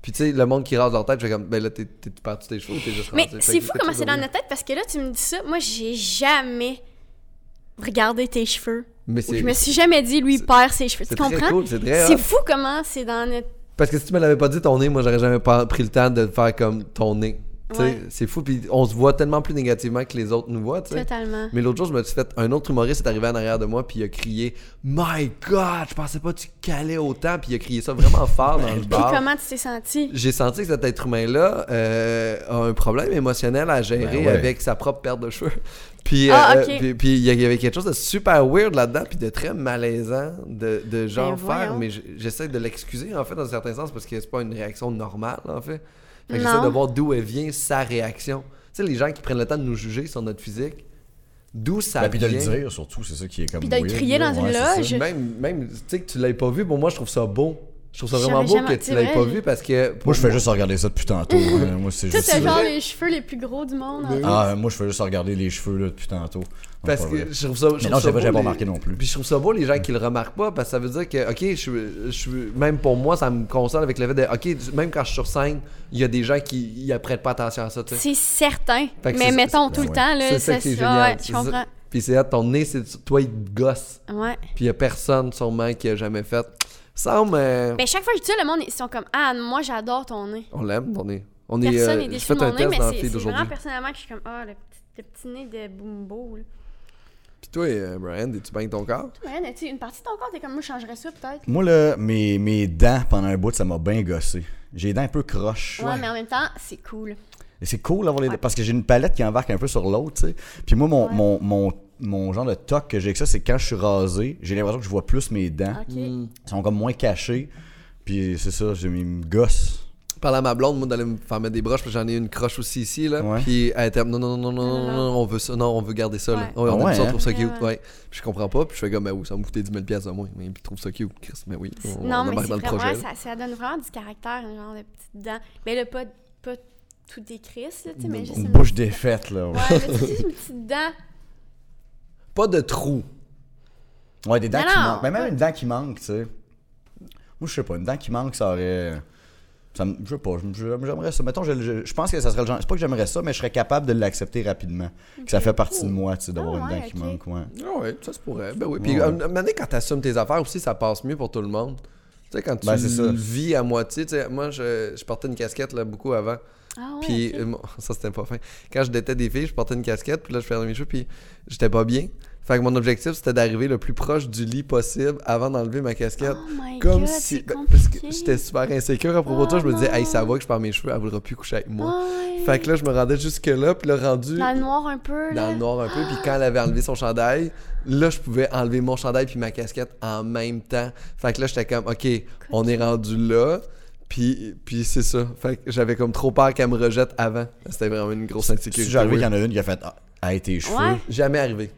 S1: Puis tu sais, le monde qui rase leur tête, je fais comme, ben là, t'es t'es perdu tes cheveux ou t'es juste
S2: Mais
S1: rasé. Fait
S2: c'est
S1: qu'il y a
S2: fou
S1: quelque
S2: comment
S1: chose
S2: c'est
S1: de
S2: dans
S1: weird.
S2: notre tête parce que là, tu me dis ça. Moi, j'ai jamais regardé tes cheveux.
S1: Mais
S2: Ou
S1: c'est
S2: je me suis jamais dit, lui, il
S1: c'est-
S2: perd ses cheveux.
S1: c'est
S2: Tu
S1: très
S2: comprends?
S1: cool, c'est très
S2: C'est
S1: hot.
S2: fou comment c'est dans notre.
S1: Parce que si tu me l'avais pas dit ton nez, moi j'aurais jamais pas- pris le temps de faire comme ton nez. Tu sais,
S2: Ouais.
S1: C'est fou, puis on se voit tellement plus négativement que les autres nous voient. tu sais.
S2: Totalement.
S1: Mais l'autre jour, je me suis fait. Un autre humoriste est arrivé en arrière de moi, puis il a crié My God, je pensais pas que tu calais autant, puis il a crié ça vraiment fort dans le
S2: Puis
S1: bar.
S2: comment tu t'es senti?
S1: J'ai senti que cet être humain-là euh, a un problème émotionnel à gérer
S3: Ben ouais.
S1: avec sa propre perte de cheveux. (laughs) Puis,
S2: Ah,
S1: euh,
S2: ok.
S1: puis, puis il y avait quelque chose de super weird là-dedans, puis de très malaisant de, de genre faire.
S2: Ben voyons.
S1: Mais j- j'essaie de l'excuser, en fait, dans un certain sens, parce que c'est pas une réaction normale, en fait. Fait que j'essaie
S2: Non.
S1: de voir d'où elle vient sa réaction. Tu sais, les gens qui prennent le temps de nous juger sur notre physique, d'où ça
S3: Ben,
S1: vient.
S3: puis de le dire surtout, c'est ça qui est comme
S2: Puis de le
S3: weird,
S2: crier
S3: là,
S2: dans une
S3: ouais, c'est ça.
S2: loge. Je-
S1: Même, même tu sais, que tu l'aies pas vu, pour moi, je trouve ça beau. Je trouve ça
S2: J'aurais
S1: vraiment beau
S2: jamais-
S1: que tu
S2: c'est
S1: l'aies
S2: vrai,
S1: pas
S2: j'ai-
S1: vu parce que. pour
S3: Moi, je fais juste regarder ça
S2: (laughs)
S3: depuis tantôt. hein. Moi, c'est
S2: Tu
S3: juste.
S2: sais, t'as genre
S1: vrai.
S2: les cheveux les plus gros du monde. en
S3: Ah, moi, je fais juste regarder les cheveux là, depuis tantôt. Non,
S1: Parce
S3: pas vrai.
S1: que je trouve ça. je
S3: Mais
S1: trouve
S3: non,
S1: ça
S3: j'avais
S1: beau,
S3: j'avais pas
S1: les-
S3: remarqué non plus.
S1: Puis je trouve ça beau les gens qui le remarquent pas parce que ça veut dire que, ok, je, suis- je, suis- même pour moi, ça me concerne avec le fait de, ok, même quand je suis sur scène, il y a des gens qui y prêtent pas attention à ça, tu sais.
S2: C'est certain.
S1: Fait que
S2: mais
S1: c'est-
S2: mettons
S3: c'est-
S2: tout le
S3: ouais.
S2: temps, là,
S1: C'est ça
S2: ça,
S1: qui est
S2: se-
S1: génial.
S2: ouais, je
S1: C'est ça.
S2: comprends.
S1: Puis c'est là, ton nez, c'est toi, il te gosse.
S2: Ouais.
S1: Puis il y a personne sûrement qui a jamais fait. Semble. euh,
S2: Mais Ben, chaque fois que je dis ça, le monde, ils sont comme Ah, moi, j'adore ton nez.
S1: On l'aime, ton nez. On est.
S2: Personne
S1: euh,
S2: n'est
S1: j'ai
S2: déçu
S1: fait
S2: de mon
S1: un
S2: nez,
S1: test
S2: mais
S1: dans la
S2: c'est
S1: fille
S2: c'est
S1: d'aujourd'hui.
S2: vraiment personnellement que je suis comme Ah, le petit, le petit nez de Boombo. là.
S1: Puis toi, euh, Brian, es-tu bien avec ton corps?
S2: Ouais, mais tu sais, une partie de ton corps, t'es comme Moi, je changerais ça peut-être.
S3: Moi, là, mes, mes dents, pendant un bout, ça m'a bien gossé. J'ai les dents un peu croches.
S2: Ouais, mais en même temps, c'est cool.
S3: Et c'est cool d'avoir les dents. Parce que j'ai une palette qui embarque un peu sur l'autre, tu sais. Puis moi, mon, mon, mon, mon genre de toc
S1: Hmm.
S3: que j'ai avec ça, c'est quand je suis rasé, j'ai l'impression que je vois plus mes dents.
S2: Ok.
S3: Ils sont comme moins cachés. Puis c'est ça, j'ai mis une gosse.
S1: Parler à ma blonde, moi, d'aller me faire mettre des broches, parce que j'en ai une croche aussi ici, là.
S3: Ouais.
S1: Puis elle était, non, non, non, non, non, non, non, on veut ça, non, on veut garder ça, là.
S2: Ouais.
S1: Ouais, on
S3: Ah
S1: aime
S3: ouais,
S1: ça, on
S3: hein?
S1: trouve ça
S2: Ouais,
S1: cute,
S2: ouais.
S1: ouais. Puis je comprends pas, puis je fais comme, ben oui, ça va me coûter 10 000 pièces de moins. Mais puis trouve ça cute, Chris, mais oui. On,
S2: non,
S1: on
S2: mais
S1: embarque
S2: c'est
S1: dans le
S2: vraiment,
S1: projet. là.
S2: ça, ça donne vraiment du caractère, un genre de petite dent. Mais là, pas, pas tout des crises, là, tu sais, mais juste
S3: Une
S2: une
S3: bouche défaite, là. Ouais,
S2: Ouais, mais tu sais, une petite dent.
S1: Pas de trou.
S3: Ouais, des dents
S2: Mais
S3: qui
S2: non,
S3: manquent. Mais même
S2: ouais.
S3: une dent qui manque, tu sais. Moi, je sais pas, une dent qui manque, ça aurait. euh, Ça me- je sais pas, je- je- j'aimerais ça. Mettons, je, je- je pense que ça serait le genre. C'est pas que j'aimerais ça, mais je serais capable de l'accepter rapidement. Que ça fait partie de moi, tu sais, d'avoir
S2: Ah
S3: une dent
S2: ouais,
S3: qui
S2: ok.
S3: manque, ouais.
S1: Ah ouais, ça se pourrait. Ben oui. Puis
S3: Ouais.
S1: à un moment donné, quand t'assumes tes affaires aussi, ça passe mieux pour tout le monde. Tu sais, quand tu
S3: Ben, c'est ça.
S1: le vis à moitié, tu sais, moi, je, je portais une casquette là, beaucoup avant.
S2: Ah ouais,
S1: Puis,
S2: ok.
S1: euh, mon- (laughs) ça, c'était pas fin. Quand je détais des filles, je portais une casquette, puis là, je faisais mes cheveux, puis j'étais pas bien. Fait que mon objectif, c'était d'arriver le plus proche du lit possible avant d'enlever ma casquette.
S2: Oh my
S1: Comme
S2: God,
S1: si.
S2: c'est
S1: ben, Parce que
S2: compliqué.
S1: j'étais super insécure à propos de toi.
S2: Oh
S1: Je me disais,
S2: non.
S1: hey, ça va que je perds mes cheveux, elle voudra plus coucher avec moi.
S2: Ouais.
S1: Fait que là, je me rendais jusque-là, puis là, rendu
S2: Ah, Dans le noir un peu.
S1: dans
S2: là.
S1: le noir un peu. Puis quand elle avait enlevé son chandail, là, je pouvais enlever mon chandail puis ma casquette en même temps. Fait que là, j'étais comme, OK, on est rendu là. Puis, puis c'est ça. Fait que j'avais comme trop peur qu'elle me rejette avant. C'était vraiment une grosse
S3: Si
S1: insécurité.
S3: j'arrive
S1: oui.
S3: qu'il y en a une qui a fait Ah, Hey, tes cheveux.
S2: Ouais.
S1: Jamais arrivé.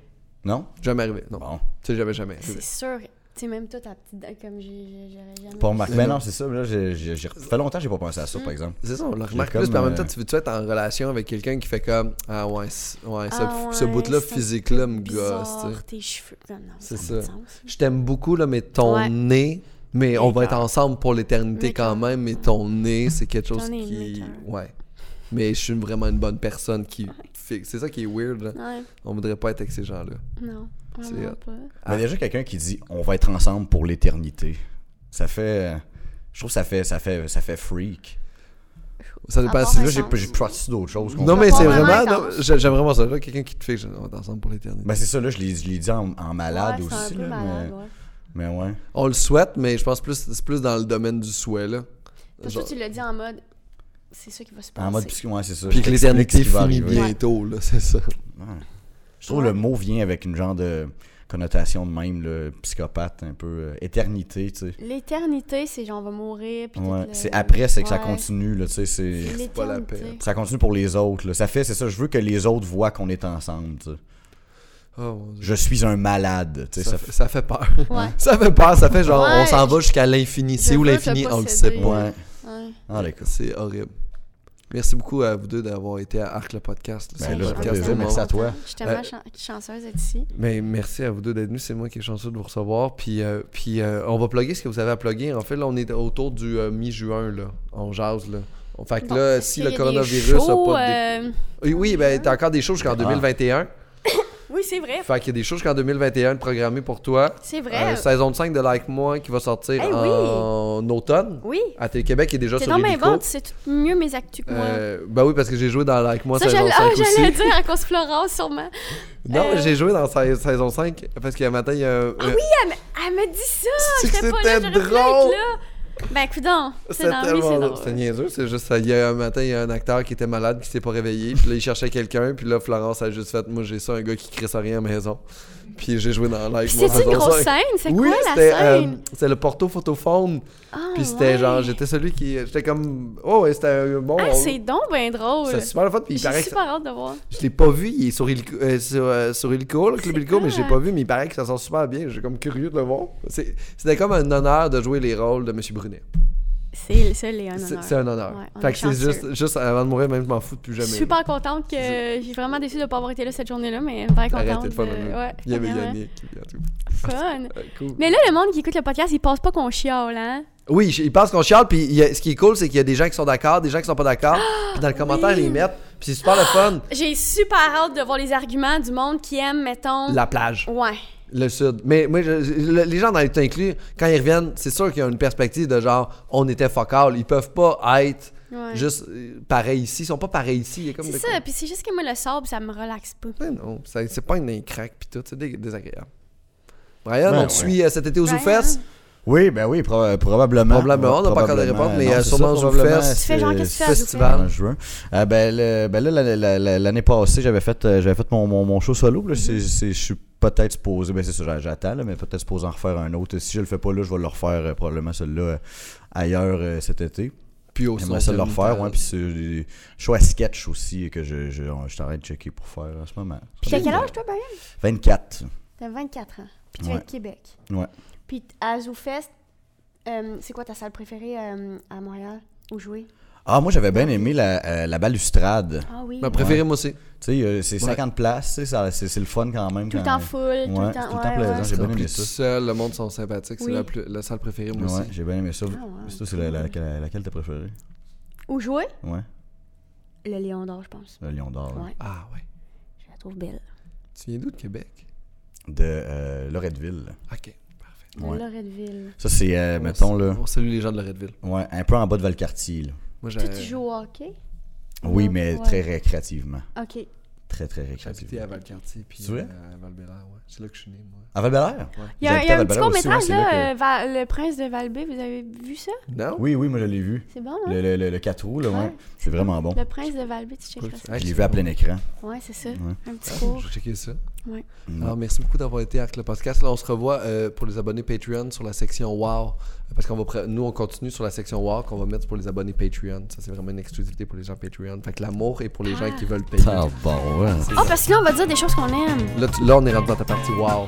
S3: Non?
S1: Jamais arrivé. Non.
S3: Bon.
S1: Tu sais, jamais, jamais arrivé.
S2: C'est sûr. Tu sais, même toi, ta petite dent, comme j'ai- j'ai- j'aurais jamais.
S3: Pas remarqué. Mais non, c'est ça. Là, j'ai, j'ai- j'ai- ça fait longtemps que j'ai pas pensé à ça,
S2: Mm.
S3: par exemple.
S1: C'est ça, on le remarque
S3: comme,
S1: plus. Puis en même
S3: euh,
S1: temps, tu veux-tu être en relation avec quelqu'un qui fait comme, ah ouais, c- ouais, ce,
S2: Ah
S1: ce
S2: ouais,
S1: bout-là
S2: c'est un
S1: physique-là me gosse.
S2: bizarre,
S1: tu sais.
S2: tes cheveux. Comme non,
S1: C'est
S2: ça. a pas de
S1: ça.
S2: sens.
S1: Je t'aime beaucoup, là, mais ton
S2: Ouais.
S1: nez, mais on va être
S2: M'écoeure.
S1: ensemble pour l'éternité quand
S2: M'écoeure.
S1: même, mais
S2: (laughs)
S1: ton nez, c'est quelque
S2: Ton
S1: chose
S2: nez, hein.
S1: qui.
S2: m'écoeure.
S1: Ouais. Mais je suis vraiment une bonne personne qui fixe. C'est ça qui est weird. là.
S2: Ouais,
S1: On voudrait pas être avec ces gens-là.
S2: non.
S1: C'est
S2: Vraiment
S1: hot.
S2: pas.
S1: Ah.
S3: Mais déjà, quelqu'un qui dit On va être ensemble pour l'éternité. Ça fait. Je trouve que ça fait, ça fait, ça fait freak.
S1: Ça dépend
S2: part
S1: si
S2: un
S3: Là,
S1: là.
S3: j'ai,
S2: sens.
S3: j'ai parti d'autres choses.
S1: Non, mais
S2: pas
S1: c'est
S2: vraiment
S1: vraiment.
S2: intense.
S1: non, j'ai- J'aime vraiment ça. là, Quelqu'un qui te fixe, on va être ensemble pour l'éternité.
S3: Ben, c'est ça, là, je l'ai, je l'ai dit en, en malade
S2: Ouais, c'est
S3: aussi.
S2: un peu
S3: là,
S2: malade,
S3: mais,
S2: ouais.
S3: mais ouais.
S1: On le souhaite, mais je pense plus c'est plus dans le domaine du souhait, là.
S2: Parce que
S1: Genre-
S2: toi, tu l'as dit en mode. C'est ça qui va se passer.
S3: En mode psycho, ouais, c'est ça.
S1: Puis
S3: Je
S1: que
S3: t'explique
S1: l'éternité
S3: ce qui va
S1: finit
S3: arriver.
S1: bientôt, là, c'est ça.
S3: Je trouve le mot vient avec une genre de connotation de même, le psychopathe, un peu euh, éternité, tu sais.
S2: L'éternité, c'est genre on va mourir. Puis
S3: Ouais.
S2: tout le-
S3: C'est après, c'est que ça
S2: Ouais.
S3: continue, là, tu sais. C'est...
S2: C'est
S1: C'est pas la
S2: l'éternité.
S1: paix.
S3: Ça continue pour les autres, là. Ça fait, c'est ça, je veux que les autres voient qu'on est ensemble, tu sais.
S1: Oh, mon Dieu.
S3: Je suis un malade, tu sais.
S1: Ça
S3: Ça
S1: fait-
S3: fait...
S1: ça fait peur. (laughs)
S2: Ouais.
S1: Ça fait peur, ça fait genre on
S2: Ouais,
S1: s'en va
S2: je-
S1: jusqu'à l'infini.
S2: je
S1: C'est où
S2: veux te
S1: l'infini, on le sait
S2: posséder.
S1: pas.
S3: Ouais.
S2: Ouais.
S3: Ah, les gars.
S1: C'est horrible. Merci beaucoup à vous deux d'avoir été à Arc le podcast.
S3: Ben
S1: C'est
S3: là,
S1: le
S3: ça fait
S1: podcast
S3: plaisir,
S1: du
S3: merci
S1: monde.
S3: à toi.
S2: Je suis tellement
S1: Euh,
S2: chan- chanceuse d'être ici.
S1: Mais merci à vous deux d'être venus. C'est moi qui est chanceux de vous recevoir. Puis, euh, puis euh, on va plugger ce que vous avez à plugger. En fait, là, on est autour du euh, mi-juin. là. On jase. Là. On- Fait que
S2: Bon,
S1: là,
S2: est-ce
S1: si
S2: qu'il
S1: le
S2: y a des
S1: coronavirus a
S2: shows,
S1: pas. de dé-
S2: euh,
S1: Oui, oui, ben, t'as encore des choses jusqu'en
S3: Ah.
S1: 2021.
S2: Oui, c'est vrai.
S1: Fait qu'il y a des choses jusqu'en 2021 de programmées pour toi.
S2: C'est vrai.
S3: Ah,
S1: Euh, saison 5 de Like Moi qui va sortir
S2: Eh oui.
S1: en automne.
S2: Oui.
S1: À Télé-Québec est déjà
S2: C'est
S1: sur
S2: dans
S1: les
S2: mes ventes, c'est tout mieux mes actus que moi.
S1: Euh, ben oui, parce que j'ai joué dans Like Moi
S2: ça,
S1: saison
S2: j'allais ah,
S1: 5 aussi.
S2: j'allais le dire à cause Florence, sûrement.
S1: Non,
S2: Euh,
S1: j'ai joué dans sa- saison 5 parce qu'un matin, il y a. euh,
S2: Elle me dit ça!
S1: (laughs) C'est que
S2: ah, J'étais pas là,
S1: c'était
S2: j'aurais pu
S1: drôle.
S2: être là! Ben, coudon, c'est dans oui,
S1: tellement
S2: c'est
S1: drôle. C'était
S2: drôle.
S1: niaiseux, c'est juste ça. Il y a un matin, il y a un acteur qui était malade, qui s'est pas réveillé. Puis là, il cherchait quelqu'un. Puis là, Florence a juste fait Moi, j'ai ça, un gars qui crisse rien à la maison. Puis j'ai joué dans Like
S2: Puis
S1: Moi
S2: C'est-tu
S1: saison
S2: une grosse
S1: 5.
S2: scène? C'est
S1: oui,
S2: quoi la
S1: c'était euh,
S2: scène?
S1: c'était le porto photophone.
S2: Ah,
S1: Puis c'était genre,
S2: ouais.
S1: j'étais celui qui. J'étais comme. Oh, ouais, c'était euh, bon.
S2: Ah,
S1: on-
S2: c'est donc ben drôle!
S1: C'était super le fun. Puis il
S2: J'ai
S1: paraît que
S2: super hâte de voir.
S1: Je l'ai pas vu, il est sur Illico, euh, sur, euh, sur Illico, le club
S2: C'est
S1: Illico, mais je l'ai
S2: hot.
S1: pas vu, mais il paraît que ça sort super bien. J'ai comme curieux de le voir. C'est- C'était comme un honneur de jouer les rôles de Monsieur Brunet.
S2: C'est ça, Léon.
S1: C'est c'est un honneur.
S2: Ouais, on
S1: fait
S2: est
S1: que c'est
S2: chanceux.
S1: juste, juste avant de mourir, même je m'en fous plus
S2: Je
S1: jamais.
S2: suis super contente que j'ai vraiment déçu de ne pas avoir été là cette journée-là, mais vraiment
S1: Ça
S2: contente.
S1: aurait été le fun,
S2: de-
S1: hein.
S2: ouais,
S1: Il y avait
S2: vraiment
S1: Yannick. puis en tout
S2: Fun.
S1: cas, euh, cool.
S2: Mais là, le monde qui écoute le podcast, il pense pas qu'on chiale, hein?
S1: Oui, je- ils pensent qu'on chiale, puis il y a- ce qui est cool, c'est qu'il y a des gens qui sont d'accord, des gens qui sont pas
S2: (gasps)
S1: d'accord, puis dans le commentaire,
S2: oui.
S1: ils les mettent, puis c'est super le fun.
S2: J'ai super hâte de voir les arguments du monde qui aime, mettons.
S1: La plage.
S2: Ouais.
S1: Le sud. Mais moi, je- je- le- les gens dans les temps inclus, quand ils reviennent, c'est sûr qu'il y a une perspective de genre, on était focal. Ils peuvent pas être
S2: Ouais.
S1: juste euh, pareils ici. Ils sont pas pareils ici. Il y a comme
S2: C'est
S1: de-
S2: ça, puis c'est juste que moi, le sable, ça me relaxe pas.
S1: Ben non, ça- c'est pas une craque pis tout. C'est dé- désagréable. Brian,
S3: Ben
S1: on
S3: ouais.
S1: te suit euh, cet été aux
S2: Brian.
S1: Zoufest.
S3: Oui, ben oui, proba- probablement.
S1: Probablement, on n'a pas encore de
S3: Probablement.
S1: réponse, mais,
S3: Non,
S1: euh,
S3: c'est
S1: sûrement
S3: ça,
S1: au
S3: probablement,
S1: Zoufest.
S2: Tu fais genre,
S3: c'est-
S2: qu'est-ce que tu fais à
S1: Festival.
S3: En juin. Ah, euh,
S2: Mm-hmm.
S3: ben, le- ben là, la- la- la- l'année passée, j'avais fait, euh, j'avais fait mon, mon, mon show solo. Là, C'est- c'est- je suis peut-être supposé, ben c'est ça, j'attends, là, mais peut-être supposé en refaire un autre. Si je le fais pas là, je vais le refaire euh, probablement celui-là euh, ailleurs euh, cet été.
S1: Puis aussi.
S3: J'aimerais ça le refaire, ouais. Puis c'est des choix sketch aussi que je, je, je t'arrête de checker pour faire en ce moment.
S2: Puis t'as quel âge, toi, Brian?
S3: 24.
S2: T'as 24 ans. Puis tu viens
S3: Ouais.
S2: de Québec.
S3: Ouais.
S2: Puis t- à ZooFest, euh, c'est quoi ta salle préférée euh, à Montréal où jouer?
S3: Ah, moi, j'avais bien aimé la, euh, la balustrade.
S2: Ah oui.
S1: Ma préférée, moi aussi.
S3: Tu sais, euh, c'est 50 places, tu sais, ça- c'est c'est le fun quand même.
S2: Tout le
S3: quand-
S2: temps full, tout
S3: Ouais,
S2: le temps.
S3: tout le temps
S2: ouais,
S3: plaisant,
S2: ouais.
S3: Ah, J'ai bien
S1: Puis
S3: aimé
S1: tout
S3: ça.
S1: seul, le monde sont sympathiques. C'est
S2: Oui.
S1: la, plus- la salle préférée, moi
S3: Ouais,
S1: aussi.
S3: j'ai bien aimé ça.
S2: Ah ouais.
S3: Ça, c'est la- la- laquelle, laquelle t'as préférée?
S2: Où jouer?
S3: Ouais,
S2: Le Léon d'Or, je pense.
S3: le Lion d'Or. là.
S2: Ouais,
S1: Ah ouais.
S2: je la trouve belle.
S1: Tu viens d'où de Québec?
S3: De euh, Loretteville.
S1: Ok, parfait.
S2: De
S3: Ouais.
S2: Loretteville.
S3: Ça, c'est, euh,
S1: On
S3: mettons,
S1: s-
S3: là,
S1: On salue les gens de Loretteville.
S3: ouais, un peu en bas de Valcartier. là.
S1: Moi,
S2: Toi,
S1: j'ai.
S2: tu joues au hockey?
S3: Oui,
S2: Ouais,
S3: mais
S2: ouais.
S3: très récréativement.
S2: Ok.
S3: Très, très
S1: J'habitais à
S3: récréativement.
S1: Valcartier, puis
S3: Tu vois?
S1: euh, à val ouais. C'est là que je suis né, moi.
S3: À Val-Belair?
S2: Il y a,
S3: J'habitais
S2: il y a
S3: à
S2: un petit
S3: Val-Belair aussi, ouais,
S2: court-métrage,
S3: c'est
S2: là,
S3: là
S2: euh, Va- Le Prince de Valbé, vous avez vu ça?
S1: Non?
S3: Oui, oui, moi, je l'ai vu.
S2: C'est bon, hein?
S3: Le, le, le, le quatre roues, là, ouais.
S2: Ouais.
S3: C'est vraiment bon.
S2: Le Prince de Valbé, tu
S1: Cool.
S2: checkeras ça.
S1: Ouais,
S3: Je l'ai
S1: c'est
S3: vu à
S1: bon.
S3: plein écran.
S2: Ouais, c'est ça.
S3: Ouais.
S2: Un petit
S1: Ah,
S2: cours.
S1: J'ai checké ça.
S2: Ouais.
S3: Mm.
S1: Alors, merci beaucoup d'avoir été avec le podcast. Là, on se revoit euh, pour les abonnés Patreon sur la section Wow. euh, Parce qu'on va pre- nous, on continue sur la section Wow qu'on va mettre pour les abonnés Patreon. Ça, c'est vraiment une exclusivité pour les gens Patreon. Fait que l'amour est pour les gens
S2: Ah.
S1: qui veulent payer.
S3: Ah, bon, ouais.
S2: Ah, parce que là, on va dire des choses qu'on aime.
S1: Là, tu- là, on est rendu dans ta partie Wow.